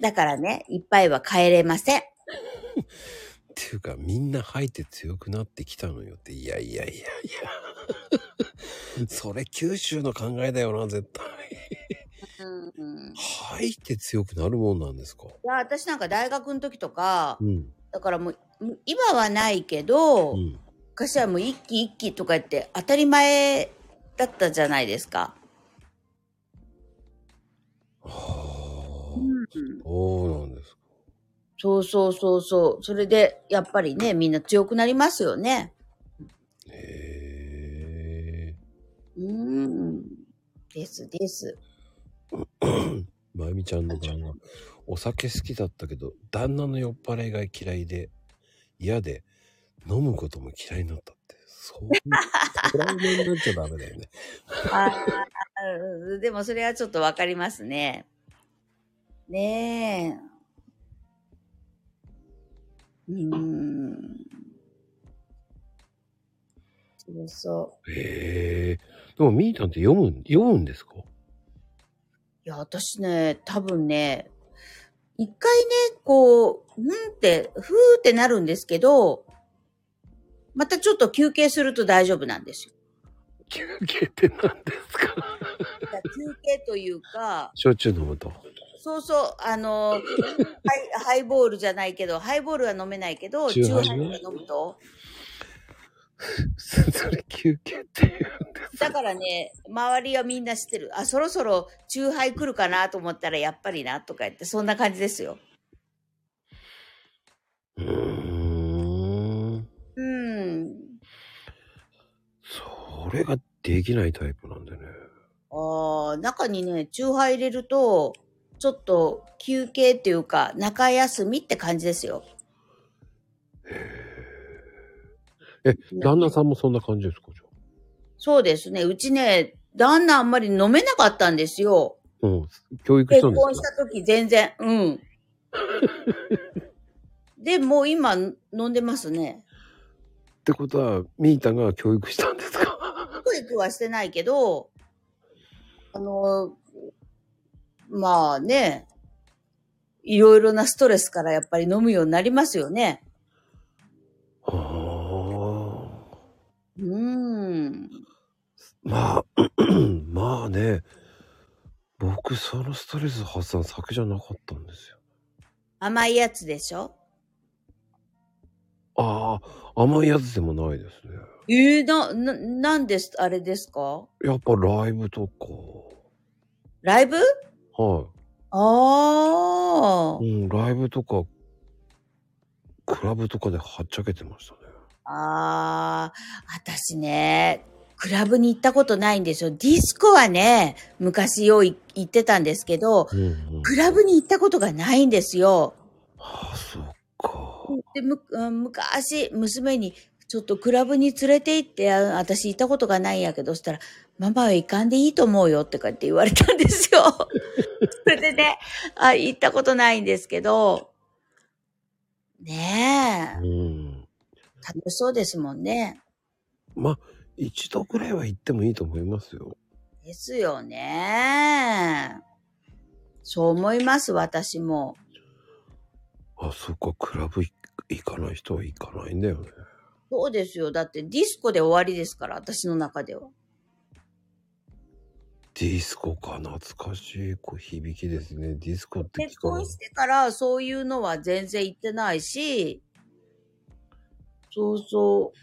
[SPEAKER 2] だからね、いっぱいは買えれません。
[SPEAKER 1] っていうか、みんな吐いて強くなってきたのよって、いやいやいや [LAUGHS] いや。それ九州の考えだよな、絶対。
[SPEAKER 2] うん、い
[SPEAKER 1] 吐いて強くなるもんなんですか
[SPEAKER 2] や、私なんか大学の時とか、
[SPEAKER 1] ん。
[SPEAKER 2] だからもう、今はないけど、
[SPEAKER 1] うん。
[SPEAKER 2] 昔はもう一気一気とか言って当たり前だったじゃないですか。
[SPEAKER 1] ああ。そうなんですか。
[SPEAKER 2] そうそうそうそう。それで、やっぱりね、みんな強くなりますよね。
[SPEAKER 1] へえ。
[SPEAKER 2] うーん。ですです。
[SPEAKER 1] [COUGHS] まゆみちゃんの旦那、お酒好きだったけど、旦那の酔っ払いが嫌いで、嫌で、飲むことも嫌いになったって。そう、トラウマになっちゃダメだよね。
[SPEAKER 2] あー [LAUGHS] でもそれはちょっとわかりますね。ねえ。うーん。白そう。
[SPEAKER 1] へえ。でも、みーたんって読む、読むんですか
[SPEAKER 2] いや、私ね、多分ね、一回ね、こう、うんって、ふーってなるんですけど、またちょっと休憩すると大丈夫なんですよ。
[SPEAKER 1] 休憩って何ですか [LAUGHS]
[SPEAKER 2] だから休憩というか、
[SPEAKER 1] しょっちゅう飲むと。 [LAUGHS]
[SPEAKER 2] そうそう、あの、ハイハイボールじゃないけど、ハイボールは飲めないけど、
[SPEAKER 1] チ
[SPEAKER 2] チ
[SPEAKER 1] ュ
[SPEAKER 2] ュ
[SPEAKER 1] ー
[SPEAKER 2] ー
[SPEAKER 1] ハ
[SPEAKER 2] ハ
[SPEAKER 1] イ
[SPEAKER 2] イ
[SPEAKER 1] ね
[SPEAKER 2] とか飲むと。
[SPEAKER 1] それ休憩っていうんです
[SPEAKER 2] だからね、周りはみんな知ってる。あ、そろそろチューハイ来るかなと思ったら、やっぱりな、とか言って、そんな感じですよ。
[SPEAKER 1] うーん。
[SPEAKER 2] うん。
[SPEAKER 1] それができないタイプなんでね。
[SPEAKER 2] ああ、中にね、チューハイ入れると、ちょっと休憩っていうか、中休みって感じですよ。
[SPEAKER 1] え、旦那さんもそんな感じですかじゃ
[SPEAKER 2] そうですね。うちね、旦那あんまり飲めなかったんですよ。
[SPEAKER 1] あうん。教育し
[SPEAKER 2] 結
[SPEAKER 1] たんです
[SPEAKER 2] 婚し
[SPEAKER 1] か
[SPEAKER 2] た時全然、
[SPEAKER 1] [LAUGHS]
[SPEAKER 2] うん。で、もう今飲んでますね。
[SPEAKER 1] ってことは、みーたんが教育したんですか
[SPEAKER 2] クイクはしてないけど、あの、まあね、いろいろなストレスからやっぱり飲むようになりますよね。
[SPEAKER 1] ああ。
[SPEAKER 2] うーん。
[SPEAKER 1] まあ、 [CLEARS THROAT] まあね。僕、そのストレス発散先じゃなかったんですよ。
[SPEAKER 2] 甘いやつでしょ
[SPEAKER 1] ああ、甘いやつでもないですね。
[SPEAKER 2] えー、な、な、なんです、あれですか
[SPEAKER 1] やっぱライブと
[SPEAKER 2] ライブ
[SPEAKER 1] か。は
[SPEAKER 2] ああ
[SPEAKER 1] い。。うん、ライブとか、クラブとかではっちゃけてましたね。
[SPEAKER 2] ああ、私ね、クラブに行ったことないんですよ。ディスコはね、昔よう行ってたんですけど、
[SPEAKER 1] うんうん
[SPEAKER 2] クラブに行ったことがないんですよ。
[SPEAKER 1] ああ、そっか。
[SPEAKER 2] でむうん昔、娘に、ちょっとクラブに連れて行って、あ私行ったことがないんやけど、そしたら、ママは行かんでいいと思うよってかって言われたんですよ。それでね、あ、行ったことないんですけど、ねえ、
[SPEAKER 1] うん。
[SPEAKER 2] 楽しそうですもんね。
[SPEAKER 1] まあ、一度ぐらいは行ってもいいと思いますよ。
[SPEAKER 2] ですよね。そう思います、私も。
[SPEAKER 1] あ、そっか、クラブい行かない人は行かないんだよね。
[SPEAKER 2] そうですよ。だってディスコで終わりですから、私の中では。
[SPEAKER 1] ディスコか、懐かしいこう響きですね。ディスコって聞
[SPEAKER 2] 結
[SPEAKER 1] かな
[SPEAKER 2] 婚
[SPEAKER 1] い
[SPEAKER 2] してからそういうのは全然行ってないし、そうそう。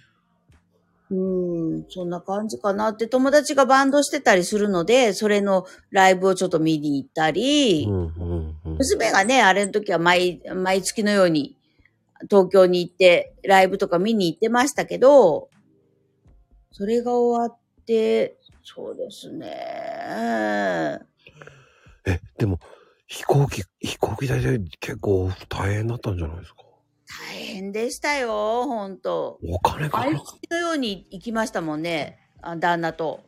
[SPEAKER 2] うん、そんな感じかなって、友達がバンドしてたりするので、それのライブをちょっと見に行ったり、
[SPEAKER 1] うんうんうん。
[SPEAKER 2] 娘がね、あれの時は毎、毎月のように東京に行って、ライブとか見に行ってましたけど、それが終わって、そうですね。
[SPEAKER 1] え、でも、飛行機、飛行機代で結構大変だったんじゃないですか
[SPEAKER 2] 大変でしたよ、ほんと。
[SPEAKER 1] お金かか
[SPEAKER 2] 毎
[SPEAKER 1] る。
[SPEAKER 2] 月のように行きましたもんね、あ旦那と。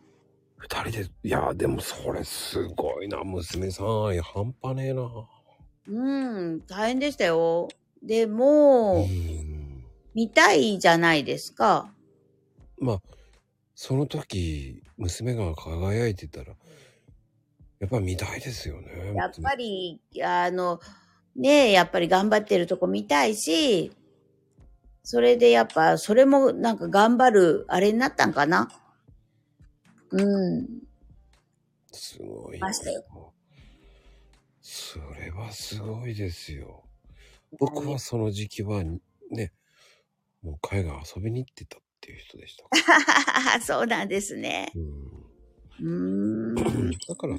[SPEAKER 1] 二人で、いや、でもそれすごいな、娘さん愛半端ねえな。
[SPEAKER 2] うん、大変でしたよ。で
[SPEAKER 1] う
[SPEAKER 2] も、
[SPEAKER 1] ん。
[SPEAKER 2] 見たいじゃないですか。
[SPEAKER 1] まあ、その時、娘が輝いてたら、やっぱ見たいですよね。
[SPEAKER 2] やっぱり、あの、ねえ、やっぱり頑張ってるとこ見たいし、それでやっぱ、それもなんか頑張る、あれになったんかな。うん。 [LAUGHS]
[SPEAKER 1] すごい。
[SPEAKER 2] ましたよ
[SPEAKER 1] それはすごいですよ。僕はその時期はね、もう海外遊びに行ってたっていう人でした。
[SPEAKER 2] そうなんですね。 [LAUGHS]
[SPEAKER 1] う [LAUGHS]
[SPEAKER 2] うーん
[SPEAKER 1] ん、。だから、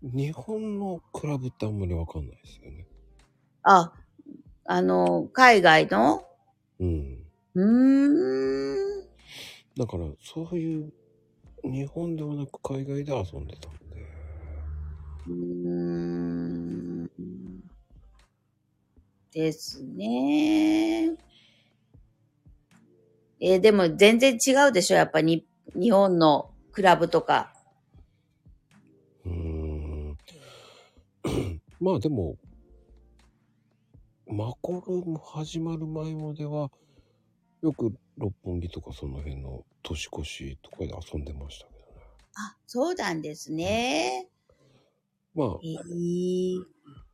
[SPEAKER 1] 日本のクラブってあんまりわかんないですよね。
[SPEAKER 2] あ、あの、海外の
[SPEAKER 1] うん。
[SPEAKER 2] うーん。
[SPEAKER 1] だから、そういう、日本ではなく海外で遊んでたんで。
[SPEAKER 2] うーんですね。えーでも全然違うでしょやっぱに、日本のクラブとか。
[SPEAKER 1] うーん。まあでも、マコルーム始まる前までは、よく六本木とかその辺の年越しとかで遊んでましたけどね。
[SPEAKER 2] あ、そうなんですね。
[SPEAKER 1] まあ、
[SPEAKER 2] えー、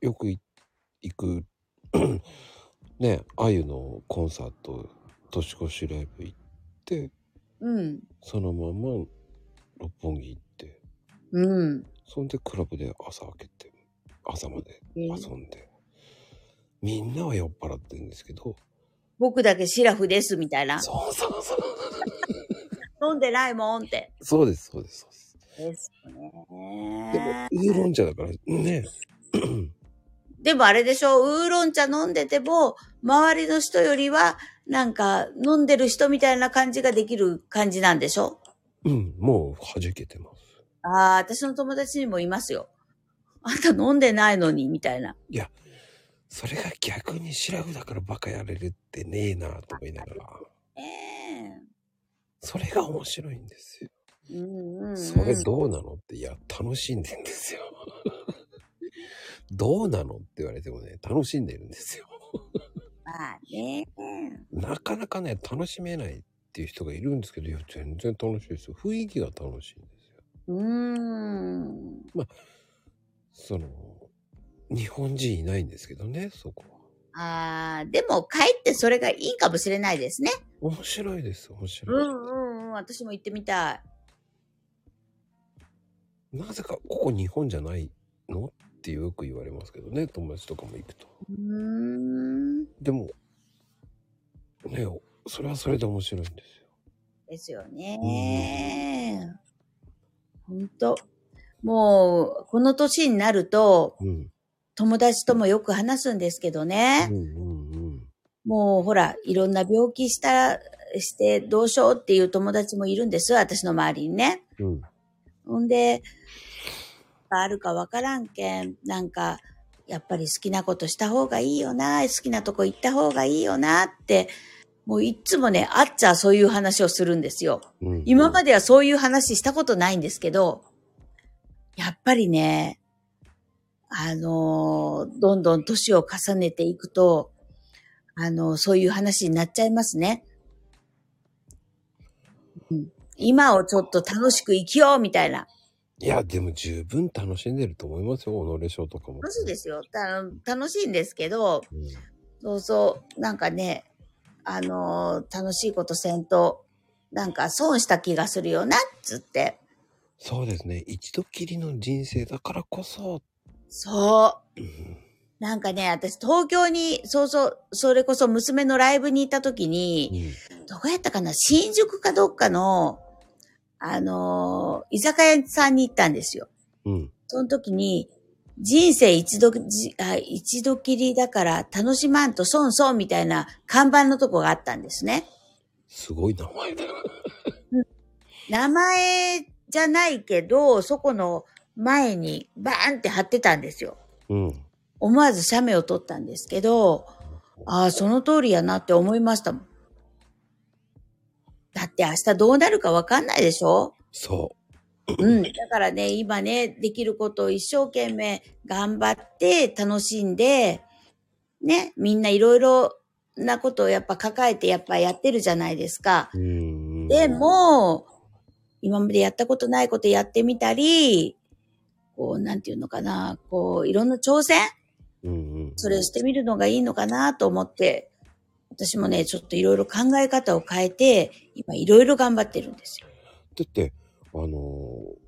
[SPEAKER 1] よくい [COUGHS] 行くねあゆのコンサート年越しライブ行って
[SPEAKER 2] うん、
[SPEAKER 1] そのまま六本木行って
[SPEAKER 2] うん。
[SPEAKER 1] そんでクラブで朝明けて朝まで
[SPEAKER 2] えー
[SPEAKER 1] 遊んで、みんなは酔っ払ってるんですけど
[SPEAKER 2] 僕だけシラフですみたいな。
[SPEAKER 1] そうそうそう
[SPEAKER 2] 飲んでないもんって。
[SPEAKER 1] そうですそうですそうです
[SPEAKER 2] です
[SPEAKER 1] で
[SPEAKER 2] よ
[SPEAKER 1] も
[SPEAKER 2] ね。
[SPEAKER 1] ウーロン茶だからね
[SPEAKER 2] でもあれでしょウーロン茶飲んでても、周りの人よりは、なんか、飲んでる人みたいな感じができる感じなんでしょ
[SPEAKER 1] うんもう弾けてます
[SPEAKER 2] ああ、私の友達にもいますよ。あんた飲んでないのに、みたいな。
[SPEAKER 1] それが逆にシラフだからバカやれるってねえなと思いながら
[SPEAKER 2] ええ
[SPEAKER 1] それが面白いんですよ
[SPEAKER 2] うんうん、うん。
[SPEAKER 1] それどうなのって、いや、楽しんでんですよ。どうなのって言われてもね、楽しんでるんですよ。
[SPEAKER 2] まあね。
[SPEAKER 1] なかなかね、楽しめないっていう人がいるんですけど、いや、全然楽しいですよ。雰囲気が楽しいんですよ。
[SPEAKER 2] うーん。
[SPEAKER 1] その、日本人いないんですけどね、そこは。
[SPEAKER 2] ああ、でも、かえってそれがいいかもしれないですね。
[SPEAKER 1] 面白いです、面
[SPEAKER 2] う
[SPEAKER 1] 白い。
[SPEAKER 2] んうんうん。私も行ってみたい。
[SPEAKER 1] なぜか、ここ日本じゃないのってよく言われますけどね、友達とかも行くと。
[SPEAKER 2] うーん。
[SPEAKER 1] でも、ね、それはそれで面白いんですよ。
[SPEAKER 2] ですよね。ほんと。もう、この年になると、
[SPEAKER 1] うん。
[SPEAKER 2] 友達ともよく話すんですけどね
[SPEAKER 1] う。んうんうん。
[SPEAKER 2] もう、ほら、いろんな病気した、して、どうしようっていう友達もいるんです。私の周りにね。
[SPEAKER 1] うん。
[SPEAKER 2] ほんで、あるかわからんけん、なんか、やっぱり好きなことした方がいいよな、好きなとこ行った方がいいよなって、もういっつもね、あっちゃそういう話をするんですよ。
[SPEAKER 1] うん
[SPEAKER 2] 今まではそういう話したことないんですけど、やっぱりね、あのーどんどん年を重ねていくと、あのーそういう話になっちゃいますね。うん、今をちょっと楽しく生きようみたいな。
[SPEAKER 1] いや、でも十分楽しんでると思いますよ、己賞とかも。。
[SPEAKER 2] 楽しいですすよ。た楽しいんですけど、そうそう、なんかね、あのー楽しいことせんと、なんか損した気がするよな、つって。
[SPEAKER 1] そうですね。一度きりの人生だからこそ、
[SPEAKER 2] そう。
[SPEAKER 1] うん
[SPEAKER 2] なんかね、私東京に、そうそう、それこそ娘のライブに行った時に、どこやったかな新宿かどっかの、あのー居酒屋さんに行ったんですよ。
[SPEAKER 1] うん。
[SPEAKER 2] その時に、人生一度じあ、一度きりだから楽しまんと損損みたいな看板のとこがあったんですね。
[SPEAKER 1] すごい名前だな。
[SPEAKER 2] 名前じゃないけど、そこの前にバーンって貼ってたんですよ。
[SPEAKER 1] うん。
[SPEAKER 2] 思わず写メを撮ったんですけど、ああ、その通りやなって思いましたもん。だって明日どうなるかわかんないでしょ
[SPEAKER 1] そ
[SPEAKER 2] うん。だからね、今ね、できることを一生懸命頑張って楽しんで、ね、みんないろいろなことをやっぱ抱えてやっぱやってるじゃないですか。
[SPEAKER 1] う。うん。
[SPEAKER 2] で、も、今までやったことないことやってみたり、こう、なんていうのかな、こう、いろんな挑戦
[SPEAKER 1] うんうん。
[SPEAKER 2] それをしてみるのがいいのかなと思って、私もね、ちょっといろいろ考え方を変えて、今いろいろ頑張ってるんですよ。
[SPEAKER 1] だって、あの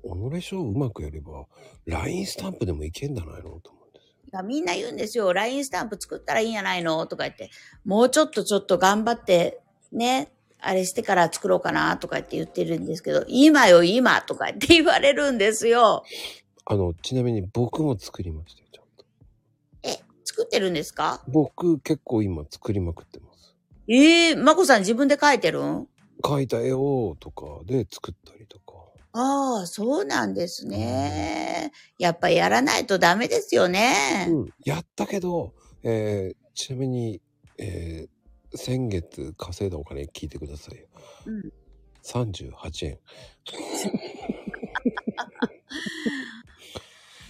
[SPEAKER 1] ー、己賞をうまくやれば、LINE スタンプでもいけんじゃないのと思うんですよ。
[SPEAKER 2] いやみんな言うんですよ。LINE スタンプ作ったらいいんやないのとか言って、もうちょっとちょっと頑張って、ね、あれしてから作ろうかなとか言って言ってるんですけど、今よ、今とか言って [LAUGHS] 言われるんですよ。
[SPEAKER 1] あの、ちなみに僕も作りましたよ、ちゃんと。
[SPEAKER 2] え、作ってるんですか
[SPEAKER 1] 僕結構今作りまくってます。
[SPEAKER 2] ええまこさん自分で書いてるん
[SPEAKER 1] 描いた絵をとかで作ったりとか。
[SPEAKER 2] ああ、そうなんですね。やっぱやらないとダメですよね。
[SPEAKER 1] うん、やったけど、えーちなみに、えー先月稼いだお金聞いてくださいよ。
[SPEAKER 2] うん
[SPEAKER 1] 38円。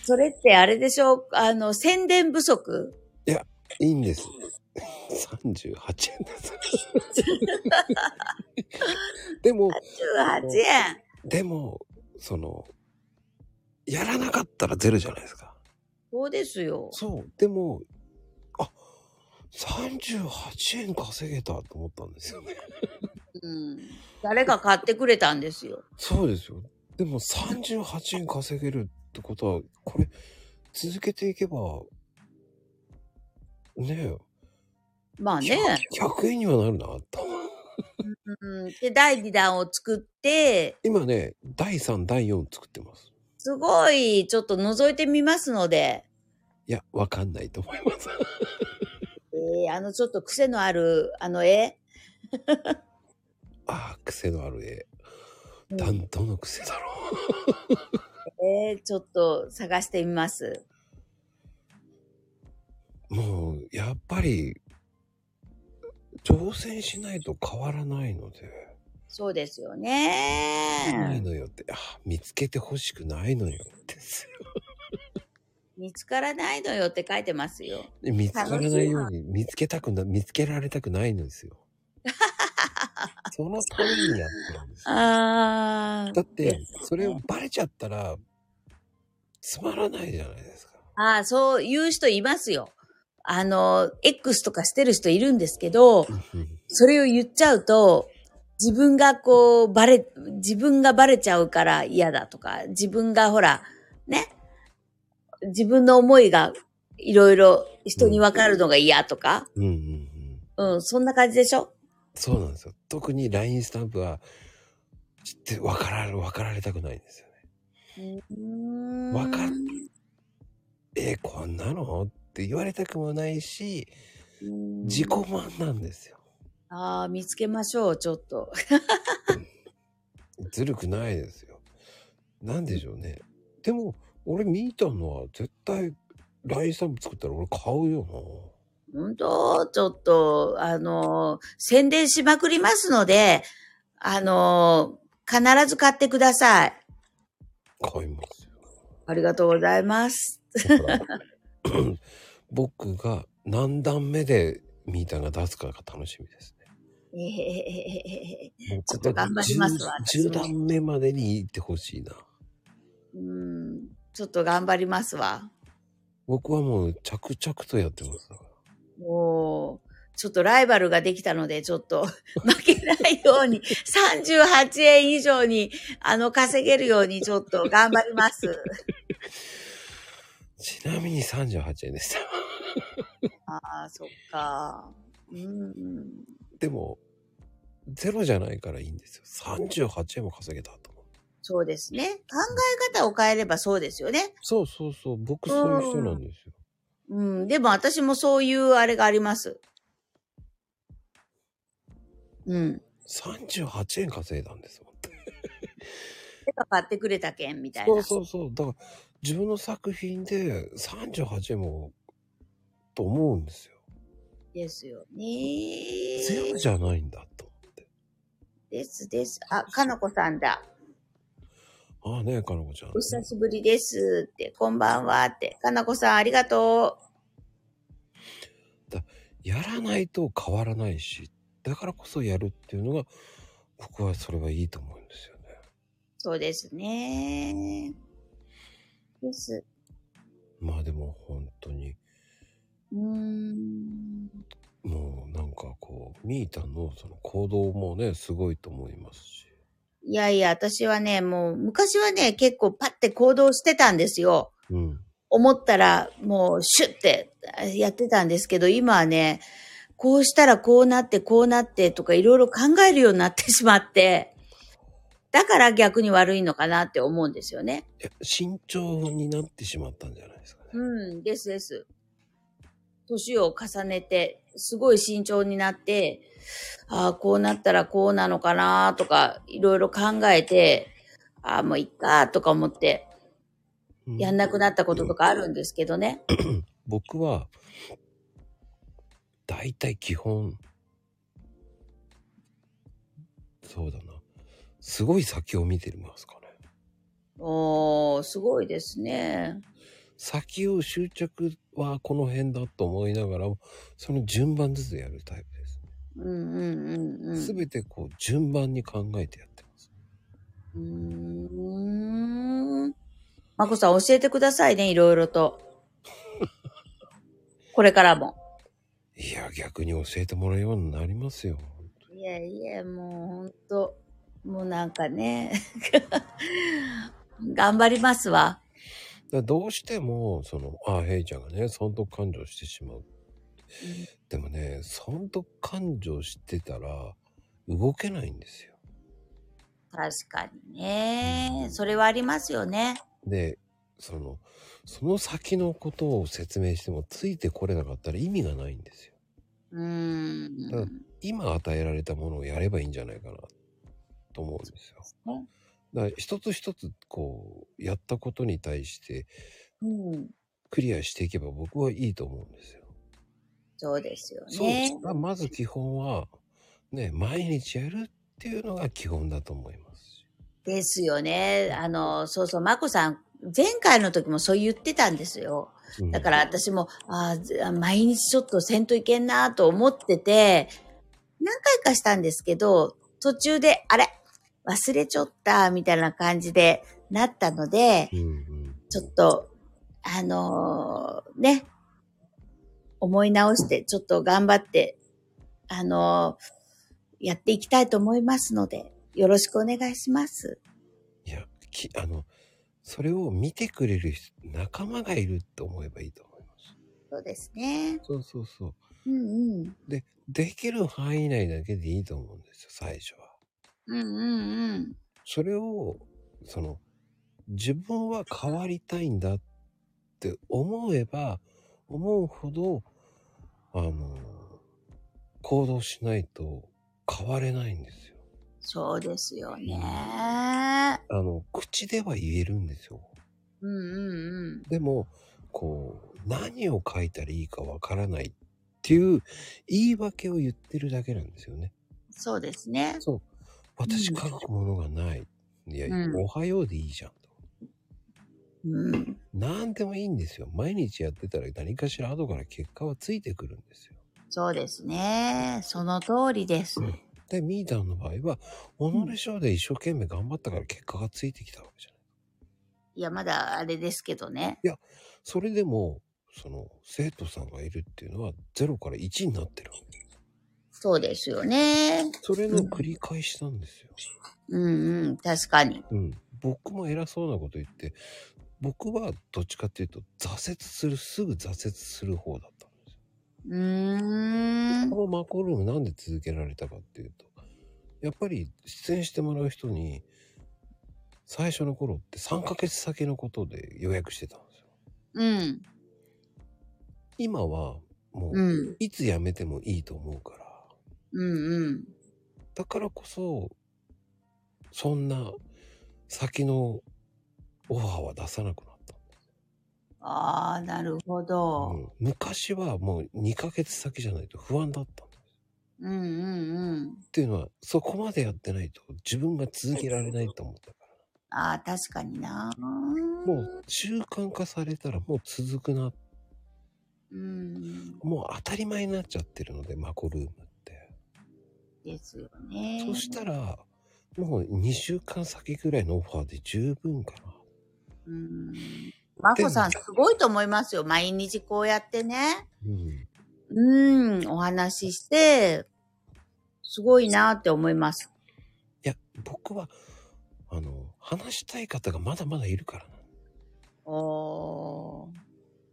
[SPEAKER 2] それってあれでしょあの、宣伝不足
[SPEAKER 1] いいんです。 38円だぞ。でも、
[SPEAKER 2] 18円。
[SPEAKER 1] でも、その、やらなかったらゼロじゃないですか。
[SPEAKER 2] そうですよ。
[SPEAKER 1] そう。でも、あ、38円稼げたと思ったんですよね。
[SPEAKER 2] うん。誰か買ってくれたんですよ。
[SPEAKER 1] そうですよ。でも38円稼げるってことは、これ、続けていけば、ね
[SPEAKER 2] まあ
[SPEAKER 1] え、
[SPEAKER 2] ね。
[SPEAKER 1] 100円にはなるな、と。
[SPEAKER 2] うん、で、第2弾を作って、
[SPEAKER 1] 今ね、第3、第4作ってます。
[SPEAKER 2] すごい、ちょっと覗いてみますので、
[SPEAKER 1] いや、わかんないと思います。 [LAUGHS]
[SPEAKER 2] えー、あの、ちょっと癖のある、あの絵。
[SPEAKER 1] ああ、癖のある絵。だんどの癖だろ
[SPEAKER 2] えー、ちょっと探してみます。
[SPEAKER 1] う。もう、やっぱり、挑戦しないと変わらないので、
[SPEAKER 2] そうですよ
[SPEAKER 1] ない
[SPEAKER 2] ね。
[SPEAKER 1] のよって、あー見つけてほしくないのよって。
[SPEAKER 2] 見つからないのよって書いてますよ。
[SPEAKER 1] 見つからないように、見つけたくな、見つけられたくないのですよ。そのためにやってるんですよ。
[SPEAKER 2] あ
[SPEAKER 1] だって、それをバレちゃったら、つまらないじゃないですか。
[SPEAKER 2] ああ、そういう人いますよ。あの、X とかしてる人いるんですけど、それを言っちゃうと、自分がこう、バレ、自分がバレちゃうから嫌だとか、自分がほら、ね、自分の思いがいろいろ人にわかるのが嫌とか、
[SPEAKER 1] うんうんうん。
[SPEAKER 2] うん、そんな感じでしょ
[SPEAKER 1] そうなんですよ。特に LINE スタンプは、知って、わかられ、わかられたくないんですよね。わ
[SPEAKER 2] わ
[SPEAKER 1] かっえーこんなのって言われたくもないし、自己満なんですよ。
[SPEAKER 2] ああ、見つけましょう、ちょっと。
[SPEAKER 1] ずるくないですよ。なんでしょうね。でも、俺見たのは絶対、LINE スタンプ作ったら俺買うよ
[SPEAKER 2] 本当ちょっと、あの、宣伝しまくりますので、あの、必ず買ってください。
[SPEAKER 1] な。買いますよ。
[SPEAKER 2] ありがとうございます。
[SPEAKER 1] だから
[SPEAKER 2] [LAUGHS]
[SPEAKER 1] 僕が何段目でミーターが出すかが楽しみです
[SPEAKER 2] ええ
[SPEAKER 1] ね。
[SPEAKER 2] ちょっと頑張りますわ私も
[SPEAKER 1] 10段目までに行ってほしいな。
[SPEAKER 2] うん、ちょっと頑張りますわ。
[SPEAKER 1] 僕はもう着々とやってますから。
[SPEAKER 2] もう、ちょっとライバルができたので、ちょっと [LAUGHS] 負けないように、38円以上に、あの、稼げるように、ちょっと頑張ります。
[SPEAKER 1] ちなみに38円でした。 [LAUGHS]
[SPEAKER 2] ああ、そっか。うん。
[SPEAKER 1] でも、ゼロじゃないからいいんですよ。38円も稼げたと思う。
[SPEAKER 2] そうですね。考え方を変えればそうですよね。
[SPEAKER 1] そうそうそう。僕そういう人なんですよ。
[SPEAKER 2] うん。でも私もそういうあれがあります。うん。
[SPEAKER 1] 38円稼いだんですもん。
[SPEAKER 2] 手が買ってくれたけんみたい
[SPEAKER 1] そ
[SPEAKER 2] な。
[SPEAKER 1] うそうそう。だから、自分の作品で38円も、と思うんですよ。
[SPEAKER 2] ですよ
[SPEAKER 1] ゼロ
[SPEAKER 2] ね。
[SPEAKER 1] じゃないんだと思って。
[SPEAKER 2] ですです。あ、かなこさんだ。
[SPEAKER 1] ああねえ、かのこちゃん。
[SPEAKER 2] お久しぶりですって、こんばんはって。かなこさんありがと
[SPEAKER 1] やらないと変わらないし、だからこそやるっていうのが、僕はそれはいいと思うんですよね。
[SPEAKER 2] う。そうですね。です。
[SPEAKER 1] まあでも本当に、
[SPEAKER 2] うーん。
[SPEAKER 1] もうなんかこう、ミータのその行動もね、すごいと思いますし。
[SPEAKER 2] いやいや、私はね、もう昔はね、結構パッて行動してたんですよ。
[SPEAKER 1] うん。
[SPEAKER 2] 思ったらもうシュッてやってたんですけど、今はね、こうしたらこうなって、こうなってとかいろいろ考えるようになってしまって、だから逆に悪いのかなって思うんですよね。
[SPEAKER 1] いや慎重になってしまったんじゃないですかね。
[SPEAKER 2] うん、ですです。年を重ねて、すごい慎重になって、ああ、こうなったらこうなのかなとか、いろいろ考えて、ああ、もういっかとか思って、
[SPEAKER 1] うん
[SPEAKER 2] やんなくなったこととかあるんですけどね。
[SPEAKER 1] 僕は、大体基本、そうだな。すごい先を見てますかね。
[SPEAKER 2] おー、すごいですね。
[SPEAKER 1] 先を執着はこの辺だと思いながらも、その順番ずつやるタイプです。
[SPEAKER 2] うんうんうんうん。
[SPEAKER 1] すべてこう順番に考えてやってます。
[SPEAKER 2] うーん。まこさん教えてくださいね、いろいろ [LAUGHS] と。これからも。
[SPEAKER 1] いや、逆に教えてもらうようになりますよ。
[SPEAKER 2] いやいや、もうほんと、もうなんかね、 [LAUGHS] 頑張りますわ。
[SPEAKER 1] だからどうしても、その、ああ、ヘイちゃんがね、損得感情してしまう。でもね、損得感情してたら、動けないんですよ。
[SPEAKER 2] 確かにね。それはありますよね。
[SPEAKER 1] で、その、その先のことを説明しても、ついてこれなかったら意味がないんですよ。
[SPEAKER 2] うーん。
[SPEAKER 1] 今与えられたものをやればいいんじゃないかな、と思うんですよ。
[SPEAKER 2] ね
[SPEAKER 1] だから一つ一つ、こう、やったことに対して、
[SPEAKER 2] うん。
[SPEAKER 1] クリアしていけば僕はいいと思うんですよ。
[SPEAKER 2] そうですよ
[SPEAKER 1] そうです
[SPEAKER 2] ね。
[SPEAKER 1] がまず基本は、ね、毎日やるっていうのが基本だと思いますし。
[SPEAKER 2] ですよね。あの、そうそう、まこさん、前回の時もそう言ってたんですよ。
[SPEAKER 1] うん
[SPEAKER 2] だから私も、あーずあ、毎日ちょっとせんといけんなと思ってて、何回かしたんですけど、途中で、あれ忘れちゃった、みたいな感じでなったので、
[SPEAKER 1] うんうん、
[SPEAKER 2] ちょっと、あのーね、思い直して、ちょっと頑張って、あのーやっていきたいと思いますので、よろしくお願いします。
[SPEAKER 1] いやきあのそれを見てくれる人仲間がいるって思えばいいと思います
[SPEAKER 2] そうですね。
[SPEAKER 1] そうそうそう
[SPEAKER 2] うんうん。
[SPEAKER 1] できる範囲内だけでいいと思うんですよ最初は
[SPEAKER 2] うんうんうん。
[SPEAKER 1] それをその自分は変わりたいんだって思えば思うほどあの行動しないと変われないんですよ
[SPEAKER 2] そうですよね。
[SPEAKER 1] あの口では言えるんですよ
[SPEAKER 2] うんうんうん。
[SPEAKER 1] でも、こう、何を書いたらいいかわからないっていう言い訳を言ってるだけなんですよね。
[SPEAKER 2] そうですね。
[SPEAKER 1] そう。私書くものがない。いや、
[SPEAKER 2] うん
[SPEAKER 1] おはようでいいじゃんと。
[SPEAKER 2] うん。
[SPEAKER 1] 何でもいいんですよ。毎日やってたら何かしら後から結果はついてくるんですよ。
[SPEAKER 2] そうですね。その通りです。
[SPEAKER 1] で、ミーダンの場合は、己賞で一生懸命頑張ったから結果がついてきたわけじゃない。
[SPEAKER 2] いや、まだあれですけどね。
[SPEAKER 1] それでも、その、生徒さんがいるっていうのは0から1になってるわけです。
[SPEAKER 2] そうですよね。
[SPEAKER 1] それの繰り返しなんですよ。
[SPEAKER 2] うんうん。確かに。
[SPEAKER 1] うん、僕も偉そうなこと言って僕はどっちかっていうと挫折するすぐ挫折する方だったんですよ
[SPEAKER 2] うーん。
[SPEAKER 1] このマコルームなんで続けられたかっていうとやっぱり出演してもらう人に最初の頃って3ヶ月先のことで予約してたんですよ
[SPEAKER 2] うん。
[SPEAKER 1] 今はも
[SPEAKER 2] う。
[SPEAKER 1] うんいつ辞めてもいいと思うから
[SPEAKER 2] うんうん。
[SPEAKER 1] だからこそそんな先のオファーは出さなくなった
[SPEAKER 2] ああ、なるほど。
[SPEAKER 1] うん昔はもう2ヶ月先じゃないと不安だったんです。
[SPEAKER 2] うんうんうん。
[SPEAKER 1] っていうのは、そこまでやってないと自分が続けられないと思ったか
[SPEAKER 2] ああ、確かにな。
[SPEAKER 1] ら。もう習慣化されたらもう続くな。
[SPEAKER 2] うん。
[SPEAKER 1] もう当たり前になっちゃってるので、マコルームって。
[SPEAKER 2] ですよね。
[SPEAKER 1] そしたら、もう2週間先ぐらいのオファーで十分かな。
[SPEAKER 2] うん。まこさん、すごいと思いますよ。毎日こうやってね。
[SPEAKER 1] うん。
[SPEAKER 2] うん、お話しして、すごいなって思います。
[SPEAKER 1] いや、僕は、あの、話したい方がまだまだいるからな。
[SPEAKER 2] おー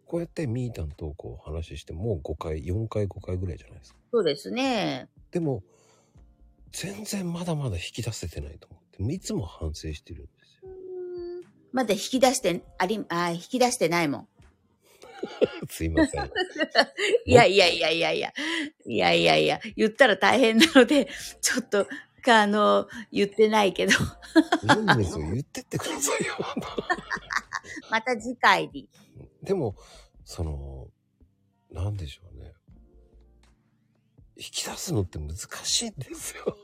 [SPEAKER 1] こうやってミータンとこう話して、もう5回、4回、5回ぐらいじゃないですか。
[SPEAKER 2] そうですね。
[SPEAKER 1] でも、全然まだまだ引き出せてないと思って、いつも反省してるんです [LAUGHS] よ。
[SPEAKER 2] まだ引き出して、あり、あー引き出してないもん。
[SPEAKER 1] すいません。
[SPEAKER 2] いやいやいやいやいや、いやいやいや、言ったら大変なので、ちょっと、かあの、言ってないけど、
[SPEAKER 1] いいんですよ。言ってってくださいよ。
[SPEAKER 2] [LAUGHS] また次回に。
[SPEAKER 1] でも、その、なんでしょうね。引き出すのって難しいんですよ。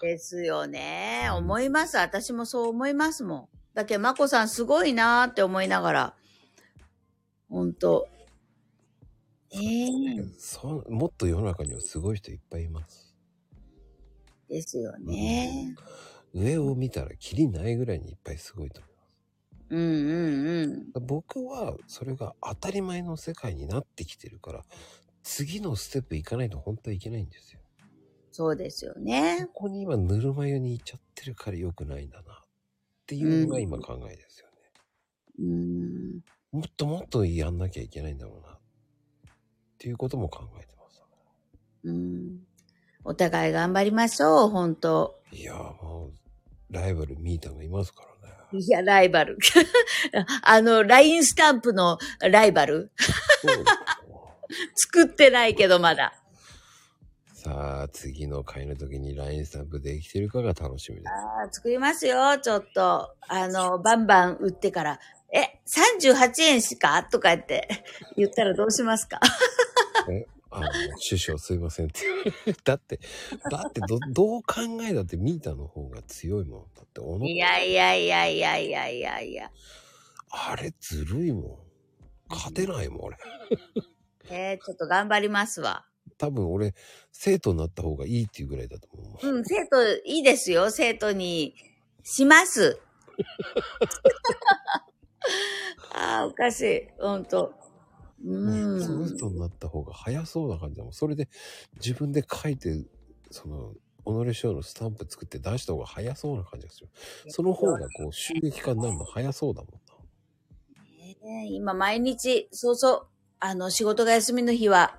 [SPEAKER 2] ですよね。思います。私もそう思いますもん。だけど、まこさんすごいなーって思いながら、ほんと。ええ
[SPEAKER 1] そう、もっと世の中にはすごい人いっぱいいます。
[SPEAKER 2] ですよね。
[SPEAKER 1] 上を見たらキリないぐらいにいっぱいすごいと思
[SPEAKER 2] うんうん
[SPEAKER 1] う。僕はそれが当たり前の世界になってきてるから、次のステップ行かないと本当はいけないんですよ。
[SPEAKER 2] うん。そうですよね。
[SPEAKER 1] ここに今ぬるま湯に行っちゃってるから良くないんだな。っていうのが今考えですよね。
[SPEAKER 2] うん。
[SPEAKER 1] もっともっとやんなきゃいけないんだろうな。っていうことも考えてます。
[SPEAKER 2] うん。お互い頑張りましょう、ほんと。
[SPEAKER 1] いやーもう、ライバルミータがいますからね。
[SPEAKER 2] いや、ライバル。 [LAUGHS] あの、LINE スタンプのライバル。
[SPEAKER 1] そうですよ
[SPEAKER 2] 作ってないけど、まだ。
[SPEAKER 1] さあ、次の回の時に LINE スタンプできてるかが楽しみです。
[SPEAKER 2] あ作りますよ、ちょっと。あの、バンバン売ってから。え、38円しかとか言って言ったらどうしますか
[SPEAKER 1] あの、師匠すいませんって。 [LAUGHS] だって、だってど、 [LAUGHS] どう考えたってミータの方が強いもん。だって、おの
[SPEAKER 2] い、やいやいやいやいやいやいや。
[SPEAKER 1] あれずるいもん。勝てないもん、俺。
[SPEAKER 2] えーちょっと頑張りますわ。
[SPEAKER 1] 多分俺、生徒になった方がいいっていうぐらいだと思う。
[SPEAKER 2] うん、生徒、いいですよ、生徒に。します。 [LAUGHS] ああ、おかしい。ほんと。うん。
[SPEAKER 1] そういう人になった方が早そうな感じだもん。それで自分で書いて、その、己師匠のスタンプ作って出した方が早そうな感じがする。その方がこう、収益化になるの早そうだもんな。
[SPEAKER 2] ね今毎日、そうそう、あの、仕事が休みの日は、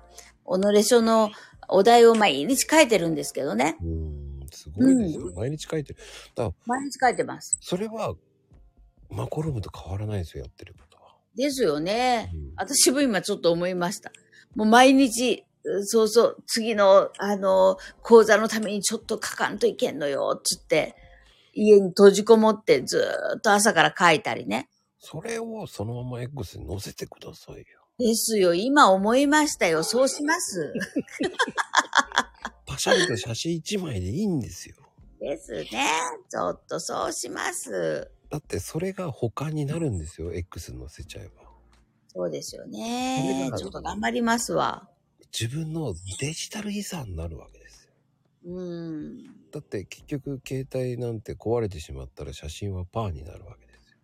[SPEAKER 2] 己書のお題を毎日書いてるんですけどね。
[SPEAKER 1] うーん、すごいですよ。毎日書いてる。
[SPEAKER 2] 毎日書いてます。
[SPEAKER 1] それは、マコルームと変わらないですよ、やってることは。
[SPEAKER 2] ですよね
[SPEAKER 1] う。ん
[SPEAKER 2] 私も今ちょっと思いました。もう毎日、うそうそう、次の、あの、講座のためにちょっと書かんといけんのよ、つって、家に閉じこもってずーっと朝から書いたりね。
[SPEAKER 1] それをそのまま X に載せてくださいよ。
[SPEAKER 2] ですよ、今思いましたよ。そうします。
[SPEAKER 1] パシャリと写真1枚でいいんですよ。
[SPEAKER 2] ですね。ちょっとそうします。
[SPEAKER 1] だってそれが他になるんですよ、X に載せちゃえば。
[SPEAKER 2] そうですよ
[SPEAKER 1] それ
[SPEAKER 2] ね
[SPEAKER 1] が。
[SPEAKER 2] ちょっと頑張りますわ。
[SPEAKER 1] 自分のデジタル遺産になるわけですよ。
[SPEAKER 2] うん。
[SPEAKER 1] だって結局携帯なんて壊れてしまったら写真はパーになるわけですよ。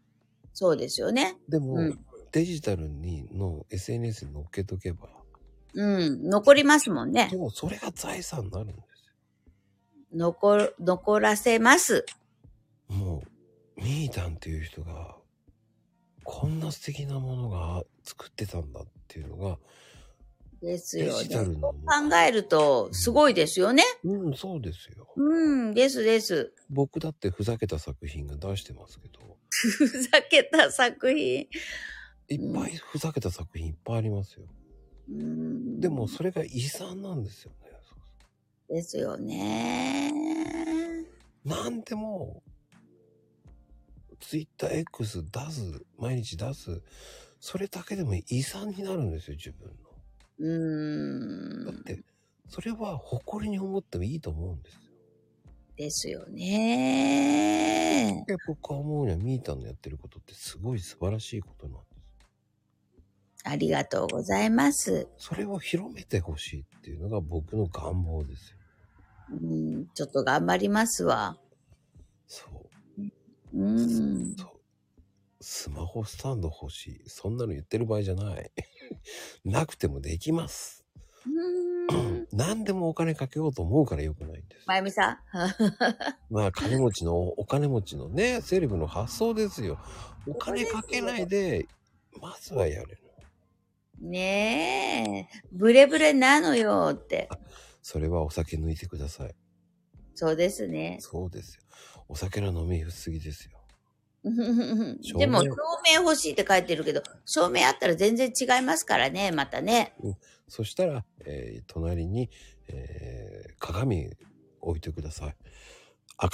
[SPEAKER 2] そうですよね。
[SPEAKER 1] でも、
[SPEAKER 2] うん
[SPEAKER 1] デジタルにの SNS に載っけとけば、
[SPEAKER 2] うん。残りますもんね。
[SPEAKER 1] もうそれが財産になるんです
[SPEAKER 2] 残る、残らせます。
[SPEAKER 1] よ。もう、ミータンっていう人が、こんな素敵なものが作ってたんだっていうのが、
[SPEAKER 2] です
[SPEAKER 1] デ
[SPEAKER 2] よ
[SPEAKER 1] ジタ
[SPEAKER 2] ね。
[SPEAKER 1] ルの。
[SPEAKER 2] 考えると、すごいですよね。
[SPEAKER 1] うん、そうですよ。
[SPEAKER 2] うん。ですです。
[SPEAKER 1] 僕だってふざけた作品が出してますけど、
[SPEAKER 2] ふざけた作品。
[SPEAKER 1] いっぱいふざけた作品いっぱいありますよ。
[SPEAKER 2] うん。
[SPEAKER 1] でも、それが遺産なんですよね。
[SPEAKER 2] ですよね。
[SPEAKER 1] なんでも、ツイッター X 出す、毎日出す、それだけでも遺産になるんですよ、自分
[SPEAKER 2] う
[SPEAKER 1] の。だっ
[SPEAKER 2] ん。
[SPEAKER 1] て、それは誇りに思ってもいいと思うんですよ。
[SPEAKER 2] ですよね。
[SPEAKER 1] で、僕は思うには、ミータンのやってることってすごい素晴らしいことなんです。
[SPEAKER 2] ありがとうございます。
[SPEAKER 1] それを広めてほしいっていうのが僕の願望ですよ。
[SPEAKER 2] うん。ちょっと頑張りますわ。
[SPEAKER 1] そう。
[SPEAKER 2] うん。
[SPEAKER 1] そうスマホスタンド欲しい。そんなの言ってる場合じゃない。 [LAUGHS] なくてもできます。
[SPEAKER 2] うーん
[SPEAKER 1] 何でもお金かけようと思うからよくないんです。
[SPEAKER 2] まゆみさん
[SPEAKER 1] まあ、金持ちの、お金持ちのね、セレブの発想ですよ。お金かけないで、まずはやれる。
[SPEAKER 2] ねえ、ブレブレなのよって。
[SPEAKER 1] それはお酒抜いてください。
[SPEAKER 2] そうですね。
[SPEAKER 1] そうですよ。お酒の飲みすぎですよ。明
[SPEAKER 2] でも、照明欲しいって書いてるけど、照明あったら全然違いますからね、またね。
[SPEAKER 1] そしたら、えー隣に、えー鏡置いてください。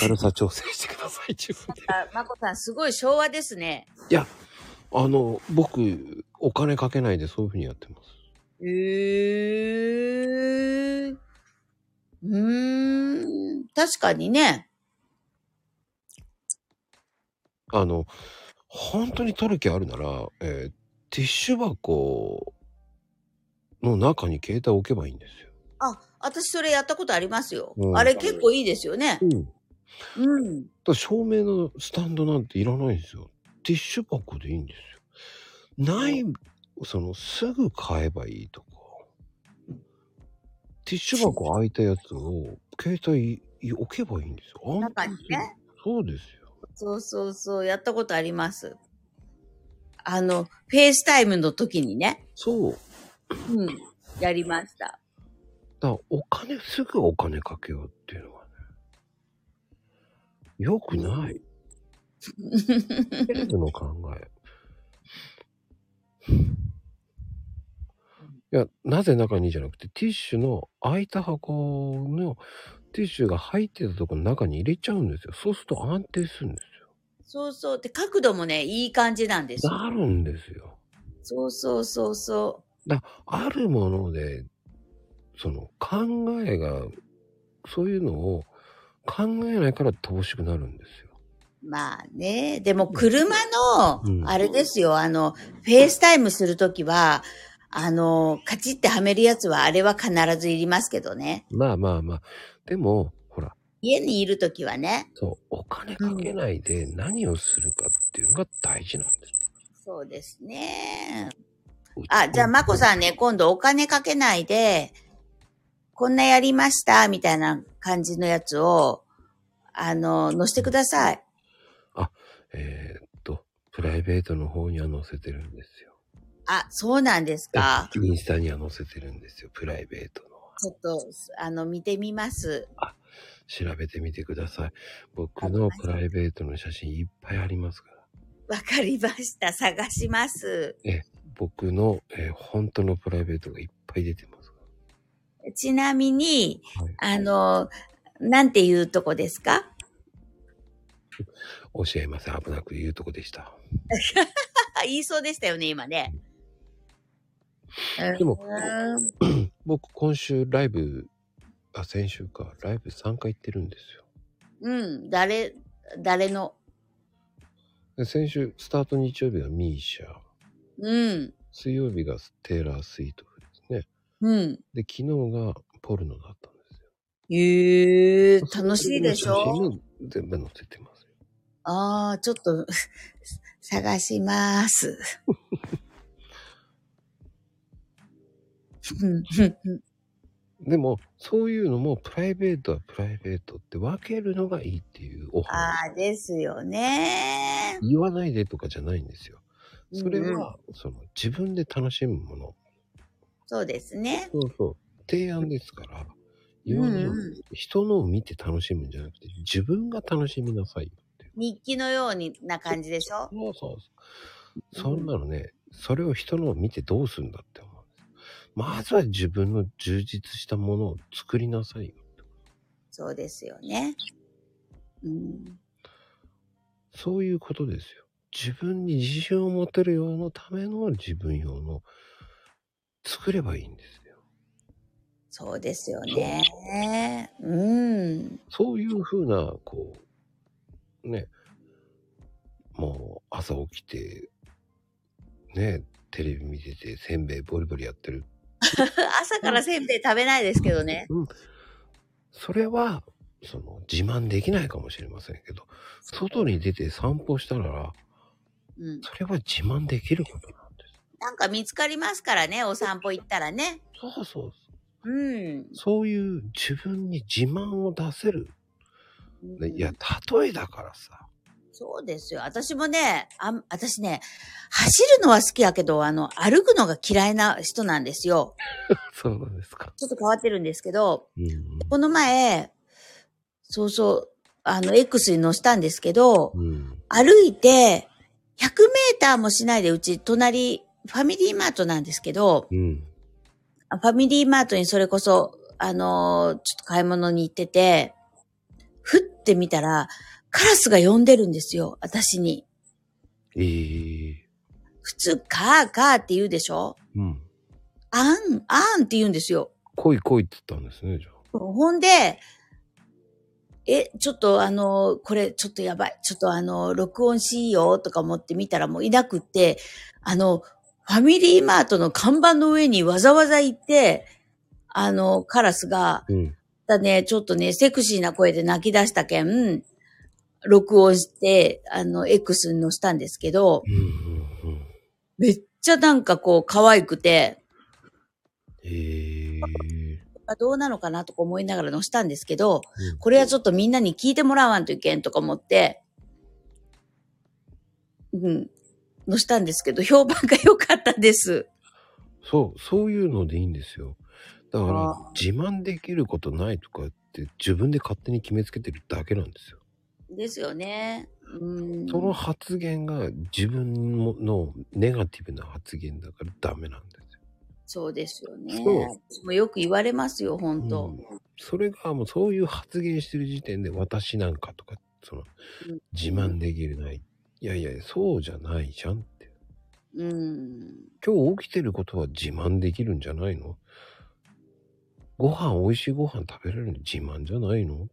[SPEAKER 1] 明るさ調整してください、自分で。
[SPEAKER 2] あまこさん、すごい昭和ですね。
[SPEAKER 1] あの、僕、お金かけないでそういうふうにやってます。
[SPEAKER 2] へえー。うーん、確かにね。
[SPEAKER 1] あの、本当に取る気あるなら、えーティッシュ箱の中に携帯置けばいいんですよ。
[SPEAKER 2] あ、私それやったことありますよ。
[SPEAKER 1] うん
[SPEAKER 2] あれ結構いいですよね。
[SPEAKER 1] うん。
[SPEAKER 2] うん。
[SPEAKER 1] だから照明のスタンドなんていらないんですよ。ティッシュ箱でいいんですよ。ない、その、すぐ買えばいいとか。ティッシュ箱開いたやつを、携帯に置けばいいんですよ。安
[SPEAKER 2] 中
[SPEAKER 1] 定
[SPEAKER 2] に
[SPEAKER 1] する
[SPEAKER 2] ね。
[SPEAKER 1] そうですよ。
[SPEAKER 2] そうそうそう、やったことあります。あの、フェイスタイムの時にね。
[SPEAKER 1] そう。
[SPEAKER 2] うん。やりました。
[SPEAKER 1] だからお金、すぐお金かけようっていうのはね。よくない。政府の考え。いや、なぜ中にじゃなくて、ティッシュの空いた箱のティッシュが入ってたところの中に入れちゃうんですよ。そうすると安定するんで
[SPEAKER 2] そうそう。で、角度もね、いい感じなんですす
[SPEAKER 1] よ。
[SPEAKER 2] よ。
[SPEAKER 1] なるんですよ。
[SPEAKER 2] そうそうそうそ
[SPEAKER 1] だあるもので、その考えが、そういうのを考えないから乏しくなるんですよ。
[SPEAKER 2] う。まあね。でも、車の
[SPEAKER 1] う、ん
[SPEAKER 2] あれですよ、あの、フェイスタイムする時は、あの、カチッてはめるやつは、あれは必ずいりますけどね。
[SPEAKER 1] まあまあまあ。でも、ほら、
[SPEAKER 2] 家にいる時はね。
[SPEAKER 1] そう、お金かけないで何をするかっていうのが大事なんです。
[SPEAKER 2] そうですね。あ、じゃあ、まこさんね、今度お金かけないで、こんなやりました、みたいな感じのやつを、あの、載せてください。
[SPEAKER 1] えーっと、プライベートの方には載せてるんですよ。
[SPEAKER 2] あ、そうなんですか。
[SPEAKER 1] インスタには載せてるんですよ、プライベートの。
[SPEAKER 2] ちょっと、あの、見てみます。
[SPEAKER 1] 調べてみてください。僕のプライベートの写真いっぱいありますから。
[SPEAKER 2] わかりました。 [LAUGHS] 探します。
[SPEAKER 1] 僕の、えー本当のプライベートがいっぱい出てますか
[SPEAKER 2] ちなみに、
[SPEAKER 1] ら。はい。
[SPEAKER 2] あの、なんていうとこですか
[SPEAKER 1] 教えません。危なく言うとこでした。
[SPEAKER 2] あ言いそうでしたよね、今ね。
[SPEAKER 1] でも
[SPEAKER 2] うん
[SPEAKER 1] 僕、今週ライブ、あ、先週か、ライブ3回行ってるんですよ。
[SPEAKER 2] うん、誰、誰の、
[SPEAKER 1] で先週、スタート日曜日がミーシャ、
[SPEAKER 2] うん、
[SPEAKER 1] 水曜日がテイラー・スイートフですね。
[SPEAKER 2] うん。
[SPEAKER 1] で、昨日がポルノだったんですよ。
[SPEAKER 2] ええ楽しいでし
[SPEAKER 1] 写真
[SPEAKER 2] ょ
[SPEAKER 1] も全部載せてますよ。
[SPEAKER 2] ああ、ちょっと、 [LAUGHS] 探します。
[SPEAKER 1] [LAUGHS]
[SPEAKER 2] うんうんうん
[SPEAKER 1] でも、そういうのも、プライベートはプライベートって分けるのがいいっていうお話。
[SPEAKER 2] ああ、ですよね。
[SPEAKER 1] 言わないでとかじゃないんですよ。それ
[SPEAKER 2] うんうん
[SPEAKER 1] は、その、自分で楽しむもの。
[SPEAKER 2] そうですね。
[SPEAKER 1] そうそう。提案ですから、
[SPEAKER 2] う
[SPEAKER 1] 言
[SPEAKER 2] ん
[SPEAKER 1] わない、
[SPEAKER 2] うん、
[SPEAKER 1] 人のを見て楽しむんじゃなくて、自分が楽しみなさいよっていう。
[SPEAKER 2] 日記のようにな感じでしょ
[SPEAKER 1] そうそうそう。そんなのね、それを人のを見てどうするんだって思うんです。まずは自分の充実したものを作りなさいよ。
[SPEAKER 2] そうですよね。うん、
[SPEAKER 1] そういうことですよ。自分に自信を持てるようなための自分用の作ればいいんですよ。
[SPEAKER 2] そうですよね。うん。 [LAUGHS]
[SPEAKER 1] そういうふうな、こう、ね、もう朝起きて、ね、テレビ見てて、せんべいボリボリやってる。
[SPEAKER 2] 朝からせんべい食べないですけどね。
[SPEAKER 1] うん。それは、その、自慢できないかもしれませんけど、外に出て散歩したなら、
[SPEAKER 2] うん、
[SPEAKER 1] それは自慢できることなんで
[SPEAKER 2] なんか見つかりますからね、お散歩行ったらね。
[SPEAKER 1] す。そうそう。
[SPEAKER 2] うん。
[SPEAKER 1] そういう自分に自慢を出せる。いや、例えだからさ。
[SPEAKER 2] そうですよ。私もね、あん私ね、走るのは好きやけど、あの、歩くのが嫌いな人なんですよ。
[SPEAKER 1] そうなんですか。
[SPEAKER 2] ちょっと変わってるんですけど、
[SPEAKER 1] うん。
[SPEAKER 2] この前、そうそう、あの、X に載せたんですけど、
[SPEAKER 1] うん。
[SPEAKER 2] 歩いて、100メーターもしないで、うち、隣、ファミリーマートなんですけど、
[SPEAKER 1] うん。
[SPEAKER 2] あファミリーマートにそれこそ、あのーちょっと買い物に行ってて、ふってみたら、カラスが呼んでるんですよ、私に。
[SPEAKER 1] いい。
[SPEAKER 2] 普通、カーカーって言うでしょ
[SPEAKER 1] うん。
[SPEAKER 2] あん、あんって言うんですよ。
[SPEAKER 1] 来い来いって言ったんですね、じゃあ。
[SPEAKER 2] ほんで、え、ちょっとあの、これちょっとやばい。ちょっとあの、録音しようとか思って見たらもういなくって、あの、ファミリーマートの看板の上にわざわざ行って、あの、カラスが、
[SPEAKER 1] うん。
[SPEAKER 2] だね、ちょっとね、セクシーな声で泣き出したけん、録音して、あの、X に載せたんですけど、
[SPEAKER 1] うんうんうん。
[SPEAKER 2] めっちゃなんかこう、可愛くて、
[SPEAKER 1] へえ。
[SPEAKER 2] どうなのかなとか思いながら載せたんですけど、
[SPEAKER 1] うん
[SPEAKER 2] これはちょっとみんなに聞いてもらわんといけんとか思って、うん、載せたんですけど、評判が良かったです。
[SPEAKER 1] そう、そういうのでいいんですよ。だから
[SPEAKER 2] あ、
[SPEAKER 1] 自慢できることないとかって自分で勝手に決めつけてるだけなんですよ。
[SPEAKER 2] ですよね。うん。
[SPEAKER 1] その発言が自分ものネガティブな発言だからダメなんですよ。
[SPEAKER 2] そうですよね。
[SPEAKER 1] そう
[SPEAKER 2] 私もよく言われますよ、本当、
[SPEAKER 1] うんそれがもうそういう発言してる時点で私なんかとか、その
[SPEAKER 2] うん、
[SPEAKER 1] 自慢できるない。いやいや、そうじゃないじゃんって。
[SPEAKER 2] うん。
[SPEAKER 1] 今日起きてることは自慢できるんじゃないのご飯、美味しいご飯食べれるの自慢じゃないの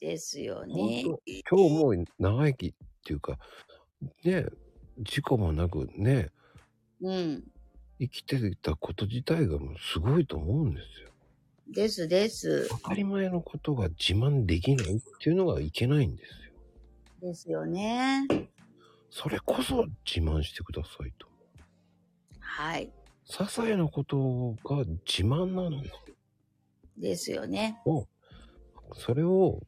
[SPEAKER 2] ですよね。
[SPEAKER 1] 本当今日もう長生きっていうかね事故もなくね
[SPEAKER 2] うん。
[SPEAKER 1] 生きてたこと自体がもうすごいと思うんですよ
[SPEAKER 2] ですです。
[SPEAKER 1] 当たり前のことが自慢できないっていうのがいけないんですよ
[SPEAKER 2] ですよね。
[SPEAKER 1] それこそ自慢してくださいと
[SPEAKER 2] はい。
[SPEAKER 1] 些細なことが自慢なんです
[SPEAKER 2] ですよね。
[SPEAKER 1] よそれを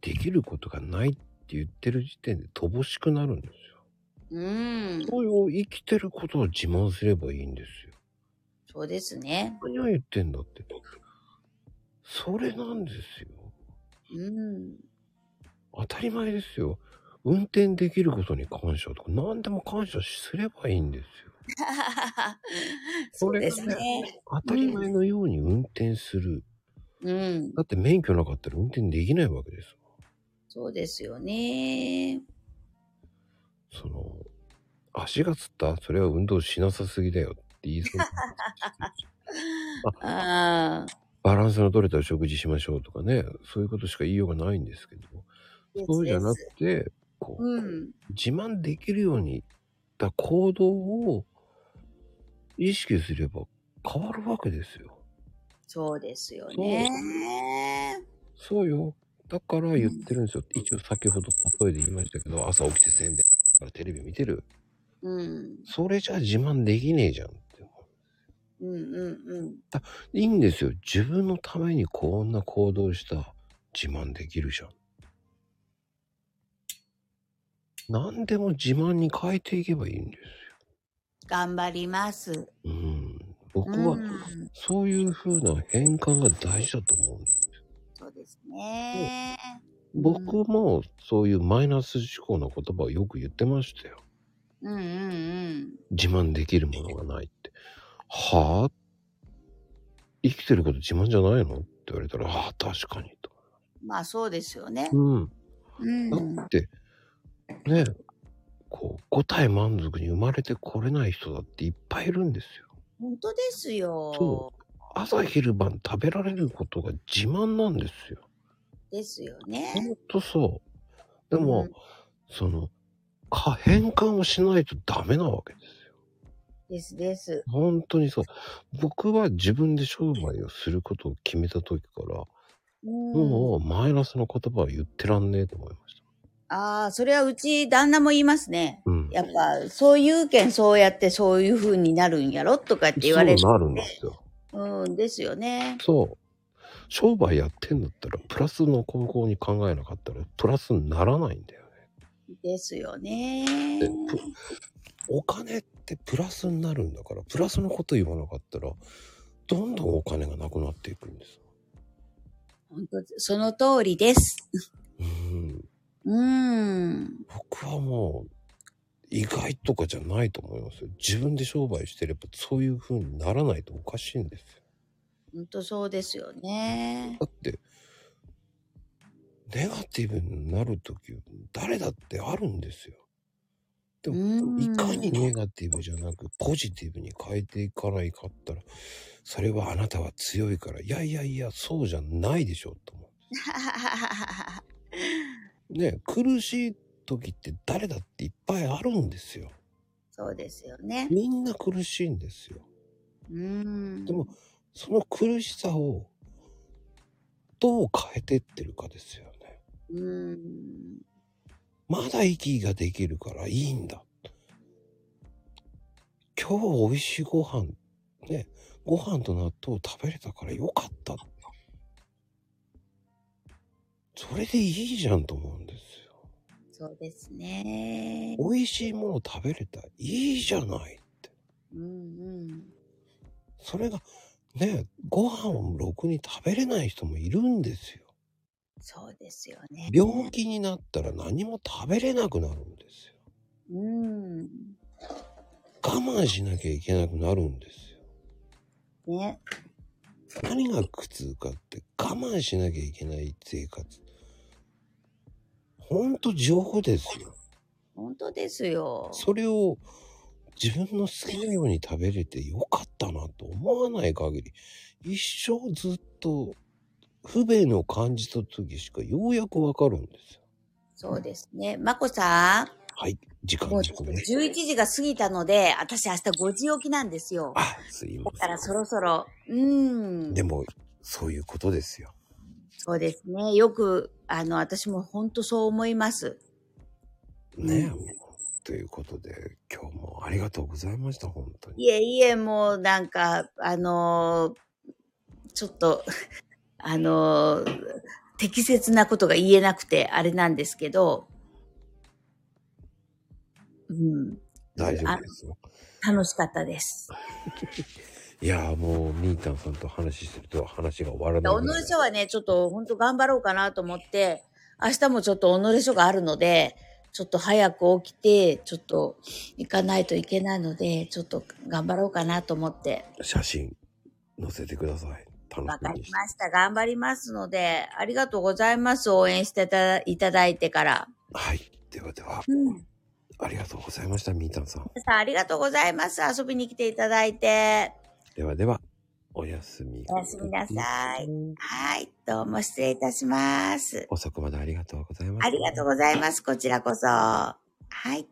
[SPEAKER 1] できることがないって言ってる時点で乏しくなるんですよ
[SPEAKER 2] うん。
[SPEAKER 1] それを生きてることを自慢すればいいんですよ
[SPEAKER 2] そうですね。
[SPEAKER 1] 何を言ってんだって。それなんですよ。
[SPEAKER 2] うん。
[SPEAKER 1] 当たり前ですよ。運転できることに感謝とか、何でも感謝すればいいん
[SPEAKER 2] [LAUGHS]
[SPEAKER 1] ですよ。
[SPEAKER 2] そうですね。
[SPEAKER 1] 当たり前のように運転する。
[SPEAKER 2] うん。
[SPEAKER 1] だって免許なかったら運転できないわけですも
[SPEAKER 2] そうですよね。
[SPEAKER 1] ん。その、足がつったそれは運動しなさすぎだよって言いそうな。
[SPEAKER 2] ああ。
[SPEAKER 1] バランスの取れた食事しましょうとかね、そういうことしか言いようがないんですけど、そうじゃな
[SPEAKER 2] です
[SPEAKER 1] くて、こう、
[SPEAKER 2] うん。
[SPEAKER 1] 自慢できるようにだ行動を意識すれば変わるわけですよ。
[SPEAKER 2] そうですよね。
[SPEAKER 1] そうよ。だから言ってるんですよ。一応先ほど例えで言いましたけど、朝起きてせんべいからテレビ見てる。
[SPEAKER 2] うん。
[SPEAKER 1] それじゃ自慢できねえじゃんって。
[SPEAKER 2] うんうんうん。
[SPEAKER 1] いいんですよ。自分のためにこんな行動した自慢できるじゃん。何でも自慢に変えていけばいいんで
[SPEAKER 2] 頑張ります。
[SPEAKER 1] すよ。うん。僕は
[SPEAKER 2] うん、
[SPEAKER 1] そういう風な変換が大事だと思うんです。
[SPEAKER 2] そうですね。
[SPEAKER 1] 僕もそういうマイナス思考の言葉をよく言ってましたよ。
[SPEAKER 2] うんうんうん。
[SPEAKER 1] 自慢できるものがないって。はぁ生きてること自慢じゃないのって言われたら、ああ、確かにと。
[SPEAKER 2] まあそうですよね。
[SPEAKER 1] うん。
[SPEAKER 2] うん
[SPEAKER 1] だ。って、ね、こう、五体満足に生まれてこれない人だっていっぱいいるんですよ。
[SPEAKER 2] 本当ですよ
[SPEAKER 1] そ。朝昼晩食べられることが自慢なんですよ。
[SPEAKER 2] ですよ
[SPEAKER 1] ほ
[SPEAKER 2] ね。
[SPEAKER 1] んとそう。でも、
[SPEAKER 2] うん
[SPEAKER 1] その、か、変換をしないとダメなわけですよ。
[SPEAKER 2] ですです。
[SPEAKER 1] 本当にそう。僕は自分で商売をすることを決めた時から、
[SPEAKER 2] うん。
[SPEAKER 1] もうマイナスの言葉は言ってらんねえと思いました。
[SPEAKER 2] ああ、それはうち旦那も言いますね。
[SPEAKER 1] うん。
[SPEAKER 2] やっぱ、そういうけん、そうやってそういう風になるんやろとかって言われる。
[SPEAKER 1] そうなるんですよ。
[SPEAKER 2] うん、ですよね。
[SPEAKER 1] そう。商売やってんだったら、プラスの方向に考えなかったら、プラスにならないんだよね。
[SPEAKER 2] ですよね。
[SPEAKER 1] でプお金ってプラスになるんだから、プラスのこと言わなかったら、どんどんお金がなくなっていくんです。
[SPEAKER 2] 本当その通りです。
[SPEAKER 1] うん。
[SPEAKER 2] うん。
[SPEAKER 1] 僕はもう意外とかじゃないと思いますよ自分で商売してればそういう風にならないとおかしいんですよ
[SPEAKER 2] 本当そうですよね。
[SPEAKER 1] だってネガティブになる時誰だってあるんですよで
[SPEAKER 2] う
[SPEAKER 1] もい
[SPEAKER 2] ん。
[SPEAKER 1] かにネガティブじゃなくポジティブに変えていかないかったらそれはあなたは強いからいやいやいやそうじゃないでしょうと思うね苦しい時って誰だっていっぱいあるんですよ
[SPEAKER 2] [LAUGHS] そうですよね。
[SPEAKER 1] みんな苦しいんですよ。
[SPEAKER 2] うーん。
[SPEAKER 1] でも、その苦しさを、どう変えてってるかですよね。
[SPEAKER 2] うーん。
[SPEAKER 1] まだ息ができるからいいんだ。今日美味しいご飯、ね、ご飯と納豆食べれたからよかった。それでいいじゃんと思うんですよ。
[SPEAKER 2] そうですね。
[SPEAKER 1] 美味しいもの食べれた。いいじゃない。
[SPEAKER 2] うんうん。
[SPEAKER 1] それが、ね、ご飯をろくに食べれない人もいるんですよ。
[SPEAKER 2] そうですよね。
[SPEAKER 1] 病気になったら何も食べれなくなるんですよ。
[SPEAKER 2] うん。
[SPEAKER 1] 我慢しなきゃいけなくなるんですよ。
[SPEAKER 2] ね。
[SPEAKER 1] 何が苦痛かって我慢しなきゃいけない生活。ほんと情報ですよ。
[SPEAKER 2] 本当ですよ。
[SPEAKER 1] それを自分の好きなように食べれてよかったなと思わない限り、一生ずっと不便を感じた時しかようやくわかるんですよ。
[SPEAKER 2] そうですね。まこさ
[SPEAKER 1] はい、時
[SPEAKER 2] ん、
[SPEAKER 1] 間
[SPEAKER 2] もう
[SPEAKER 1] 時間ね。
[SPEAKER 2] 11時が過ぎたので、私明日5時起きなんですよ。
[SPEAKER 1] あ、すいま
[SPEAKER 2] だ
[SPEAKER 1] せ
[SPEAKER 2] からそろそろ、うん。
[SPEAKER 1] ん。でも、そういうことですよ。
[SPEAKER 2] そうですね。よく、あの、私も本当そう思います。
[SPEAKER 1] ねえ。ということで、今日もありがとうございました、本当に。
[SPEAKER 2] いえいえ、もうなんか、あのーちょっと、 [LAUGHS] あのー適切なことが言えなくてあれなんですけど、うん、
[SPEAKER 1] 大丈夫ですよ。
[SPEAKER 2] 楽しかったです。
[SPEAKER 1] いやーもう、みーたんさんと話してると話が終わらない
[SPEAKER 2] お
[SPEAKER 1] ぐ
[SPEAKER 2] の
[SPEAKER 1] ら
[SPEAKER 2] れ
[SPEAKER 1] い。
[SPEAKER 2] 書はね、ちょっと本当頑張ろうかなと思って、明日もちょっとおのれ書があるので、ちょっと早く起きて、ちょっと行かないといけないので、ちょっと頑張ろうかなと思って、
[SPEAKER 1] 写真、載せてください。楽
[SPEAKER 2] わ
[SPEAKER 1] し
[SPEAKER 2] か
[SPEAKER 1] み
[SPEAKER 2] り
[SPEAKER 1] にして。
[SPEAKER 2] ました。頑張りますので、ありがとうございます。応援していただいただいてから。
[SPEAKER 1] はい。ではでは、
[SPEAKER 2] うん。
[SPEAKER 1] ありがとうございました、みーたんさん。
[SPEAKER 2] 皆さんありがとうございます。遊びに来ていただいて。
[SPEAKER 1] ではでは、おやすみ。
[SPEAKER 2] おやすみなさい。はい。どうも失礼いたします。
[SPEAKER 1] 遅くまでありがとうございました。
[SPEAKER 2] ありがとうございます。こちらこそ。はい。